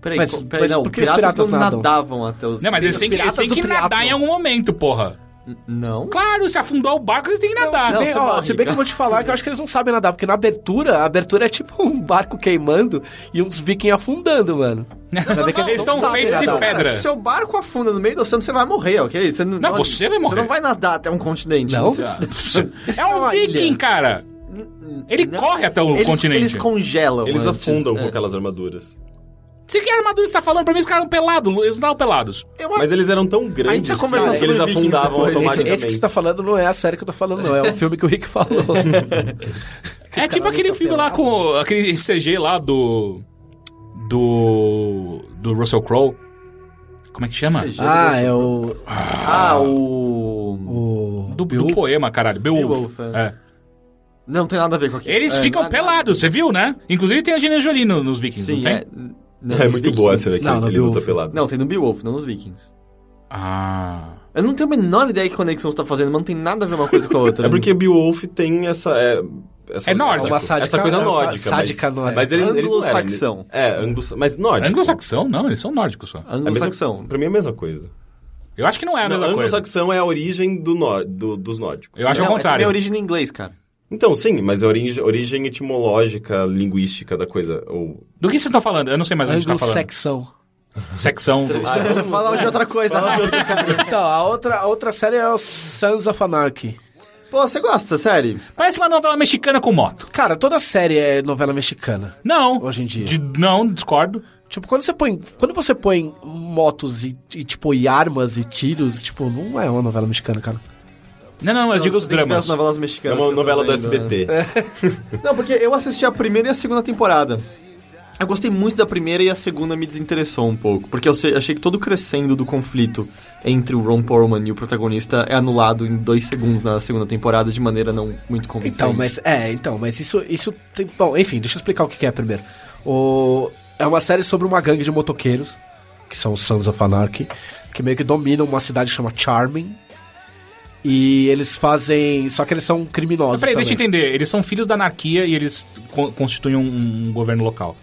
Peraí, Mas- co- peraí, mas não, por que os piratas, piratas não nadam? nadavam até os... Não, né, mas eles têm que, eles piratas têm do que nadar triatlon. em algum momento, porra. Não? Claro, se afundou o barco, eles têm que nadar. Não, Bem, você ó, morre, se bem que eu vou te falar que eu acho que eles não sabem nadar, porque na abertura, a abertura é tipo um barco queimando e uns vikings afundando, mano. Ainda bem é que é Eles não são sabem feitos de nadar. pedra. Cara, se seu barco afunda no meio do oceano, você vai morrer, ok? Você Não, você vai morrer. Você não vai nadar até um continente. Não? Você- É um Olha. viking, cara. Ele Não. corre até o eles, continente. Eles congelam Eles antes. afundam É. com aquelas armaduras. Se que armadura está falando, pra mim, os caras eram pelados. Eles não estavam pelados. Eu Mas eles eram tão precisa grandes conversar que eles sobre Vikings afundavam depois. Esse, esse automaticamente. que você tá falando não é a série que eu tô falando, não. É um filme que o Rick falou. É tipo caras aquele nunca filme lá pelaram. com. aquele CG lá do. do. do Russell Crowe. Como é que chama? ah, tá. é o. Ah, o... o Do, do poema, caralho. Beowulf. Beowulf, é. é. Não tem nada a ver com aquilo. Eles É, ficam nada- pelados, você viu, né? Inclusive tem a Gina Jolie no- nos Vikings, Sim, não tem? é... Não, É nos muito Vikings. boa essa daqui, Não, não, ele luta Beowulf. pelado. Não, tem no Beowulf, não nos Vikings. Ah. Eu não tenho a menor ideia que conexão você tá fazendo, mas não tem nada a ver uma coisa com a outra. né? É porque Beowulf tem essa... É, essa, É nórdico. Essa, Uma sádica- essa coisa é, nórdica. sádica mas, nórdica. Mas eles, eles não eram, Anglo-saxão. É, anglo mas nórdico. Anglo-saxão? Não, eles são nórdicos só. É a mesma- Anglo-saxão. Pra mim é a mesma coisa. Eu acho que não é a Não, mesma coisa. Anglo-saxão é a origem do nor, do, dos nórdicos. Eu acho Não, ao é também contrário. a origem do inglês, cara. Então, sim, mas é a origem, origem etimológica, linguística da coisa. Ou... Do que vocês estão falando? Eu não sei mais onde a gente tá falando. Anglo-Saxão. Secção. Falar de outra coisa. Então, a outra, a outra série é o Sons of Anarchy. Pô, você gosta, sério? Parece uma novela mexicana com moto. Cara, toda série é novela mexicana. Não. Hoje em dia. De- não, discordo. Tipo, quando você põe, quando você põe motos e, e, tipo, e armas e tiros, tipo, não é uma novela mexicana, cara. Não, não, eu digo Você os tem que ver dramas. As novelas É mexicanas. que uma eu tô novela do vendo, né? SBT. Não, porque eu assisti a primeira e a segunda temporada. Eu gostei muito da primeira e a segunda me desinteressou um pouco. Porque eu se- achei que todo o crescendo do conflito entre o Ron Perlman e o protagonista é anulado em dois segundos na segunda temporada de maneira não muito convincente. Então, mas é, então, mas isso, isso tem, bom, enfim, deixa eu explicar o que que é primeiro. O, é uma série sobre uma gangue de motoqueiros que são os Sons of Anarchy, que meio que dominam uma cidade que chama Charming. E eles fazem, só que eles são Mas criminosos peraí, deixa eu também. entender. Eles são filhos da anarquia e eles co- constituem um, um governo local.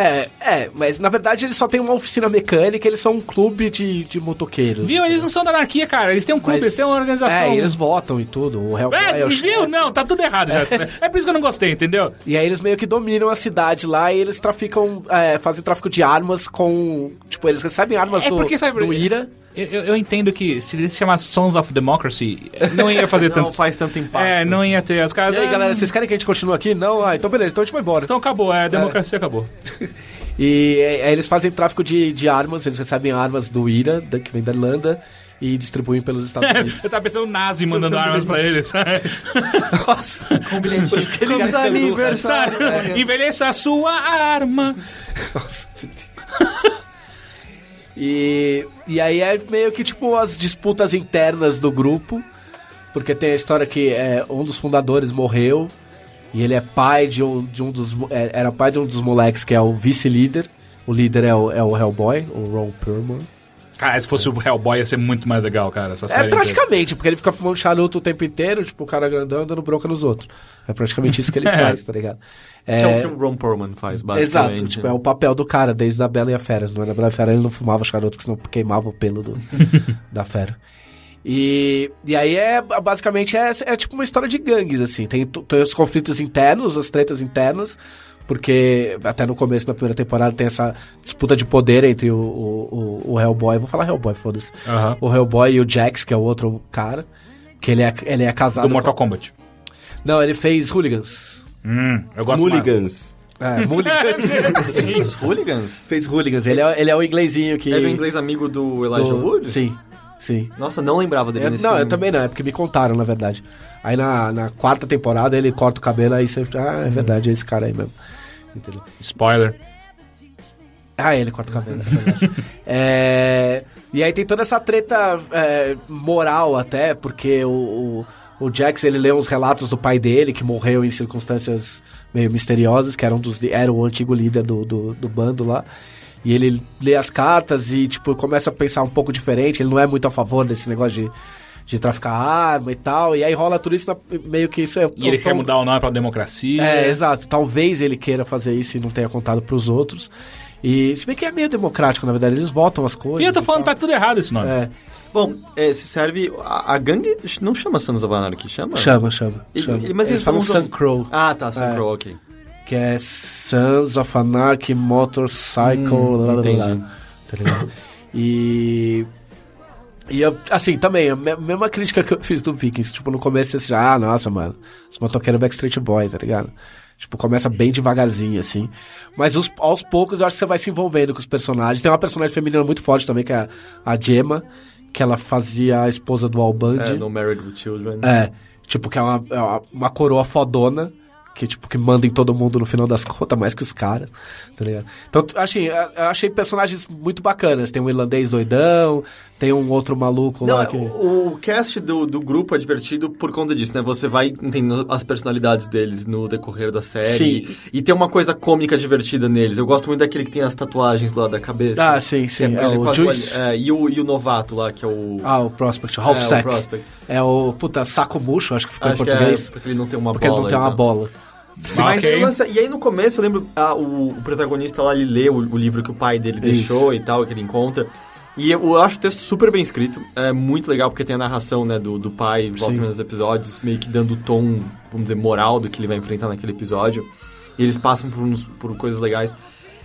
É, é, mas na verdade eles só têm uma oficina mecânica, eles são um clube de, de motoqueiros. Viu? Eles não são da anarquia, cara. Eles têm um clube, Mas- eles têm uma organização. É, e eles votam e tudo. O Hellboy É, é o viu? Não, tá tudo errado já. É por isso que eu não gostei, entendeu? E aí eles meio que dominam a cidade lá e eles traficam, é, fazem tráfico de armas com. Tipo, eles recebem armas É do, porque, sabe, do Ira. Eu, eu- eu entendo que se ele se chamasse Sons of Democracy, não ia fazer Não tanto. faz tanto impacto. É, não ia ter. As caras. E aí, "Ah, galera, vocês querem que a gente continue aqui? Não? Ah, então beleza, então a gente vai embora. Então acabou, é, a democracia acabou. E é, é, eles fazem tráfico de, de armas, eles recebem armas do Ira, da- que vem da Irlanda, e distribuem pelos Estados Unidos. Eu tava pensando no nazi mandando armas pra eles. Nossa, com bilhetinhos que Feliz aniversário! É, Envelheça a sua arma. E, e aí é meio que tipo as disputas internas do grupo, porque tem a história que é, um dos fundadores morreu e ele é pai de um, de um dos. mo- é, Era pai de um dos moleques que é o vice-líder. O líder é o, é o Hellboy, o Ron Perlman. Cara, se fosse o Hellboy ia ser muito mais legal, cara. Essa É série praticamente, porque ele fica fumando charuto o tempo inteiro, tipo, o cara grandão dando bronca nos outros. É praticamente isso que ele faz, tá ligado? Que é o que o Ron Perlman faz, basicamente. né? Exato, tipo, é o papel do cara, desde a Bela e a Fera. Não era Bela e a Fera, ele não fumava charuto, porque senão queimava o pelo do- da fera. E, e aí é basicamente é, é tipo uma história de gangues, assim. Tem, t- tem os conflitos internos, as tretas internas, porque até no começo da primeira temporada tem essa disputa de poder entre o, o, o- o Hellboy. Vou falar Hellboy, foda-se. Aham. O Hellboy e o Jax, que é o outro cara. Que ele é, ele é casado. do Mortal Kombat. com- Não, ele fez Hooligans. Hum, eu gosto Mulligans. É, Hooligans. Você fez Hooligans? fez Hooligans. Ele é, ele é o inglesinho que. Era o inglês amigo do do- Elijah Wood? Sim, sim. Nossa, não lembrava dele Eu- nesse não, filme. eu também não, é porque me contaram, na verdade. Aí na, na quarta temporada ele corta o cabelo, aí você fica, ah, é verdade, é esse cara aí mesmo. Entendeu? Spoiler. Ah, ele corta o cabelo, é verdade. É, e aí tem toda essa treta é, moral até, porque o, o, o Jax, ele lê uns relatos do pai dele, que morreu em circunstâncias meio misteriosas, que era, um dos, li- era o antigo líder do, do, do bando lá. E ele lê as cartas e, tipo, começa a pensar um pouco diferente, ele não é muito a favor desse negócio de, de traficar arma e tal, e aí rola tudo isso na- meio que isso é... E ele é um quer tom- mudar o nome pra democracia. é, exato. Talvez ele queira fazer isso e não tenha contado pros outros. E se bem que é meio democrático, na verdade, eles votam as coisas. E eu tô e falando, tal. tá tudo errado esse nome. É, Bom, é, se serve... A, a gangue não chama Sons of Anarchy, chama? chama, chama. E- chama. e- mas eles eles falam usam- Sun Crow, Ah, tá, Sam É. Crow, ok. que é Sons of Anarchy Motorcycle. Hum, lá, lá, lá, entendi. lá. Tá ligado? E. E eu, assim, também, a me- mesma crítica que eu fiz do Vikings. Tipo, no começo você já, ah, nossa, mano, os motoqueiros Backstreet Boy, tá ligado? Tipo, começa bem devagarzinho, assim. Mas os- aos poucos eu acho que você vai se envolvendo com os personagens. Tem uma personagem feminina muito forte também, que é a, a Gemma, que ela fazia a esposa do É, Albandi. No Married with Children. É, tipo, que é uma, é uma- uma coroa fodona, que, tipo, que manda em todo mundo no final das contas, mais que os caras, tá ligado? Então, assim, eu- eu achei personagens muito bacanas. Tem um irlandês doidão, tem um outro maluco Não, lá é, que... o, o cast do, do grupo é divertido por conta disso, né? Você vai entendendo as personalidades deles no decorrer da série. Sim. E tem uma coisa cômica divertida neles. Eu gosto muito daquele que tem as tatuagens lá da cabeça. Ah, sim, sim, Que é ele o quase- Juice. é, e, o, e o novato lá, que é o... Ah, o Prospect, o é, Half o Sack. Prospect. É o, puta, saco murcho, acho que ficou Acho em que é português. porque ele não tem uma porque bola. ele não tem então. uma bola. Mas ok. ele lança- e aí no começo eu lembro ah, o, o protagonista lá ele lê o, o livro que o pai dele deixou e tal, que ele encontra. E eu, acho o texto super bem escrito, é muito legal porque tem a narração né, do, do pai, volta Sim. nos episódios, meio que dando o tom, vamos dizer, moral do que ele vai enfrentar naquele episódio. E eles passam por, uns- por coisas legais.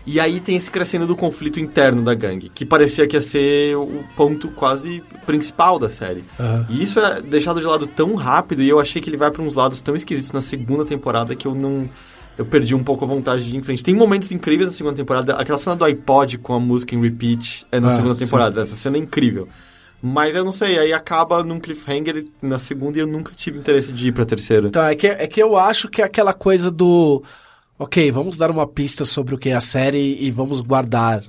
E aí tem esse crescendo do conflito interno da gangue, que parecia que ia ser o ponto quase principal da série. Aham. E isso é deixado de lado tão rápido e eu achei que ele vai pra uns lados tão esquisitos na segunda temporada que eu não. Eu perdi um pouco a vontade de ir em frente. Tem momentos incríveis na segunda temporada. Aquela cena do iPod com a música em repeat é na Ah, segunda sim. temporada. Essa cena é incrível. Mas eu não sei, aí acaba num cliffhanger na segunda e eu nunca tive interesse de ir pra terceira. Então, é que, é que eu acho que é aquela coisa do. Ok, vamos dar uma pista sobre o que é a série e vamos guardar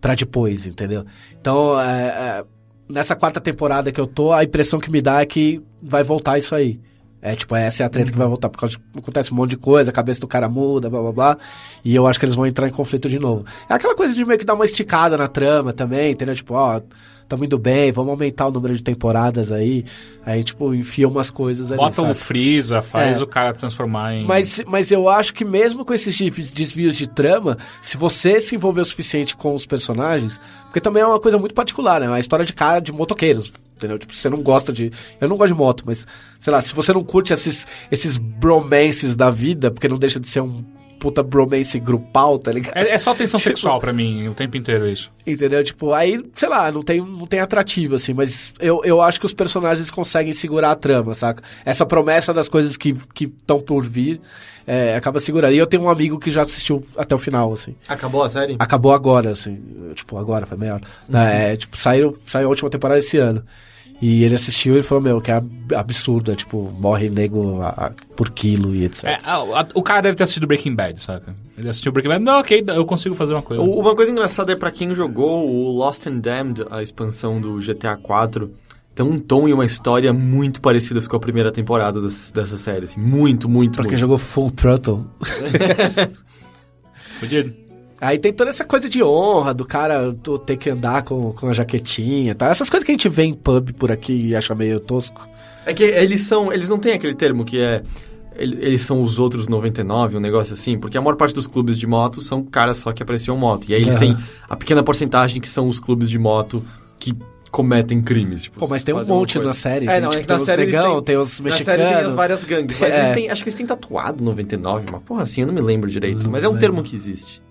pra depois, entendeu? Então, é, é, nessa quarta temporada que eu tô, a impressão que me dá é que vai voltar isso aí. É tipo, essa é a treta que vai voltar, porque acontece um monte de coisa, a cabeça do cara muda, blá blá blá. E eu acho que eles vão entrar em conflito de novo. É aquela coisa de meio que dar uma esticada na trama também, entendeu? Tipo, ó, tamo indo bem, vamos aumentar o número de temporadas aí. Aí, tipo, enfia umas coisas ali. Bota um sabe? o Freeza, faz É. o cara transformar em... Mas, mas eu acho que mesmo com esses dif- desvios de trama, se você se envolver o suficiente com os personagens, porque também é uma coisa muito particular, né? A história de cara de motoqueiros, entendeu? Tipo, você não gosta de. Eu não gosto de moto, mas, sei lá, se você não curte esses, esses bromances da vida, porque não deixa de ser um puta bromance grupal, tá ligado? É, é só tensão sexual pra mim, o tempo inteiro isso. Entendeu? Tipo, aí, sei lá, não tem, não tem atrativo, assim, mas eu, eu acho que os personagens conseguem segurar a trama, saca? Essa promessa das coisas que estão por vir é, acaba segurando. E eu tenho um amigo que já assistiu até o final, assim. Acabou a série? Acabou agora, assim. Tipo, agora, foi melhor. É, tipo, saiu, saiu a última temporada esse ano. E ele assistiu e ele falou, meu, que é ab- absurdo, é tipo, morre nego a- a- por quilo e etc. É, ah, o- a- o cara deve ter assistido Breaking Bad, saca? Ele assistiu Breaking Bad, não, ok, eu consigo fazer uma coisa. O- Uma coisa engraçada é pra quem jogou o Lost and Damned, a expansão do GTA IV, tem um tom e uma história muito parecidas com a primeira temporada des- dessa série. assim. muito, muito, Pra quem muito. jogou Full Throttle, Fudido. Aí tem toda essa coisa de honra do cara do- ter que andar com, com a jaquetinha e tal. Essas coisas que a gente vê em pub por aqui e acha meio tosco. É que eles são. Eles não têm aquele termo que é. ele- Eles são os outros 99, um negócio assim, porque a maior parte dos clubes de moto são caras só que apreciam moto. E aí eles Aham. têm a pequena porcentagem que são os clubes de moto que cometem crimes. Tipo, Pô, mas tem um fazem alguma monte na coisa. série. É, tem, não, tipo, é que na tem os série eles negão, têm- tem os Na série mexicanos. tem as várias gangues, mas É. eles têm, acho que eles têm tatuado 99, uma porra assim, eu não me lembro direito. Não mas é um lembro. termo que existe.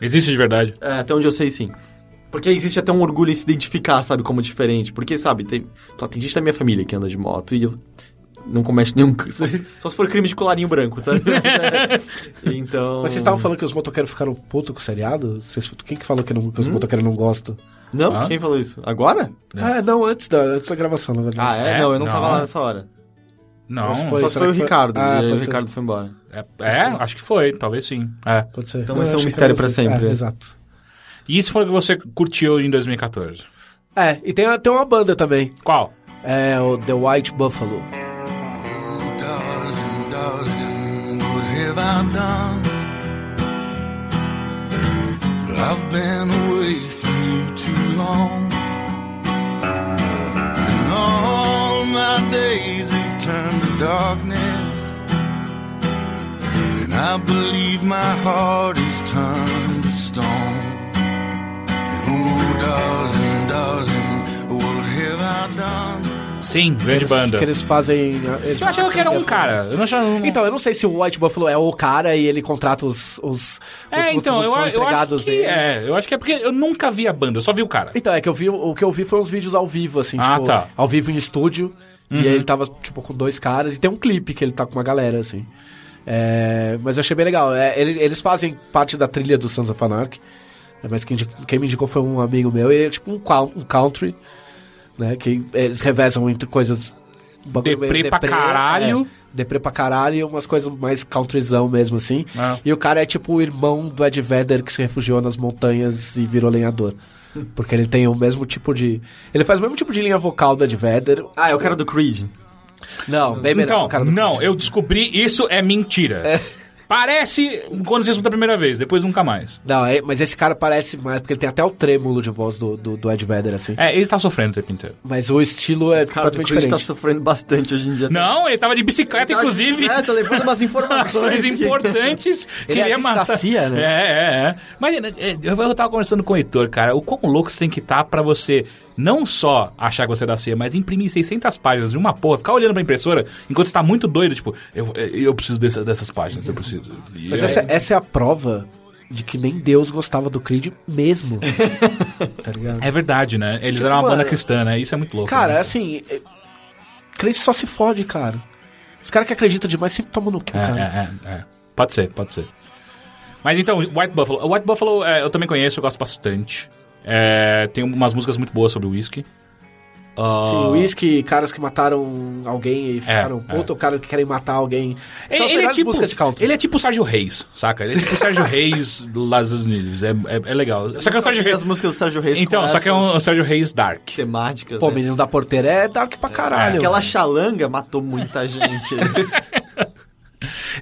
Existe de verdade. É, até onde eu sei, sim. Porque existe até um orgulho em se identificar, sabe, como diferente. Porque, sabe, tem, só tem gente da minha família que anda de moto e eu não comete nenhum... cri- Só se, só se for crime de colarinho branco, sabe? então... Mas vocês estavam falando que os motoqueiros ficaram puto com o seriado? Vocês- quem que falou que, não- que Hum? os motoqueiros não gostam? Não? Ah. Quem falou isso? Agora? Ah, não, antes da, antes da gravação, na verdade. Ah, é? É, não, eu não, não. tava lá nessa hora. Não, Mas foi- só se será foi o que foi- Ricardo. Ah, e aí o pode ser. Ricardo foi embora. é, é, acho que foi, talvez sim. É. Pode ser. Então Eu esse é um acho que mistério era isso. pra sempre. É, exato. E isso foi o que você curtiu em 2014. É, e tem, a- tem uma banda também. Qual? É o The White Buffalo. darling, darling, what have I done? Well, I've been away from you too long. And all my days have turned to darkness. And I believe my heart is turned to stone. And oh, darling, darling, what have I done? Sim, grande Eles- banda. Que eles fazem. Eles Eu achava que era um cara. Eu não achava um... Então, eu não sei se o White Buffalo é o cara e ele contrata os. os é, os- os- então, os eu, eu acho empregados que dele. é. Eu acho que é porque eu nunca vi a banda, eu só vi o cara. Então, é que eu vi. O que eu vi foi uns vídeos ao vivo, assim, Ah, tipo, tá. Uhum. ao vivo em estúdio. E aí ele tava, tipo, com dois caras. E tem um clipe que ele tá com uma galera, assim. É, mas eu achei bem legal. É, ele- eles fazem parte da trilha do Sons of Anarchy. É, mas quem, indi- quem me indicou foi um amigo meu. E é tipo um, cou- um country, né? Que eles revezam entre coisas... um bagulho meio Deprê pra caralho. é, deprê pra caralho e umas coisas mais countryzão mesmo, assim. Ah. E o cara é tipo o irmão do Ed Vedder que se refugiou nas montanhas e virou lenhador. Porque ele tem o mesmo tipo de... Ele faz o mesmo tipo de linha vocal do Ed Vedder. Ah, é o cara do Creed. Não, bem melhor. Então, É o cara do não, eu descobri isso é mentira. Parece quando você escuta a primeira vez, depois nunca mais. Não, é- mas esse cara parece mais, porque ele tem até o trêmulo de voz do, do, do Ed Vedder, assim. É, ele tá sofrendo o tempo inteiro. Mas o estilo é O cara do completamente Creed diferente. tá sofrendo bastante hoje em dia. Não, ele tava de bicicleta, Tá, inclusive. É, tá levando umas informações. Ações que- importantes que Ele é ele ia agente da matar. CIA, né? É, é, é. Mas né, é, eu eu tava conversando com o Heitor, cara. O quão louco você tem que estar pra você não só achar que você é da CIA, mas imprimir 600 páginas de uma porra, ficar olhando pra impressora enquanto você tá muito doido, tipo, eu, eu preciso dessa- dessas páginas, eu preciso. E Mas aí- essa, essa é a prova de que nem Deus gostava do Creed mesmo. tá ligado? É verdade, né? Eles eram uma Mano, banda cristã, né? Isso é muito louco. né? Cara, assim, é- Creed só se fode, cara. Os caras que acreditam demais sempre tomam no cu, cara. É, é, é, é. Pode ser, pode ser. Mas então, White Buffalo. O White Buffalo é, eu também conheço, eu gosto bastante. É, tem umas músicas muito boas sobre o whisky. Ah, Sim, whisky, Assim, caras que mataram alguém e ficaram é. puto, ou caras que querem matar alguém. ele, São as ele é melhores tipo, músicas de country. ele é tipo o Sérgio Reis, saca? Ele é tipo o Sérgio Reis lá dos Estados Unidos. É, é, é legal. Só que é o Sérgio As Reis. músicas do Sérgio Reis Então, com só que é essas um, o Sérgio Reis Dark. temáticas. Pô, né? menino da porteira é dark pra caralho. Aquela chalanga matou muita gente.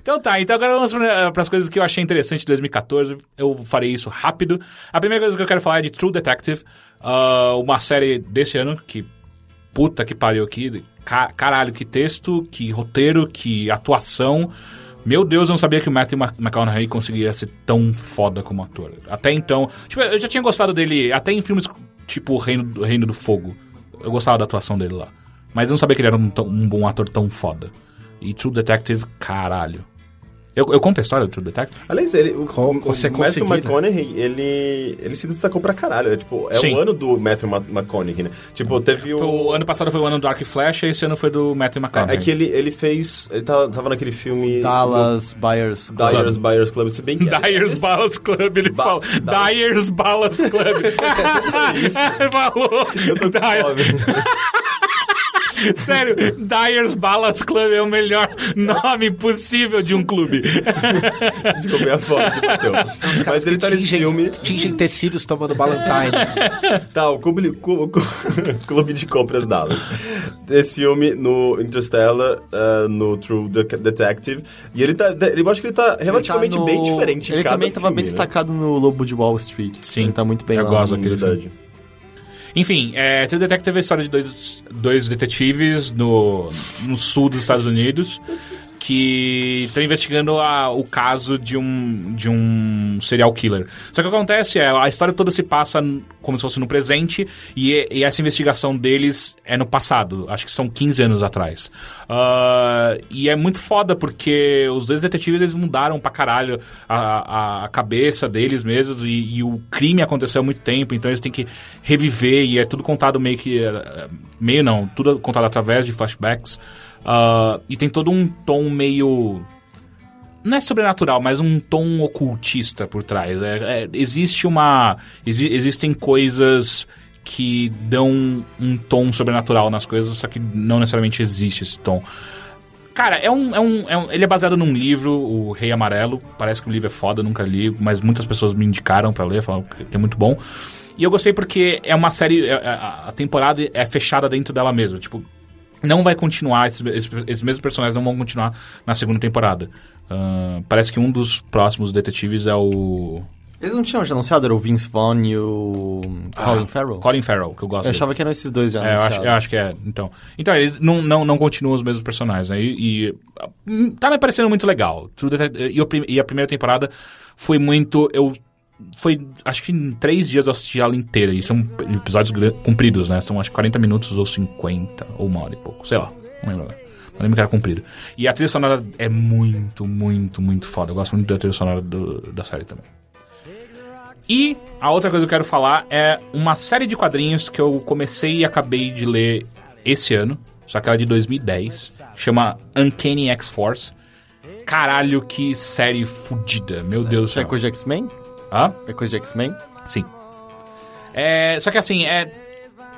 Então tá, então agora vamos para as coisas que eu achei interessante de 2014. Eu farei isso rápido. A primeira coisa que eu quero falar é de True Detective, ah, uma série desse ano que puta que pariu aqui. Ca- Caralho, que texto, que roteiro, que atuação. Meu Deus, eu não sabia que o Matthew Mc- McConaughey conseguia ser tão foda como ator. Até então. Tipo, eu já tinha gostado dele, até em filmes tipo Reino, do- Reino do Fogo. Eu gostava da atuação dele lá. Mas eu não sabia que ele era um, tão- um bom ator tão foda. E True Detective, caralho. Eu, eu conto a história do True Detective? Aliás, ele, o, Co- o- você o Matthew conseguir, né? McConaughey, ele, ele se destacou pra caralho. É, tipo, é Sim. o ano do Matthew Ma- McConaughey, né? Tipo, teve Foi o... o ano passado foi o ano do Dark Flash, e esse ano foi do Matthew McConaughey. É que ele, ele fez... Ele tava, tava naquele filme... Buyers do Dyer's Buyers Club, se bem que... é Dyer's Ballas Club, ele Ba- falou. Dyer's- É Dyer's Ballas Club. Ele falou. Eu tô com Dyer- fome. Sério, Dyer's Ballas Club é o melhor nome possível de um clube. Esse ficou meio a foto do papel. Mas ele tá nesse Tingem- filme. Tingem tecidos tomando Ballantine. Tá, o Clube, Cu- Cu- Clube de Compras Dallas. Esse filme no Interstellar, eh, no True De- Detective. E ele tá. de- Eu acho que ele tá É relativamente Ele tá bem no- diferente em Ele cada também filme, tava bem né? destacado no Lobo de Wall Street. Sim. Ele tá muito bem Eu lá. gosto no- daquele Verdade. Enfim, é, True Detective é a história de dois, dois detetives no, no sul dos Estados Unidos que estão investigando a- o caso de um, de um serial killer. Só que o que acontece é, a história toda se passa n- como se fosse no presente e, é- e essa investigação deles é no passado, acho que são 15 anos atrás. Ah, e é muito foda porque os dois detetives eles mudaram pra caralho a, a- a cabeça deles mesmos e, e o crime aconteceu há muito tempo, então eles têm que reviver e é tudo contado meio que. eh, meio não, tudo contado através de flashbacks. Ah, e tem todo um tom meio. Não é sobrenatural, mas um tom ocultista por trás. É- é- existe uma. exi- existem coisas que dão um tom sobrenatural nas coisas, só que não necessariamente existe esse tom. Cara, é um, é um, é um- ele é baseado num livro, O Rei Amarelo. Parece que o livro é foda, nunca li, mas muitas pessoas me indicaram pra ler, falaram que é muito bom. E eu gostei porque é uma série, é- é- a temporada é fechada dentro dela mesma. Tipo, não vai continuar, esses, esses- esses mesmos personagens não vão continuar na segunda temporada. Ah, parece que um dos próximos detetives é o. Eles não tinham já anunciado? Era o Vince Vaughn e o Colin Ah, Farrell? Colin Farrell, que eu gosto Eu dele. achava que eram esses dois já É, eu anunciados. acho, eu acho que é. Então, então eles não, não, não continuam os mesmos personagens. Né? E, e, ah, hum, tá me parecendo muito legal. True Detective- e, o prim- e a primeira temporada foi muito. Eu. Foi. Acho que em três dias eu assisti ela inteira. E são episódios gran- compridos, né? São acho que 40 minutos ou 50, ou uma hora e pouco. Sei lá. Não lembro agora. Não lembro que era comprido. E a trilha sonora é muito, muito, muito foda. Eu gosto muito da trilha sonora do- da série também. E a outra coisa que eu quero falar é uma série de quadrinhos que eu comecei e acabei de ler esse ano, só que ela é de 2010, chama Uncanny X-Force. Caralho, que série fodida, meu Deus do É céu. coisa de X-Men? Hã? É coisa de X-Men? Sim. É, só que assim, é,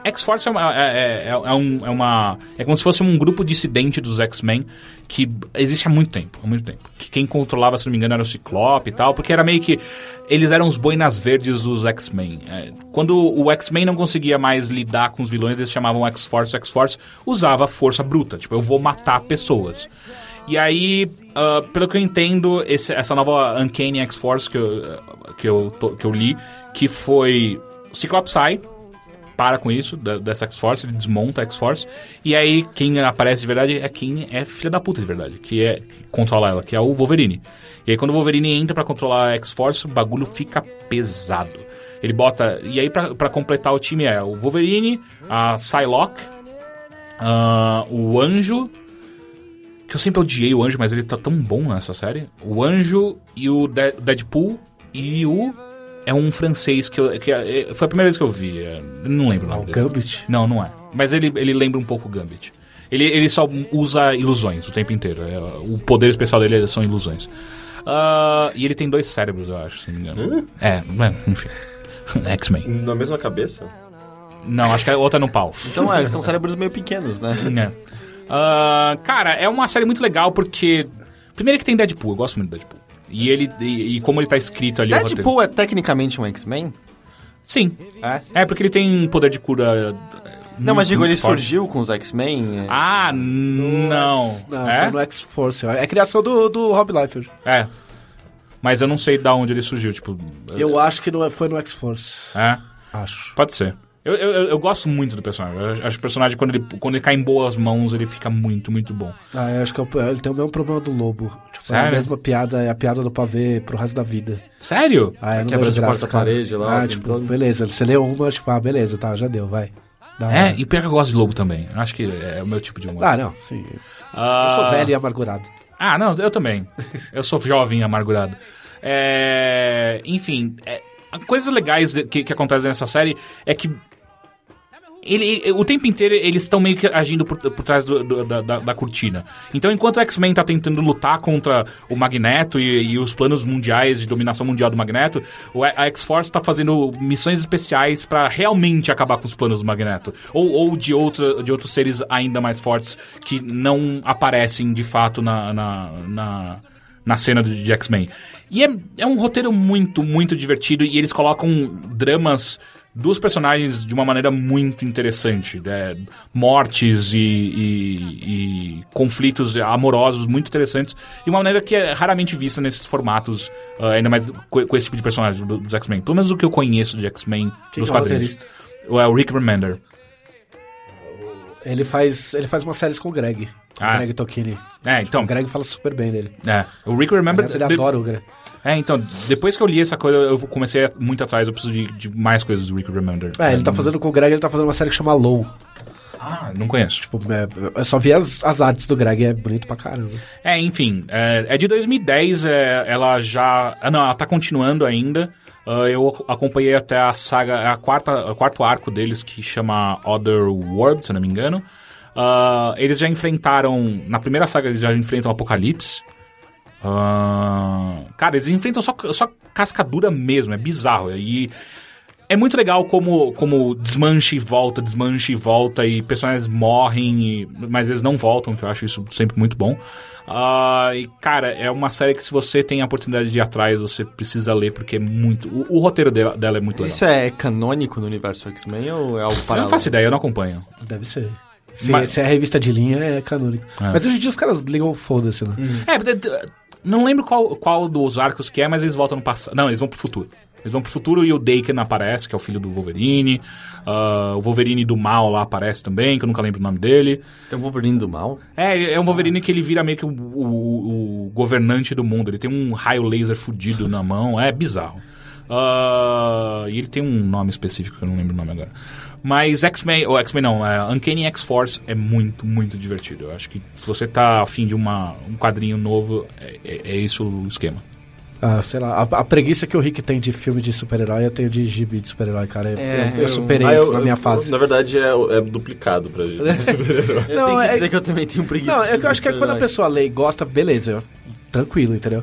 X-Force é, uma- é- é- é um- é uma. É como se fosse um grupo dissidente dos X-Men que existe há muito tempo. Há muito tempo. Que quem controlava, se não me engano, era o Ciclope e tal, porque era meio que. Eles eram os boinas verdes dos X-Men. É, quando o X-Men não conseguia mais lidar com os vilões, eles chamavam X-Force, X-Force, usava força bruta. Tipo, eu vou matar pessoas. E aí, ah, pelo que eu entendo, esse- essa nova Uncanny X-Force que, eu- que, eu tô- que eu li, que foi. O Ciclope sai, para com isso, da- dessa X-Force, ele desmonta a X-Force, e aí quem aparece de verdade é quem é filha da puta de verdade, que é que controla ela, que é o Wolverine. E aí quando o Wolverine entra pra controlar a X-Force, o bagulho fica pesado. Ele bota. E aí pra pra completar o time é o Wolverine, a Psylocke, ah, o Anjo. Que eu sempre odiei o Anjo, mas ele tá tão bom nessa série. O Anjo e o De- Deadpool e o. É um francês que, eu, que é- foi a primeira vez que eu vi. é, Não lembro o Ah, nome o dele. Gambit? Não, não é. Mas ele, ele lembra um pouco o Gambit. Ele, ele só usa ilusões o tempo inteiro. É, O poder especial dele são ilusões. Ah, e ele tem dois cérebros, eu acho, se não me engano. É, mas, enfim. X-Men. Na mesma cabeça? Não, acho que a outra é no pau. Então é, são cérebros meio pequenos, né? né? Ah, cara, é uma série muito legal porque. Primeiro que tem Deadpool, eu gosto muito do Deadpool. E ele. E, e como ele tá escrito ali o roteiro. Deadpool é tecnicamente um X-Men? Sim. É. É porque ele tem poder de cura. eh, Não, muito, mas digo, muito ele forte. surgiu com os X-Men? é. Ah, não. Não, é? foi no X-Force. ó. É a criação do, do Rob Liefeld. É. Mas eu não sei da onde ele surgiu, tipo. Eu acho que não é- foi no X-Force. É. Acho. Pode ser. Eu, eu, eu- eu gosto muito do personagem. Eu acho que o personagem, quando ele, quando ele cai em boas mãos, ele fica muito, muito bom. Ah, eu acho que é o- ele tem o mesmo problema do lobo. Tipo, é Sério? a mesma piada, é a piada do pavê pro resto da vida. Sério? Ah, eu não Quebra vejo de graça, quarta cara. parede lá, Ah, tem tipo, todo- beleza. Você leu uma, tipo, ah, beleza, tá, já deu, vai. Da É, hora. e pior que eu gosto de lobo também. Eu Acho que é o meu tipo de humor. Ah, não, sim. Eu sou velho e amargurado. Ah, não, eu também. Eu sou jovem e amargurado. É, Enfim, é, coisas legais que, que acontecem nessa série é que ele, o tempo inteiro eles estão meio que agindo por, por trás do- do- da, da- da cortina. Então, enquanto o X-Men tá tentando lutar contra o Magneto e, e os planos mundiais de dominação mundial do Magneto, o, a a X-Force tá fazendo missões especiais pra realmente acabar com os planos do Magneto. Ou, ou de, outra, de outros seres ainda mais fortes que não aparecem de fato na- na- na na cena do- de X-Men. E é, é um roteiro muito, muito divertido e eles colocam dramas dos personagens de uma maneira muito interessante. né? Mortes e, e- e conflitos amorosos muito interessantes de uma maneira que é raramente vista nesses formatos, ah, ainda mais co- com esse tipo de personagem do- dos X-Men. Pelo menos o que eu conheço de X-Men nos é o quadrinhos. roteirista? O- É o Rick Remender. Ele faz, ele faz umas séries com o Greg. Ah. O Greg Tokili. É, então. O Greg fala super bem dele. É, o Rick Remender. Aliás, ele de- adora o Greg. É, então, depois que eu li essa coisa, eu comecei muito atrás, eu preciso de, de mais coisas do Rick Remender. É, ele tá fazendo com o Greg, ele tá fazendo uma série que chama Low. Ah, não conheço. Tipo, é, eu só vi as, as artes do Greg, é bonito pra caramba. É, enfim, é, é de 2010, é, ela já... Ah, não, ela tá continuando ainda. Ah, eu ac- acompanhei até a saga, a quarta, o quarto arco deles, que chama Other World, se eu não me engano. Ah, eles já enfrentaram... Na primeira saga eles já enfrentam o Apocalipse. Ah, cara, eles enfrentam só, só cascadura mesmo, é bizarro. E é muito legal como, como desmancha e volta, desmancha e volta, e personagens morrem, e- mas eles não voltam, que eu acho isso sempre muito bom. Ah, e, cara, é uma série que se você tem a oportunidade de ir atrás, você precisa ler, porque é muito. O, o roteiro dela, dela é muito legal. Isso é canônico no universo X-Men ou é algo eu não paralelo? faço ideia, eu não acompanho. Deve ser. Se, Mas- se é revista de linha, é canônico. Mas hoje em dia os caras ligam foda-se, né? É, d- d- não lembro qual, qual dos arcos que é, mas eles voltam no passado. Não, eles vão pro futuro. Eles vão pro futuro e o Daken aparece, que é o filho do Wolverine. Ah, o Wolverine do mal lá aparece também, que eu nunca lembro o nome dele. Tem um Wolverine do mal? É, é um Wolverine que ele vira meio que o, o- o governante do mundo. Ele tem um raio laser fudido na mão. É bizarro. Ah, e ele tem um nome específico que eu não lembro o nome agora. Mas X-Men, ou X-Men não, é, Uncanny X-Force é muito, muito divertido. Eu acho que se você tá afim de uma, um quadrinho novo, é, é, é esse o esquema. Ah, sei lá, a, a preguiça que o Rick tem de filme de super-herói, eu tenho de gibi de super-herói, cara. Eu, É, eu- eu eu- superei Ah, isso eu- na eu- minha fase. Na verdade, é, é duplicado pra gente. Eu Não, tenho que é- dizer que eu também tenho preguiça. Não, de é que eu acho que quando a super-herói. pessoa lê e gosta, beleza, eu- tranquilo, entendeu?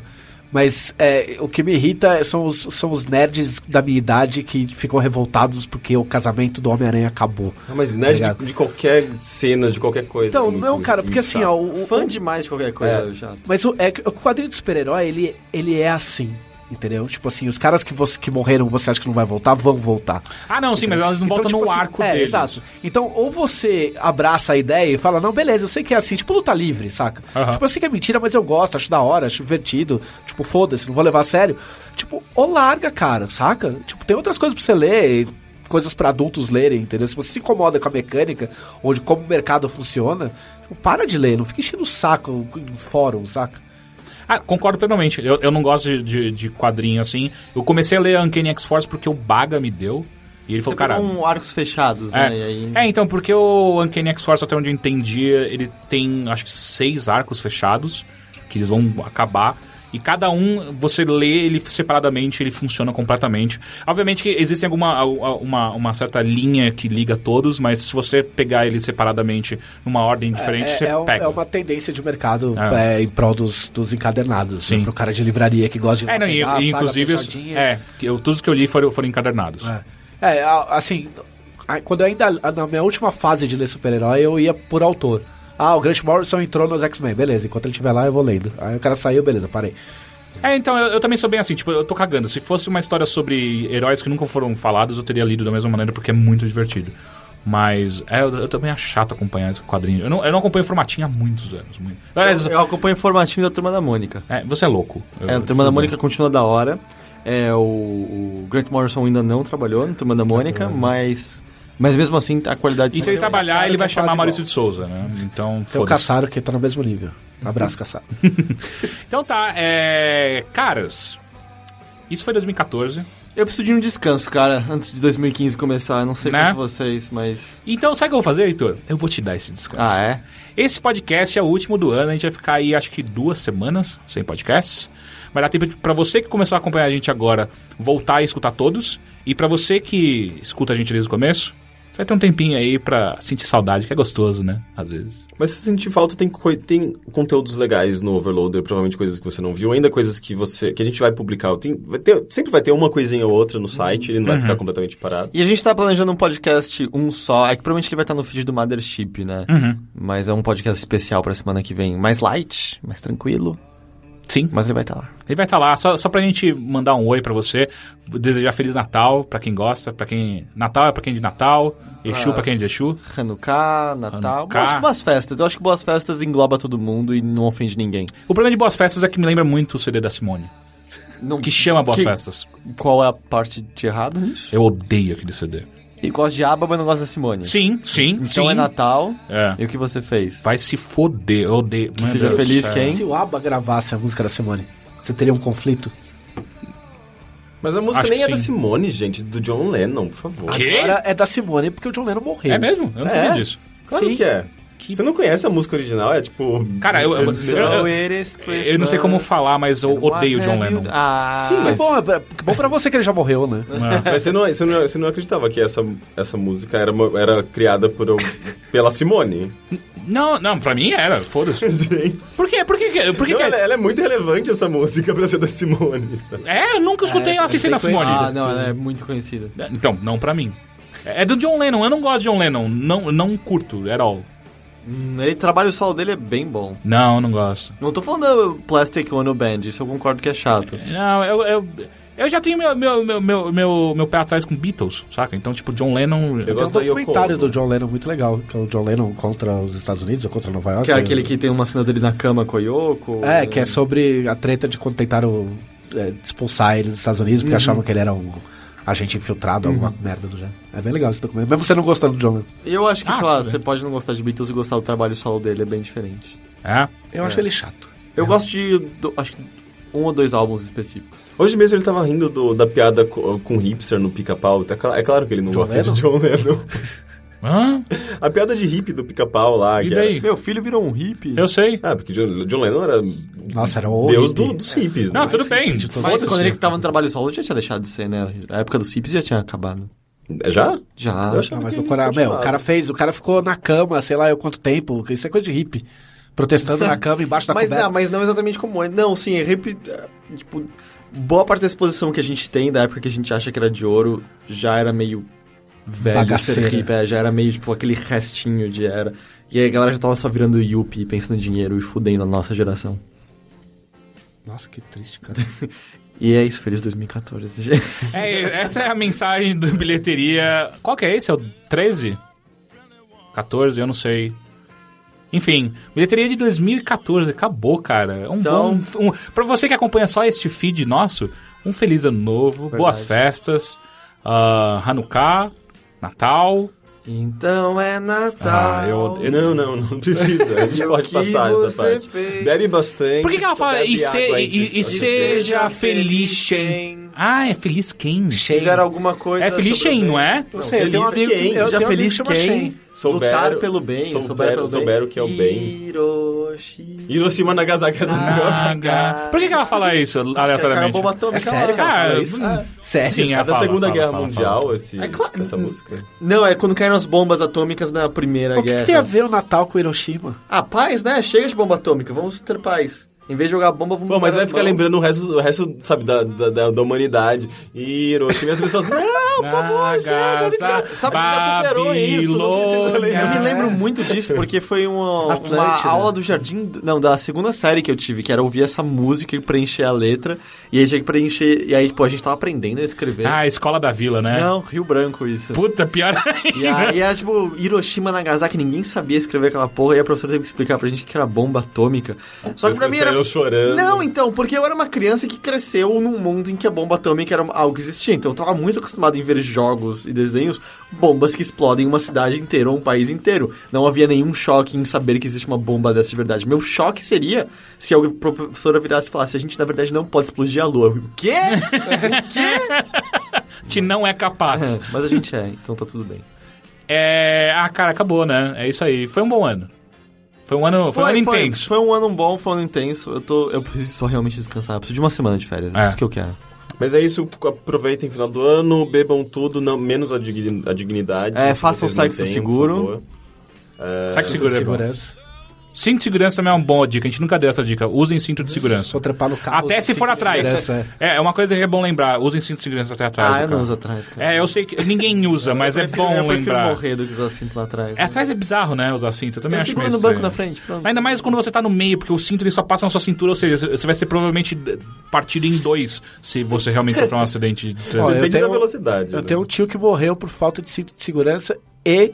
Mas é, o que me irrita são os, são os nerds da minha idade que ficam revoltados porque o casamento do Homem-Aranha acabou. Ah, mas nerd Obrigado. de, de qualquer cena, de qualquer coisa. Então, é muito- não, cara, porque muito assim, chato. ó, o, o- Fã demais de qualquer coisa, É. chato. Mas o, é, que o quadrinho de super-herói, ele, ele é assim, entendeu? Tipo assim, os caras que, você, que morreram, você acha que não vai voltar, vão voltar. Ah, não, sim, mas elas não voltam Então, tipo no assim, arco é, deles. exato. Então, ou você abraça a ideia e fala, não, beleza, eu sei que é assim, tipo luta livre, saca? Aham. Tipo, eu sei que é mentira, mas eu gosto, acho da hora, acho divertido. Tipo, foda-se, não vou levar a sério. Tipo, ou larga, cara, saca? Tipo, tem outras coisas pra você ler, coisas pra adultos lerem, entendeu? Se você se incomoda com a mecânica, ou de como o mercado funciona, tipo, para de ler, não fica enchendo o saco em fórum, saca? Ah, concordo plenamente. Eu, eu não gosto de, de, de quadrinho assim. Eu comecei a ler Uncanny X-Force porque o Baga me deu. E ele falou, Você cara. pegou um arcos fechados, É. né? E aí... É, então, porque o Uncanny X-Force, até onde eu entendi, ele tem, acho que, seis arcos fechados, que eles vão acabar. E cada um, você lê ele separadamente, ele funciona completamente. Obviamente que existe alguma al- al- uma, uma certa linha que liga todos, mas se você pegar ele separadamente numa ordem diferente, É- você é, um- pega. é uma tendência de mercado É. é, em prol dos, dos encadernados. Sim. Né, pro cara de livraria que gosta de. É, não, e, pegar a e saga inclusive, fechadinha. é, que eu, todos que eu li foram, foram encadernados. É, é, a- assim, a- quando eu ainda. Na minha última fase de ler super-herói, eu ia por autor. Ah, o Grant Morrison entrou nos X-Men, beleza. Enquanto ele estiver lá, eu vou lendo. Aí o cara saiu, beleza, parei. É, então, eu, eu também sou bem assim, tipo, eu tô cagando. Se fosse uma história sobre heróis que nunca foram falados, eu teria lido da mesma maneira, porque é muito divertido. Mas, é, eu, eu também acho chato acompanhar esse quadrinho. Eu não, eu não acompanho o formatinho há muitos anos. Muito. Aliás, Eu, eu acompanho o formatinho da Turma da Mônica. é, você é louco. Eu- É, a Turma da Mônica continua da hora. É, o, o Grant Morrison ainda não trabalhou na Turma da Mônica, mas, mas mesmo assim a qualidade... E se ele sempre- trabalhar, ele vai Caçaro, chamar quase Maurício de Souza, né? um Então, Tem o foda-se. Caçaro que tá no mesmo nível. Abraço, Caçaro. Então tá, é. Caras. Isso foi 2014. Eu preciso de um descanso, cara, antes de 2015 começar. Eu não sei Né? quanto vocês, mas... Então, sabe o que eu vou fazer, Heitor? Eu vou te dar esse descanso. Ah, é? Esse podcast é o último do ano, a gente vai ficar aí acho que duas semanas sem podcasts. Vai dar tempo de- pra você que começou a acompanhar a gente agora voltar e escutar todos. E pra você que escuta a gente desde o começo, Você vai ter um tempinho aí pra sentir saudade, que é gostoso, né? Às vezes. Mas se sentir falta, tem, coi- tem conteúdos legais no Overloader, provavelmente coisas que você não viu, ainda coisas que você que a gente vai publicar. Tem- vai ter- sempre vai ter uma coisinha ou outra no site, ele não vai ficar completamente parado. E a gente tá planejando um podcast um só. É que provavelmente ele vai estar no feed do Mothership, né? Mas é um podcast especial pra semana que vem. Mais light, mais tranquilo. Sim. Mas ele vai estar lá. Ele vai estar lá, só, só pra gente mandar um oi pra você, desejar Feliz Natal pra quem gosta, pra quem... Natal é pra quem é de Natal, Exu Ah. pra quem é de Exu. Hanukkah, Natal. Hanukkah. Boas, boas festas. Eu acho que boas festas engloba todo mundo e não ofende ninguém. O problema de Boas Festas é que me lembra muito o CD da Simone, Não- que chama Boas que- Festas. Qual é a parte de errado nisso? Eu odeio aquele CD. Eu gosto de aba, mas não gosto da Simone. Sim, sim, Então sim. é Natal. É. E o que você fez? Vai se foder, eu odeio. Meu Seja Deus do feliz, céu. quem? É. Se o ABBA gravasse a música da Simone, você teria um conflito? Mas a música Acho nem que é da sim. Simone, gente, é do John Lennon, por favor. Quê? Agora é da Simone porque o John Lennon morreu. É mesmo? Eu não sabia É? disso. Claro Sim. que é. Que- Você não conhece a música original, é tipo. Cara, eu- eu- Sim, eu- é Eu não sei como falar, mas eu odeio John Lennon. Ah, Sim, Que mas- bom, é- que bom pra você que ele já morreu, né? É. Mas você não, você, não, você não acreditava que essa, essa música era, uma- era criada por, um- pela Simone. Não, não, pra mim era, foda-se. Gente. Por quê? Por quê? que- Por quê Não, que ela, é? ela é muito relevante essa música pra ser da Simone. sabe? É, eu nunca escutei ela assistindo a Simone. Ah, não, ela é muito conhecida. Então, não pra mim. É do John Lennon, eu não gosto de John Lennon. Não, não curto, at all. Hum, Ele trabalha o solo dele é bem bom. Não, não gosto. Não tô falando da Plastic Ono Band, isso eu concordo que é chato. Não, eu, eu, eu já tenho meu, meu, meu, meu, meu, meu pé atrás com Beatles, saca? Então, tipo, John Lennon. Eu Tem um gosto da Yoko documentário Ono. do John Lennon muito legal, que é o John Lennon contra os Estados Unidos ou contra Nova York. né? Que é aquele que tem uma cena dele na cama com a Yoko. É, que é sobre a treta de quando tentaram é, expulsar ele dos Estados Unidos Uhum. porque achavam que ele era um agente infiltrado, alguma merda do gênero. É bem legal esse documento. Mesmo você não gostando do John Lennon. Eu acho que, Ah, sei lá, tudo bem. você pode não gostar de Beatles e gostar do trabalho solo dele, é bem diferente. É? Eu acho ele chato. Eu gosto de, do- acho que, um ou dois álbuns específicos. Hoje mesmo ele tava rindo do- da piada co- com, hipster no pica-pau. Tá cla- É claro que ele não gosta Lennon? de John Lennon. Hã? A piada de hippie do pica-pau lá. E que era- daí? Meu filho virou um hippie. Eu sei. Ah, porque John, John Lennon era Nossa, era o deus hippie. do- dos hippies. Não, né? tudo bem. Mas quando Foda-se. ele tava no trabalho solo, já tinha deixado de ser, né? A época dos hippies já tinha acabado. É, Já? Já. Eu achava Não, mas que o ele tá cara, meu, o continuava. cara fez, o cara ficou na cama, sei lá eu quanto tempo, isso é coisa de hippie. Protestando na cama, embaixo da mas coberta. não, mas não exatamente como é. Não, sim, é rep... é, tipo, boa parte da exposição que a gente tem da época que a gente acha que era de ouro já era meio velho Bagaceira. ser hippie, é, já era meio tipo aquele restinho de era. E aí a galera já tava só virando yuppie, pensando em dinheiro e fudendo a nossa geração. Nossa, que triste, cara. E é isso, feliz 2014. É, essa é a mensagem do bilheteria. Qual que é esse? É o 13? 14? Eu não sei. Enfim, bilheteria de 2014. Acabou, cara. É Um Então- bom. Um, pra você que acompanha só este feed nosso, um feliz ano novo, boas festas, ah, Hanukkah, Natal. então é Natal. Ah, eu- eu- Não, não, não precisa. A gente E o pode que passar essa você parte. fez? Bebe bastante. Por que, que ela fala bebe e, se- água e- antes e- e de seja feliz, Shen? Shen. Ah, é feliz quem? Fizeram alguma coisa. É feliz sobre o Shen, bem. não é? Não sei, eu tenho um feliz amigo que- quem? eu Já tenho um amigo feliz que chama quem? Shen. Lutar pelo bem, souber, souber pelo bem. souber o que é o bem. Hiroshi. Hiroshima Nagasaki é ah, H. Por que, que ela fala isso Caiu a aleatoriamente? bomba atômica É sério, lá. cara? cara? Ah, isso? hum. Sério? Sim, É da fala, Segunda fala, Guerra fala, Mundial fala. Esse, É claro. essa música. Não, é quando caíram as bombas atômicas na Primeira O que, Guerra. que tem a né? ver o Natal com Hiroshima? Ah, paz, né? Chega de bomba atômica, vamos ter paz. Em vez de jogar bomba, vamos Bom, mas dar vai as ficar mãos. lembrando o resto, o resto sabe, da, da, da- da humanidade. Hiroshima, as pessoas... Não, por favor, chega, a gente já, sabe, já superou isso, não precisa Eu me lembrar. lembro muito disso porque foi um, uma, uma Atlântida. aula do jardim. do- Não, da segunda série que eu tive, que era ouvir essa música e preencher a letra. E aí tinha que preencher. E aí, pô, a gente tava aprendendo a escrever. Ah, Escola da Vila, né? Não, Rio Branco isso. Puta, pior ainda. E aí era tipo Hiroshima Nagasaki, ninguém sabia escrever aquela porra, e a professora teve que explicar pra gente que era bomba atômica. Só que pra mim era. Eu chorando. Não, então, porque eu era uma criança que cresceu num mundo em que a bomba atômica era algo que existia. Então eu tava muito acostumado em ver jogos e desenhos, bombas que explodem uma cidade inteira ou um país inteiro. Não havia nenhum choque em saber que existe uma bomba dessa de verdade. Meu choque seria se a professora virasse e falasse: a gente na verdade não pode explodir a lua. Eu, O quê? A gente não é capaz. Mas a gente é, então tá tudo bem. É. Ah, cara, acabou, né? É isso aí. Foi um bom ano. Foi um ano, foi, um ano intenso. Foi um ano bom, foi um ano intenso. Eu, tô, eu preciso só realmente descansar. Eu preciso de uma semana de férias. É É. tudo que eu quero. Mas é isso, aproveitem o final do ano, bebam tudo, não, menos a, digni- a dignidade. É, se façam vocês não sexo têm, por seguro. favor. Sabe que Cinto de segurança é bom? segurança. Cinto de segurança também é uma boa dica. A gente nunca deu essa dica. Usem cinto de segurança. Vou trepar no Tá, carro. Até se cinto for de atrás. segurança, é. É, é uma coisa que é bom lembrar. Usem cinto de segurança até atrás. Ah, eu cara. não uso atrás, cara. É, eu sei que ninguém usa, mas é prefiro- bom eu prefiro lembrar. morrer do que usar cinto lá atrás. É, atrás é bizarro, né? Usar cinto. Eu também Eu acho seguro meio no banco estranho. na frente, pronto. Ainda mais quando você tá no meio, porque o cinto ele só passa na sua cintura, ou seja, você vai ser provavelmente eh, partido em dois se você realmente sofrer um acidente de Olha, trânsito. Depende eu tenho- da velocidade. Eu né? tenho um tio que morreu por falta de cinto de segurança e,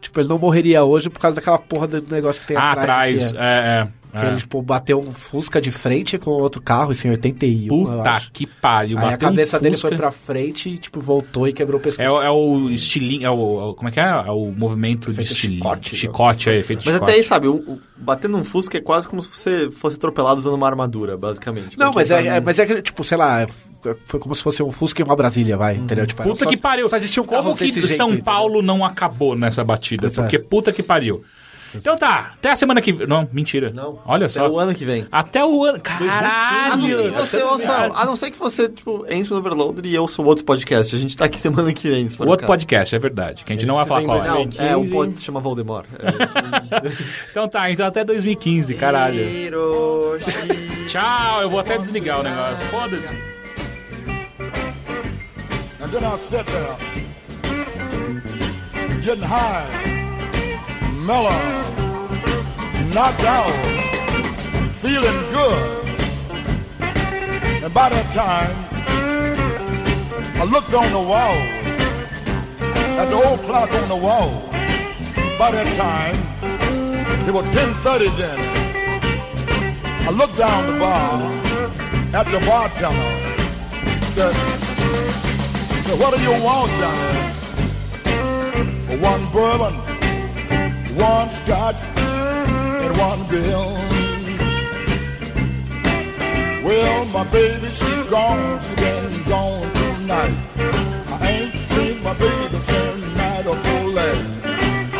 tipo, ele não morreria hoje por causa daquela porra do negócio que tem Ah, atrás. atrás. aqui, É, é. é. Que é. ele, tipo, bateu um Fusca de frente com outro carro, isso em 81, eu Puta acho. que pariu. Aí a bateu um cabeça dele foi Fusca. pra frente e, tipo, voltou e quebrou o pescoço. É, o- é o estilinho, é o, é o- como é que é? É o movimento de Efeito estilinho. chicote, né? chicote, é, efeito Mas chicote. até aí, sabe, um, o, o- bater num Fusca é quase como se você fosse atropelado usando uma armadura, basicamente. Não, Porque mas pra é, tá mim- é- mas é que, tipo, sei lá, é- foi como se fosse um Fusca e uma Brasília, vai, entendeu? Tipo, era Uhum. Puta só- que pariu. Só existia um Como que São Paulo não acabou nessa batida? Pois é. porque puta que pariu. Então tá, até a semana que... Não, mentira. Não. Olha até só. Ah, é o ano que vem. Até o ano... A não ser que Caralho. você ouça. A não ser que você, tipo, entre no Overloader e ouça o outro podcast. A gente tá aqui semana que vem. se for O o outro caso. podcast, é verdade. Que a gente não vai falar qual é. Não, é, um pod chama Voldemort. É, Então tá, então até 2015, caralho. É. Tchau, eu vou até desligar o negócio. Foda-se. And then I sat there, getting high, mellow, knocked out, feeling good. And by that time, I looked on the wall, at the old clock on the wall. By that time, it was 10.30 then. I looked down the bar at the bartender. Said, so what do you want, Johnny? One bourbon, one scotch, and one bill. Well, my baby, she gone, she been gone tonight. I ain't seen my baby since night or full late.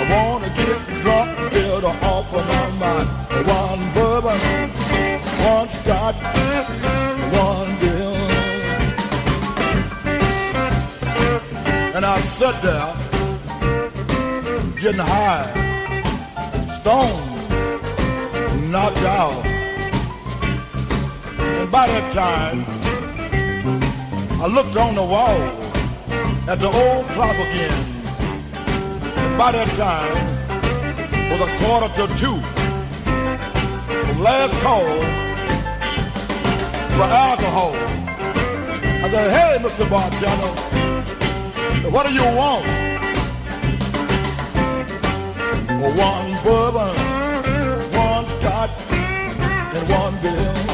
I wanna get drunk, build her off of my mind. One bourbon, one scotch, one bill. and I sat there getting high, stoned, knocked out. And by that time, I looked on the wall at the old clock again. And by that time, was a quarter to two. The last call for alcohol. I said, hey, Mr. Bartender, what do you want? Well, one bourbon, one scotch, and one bill.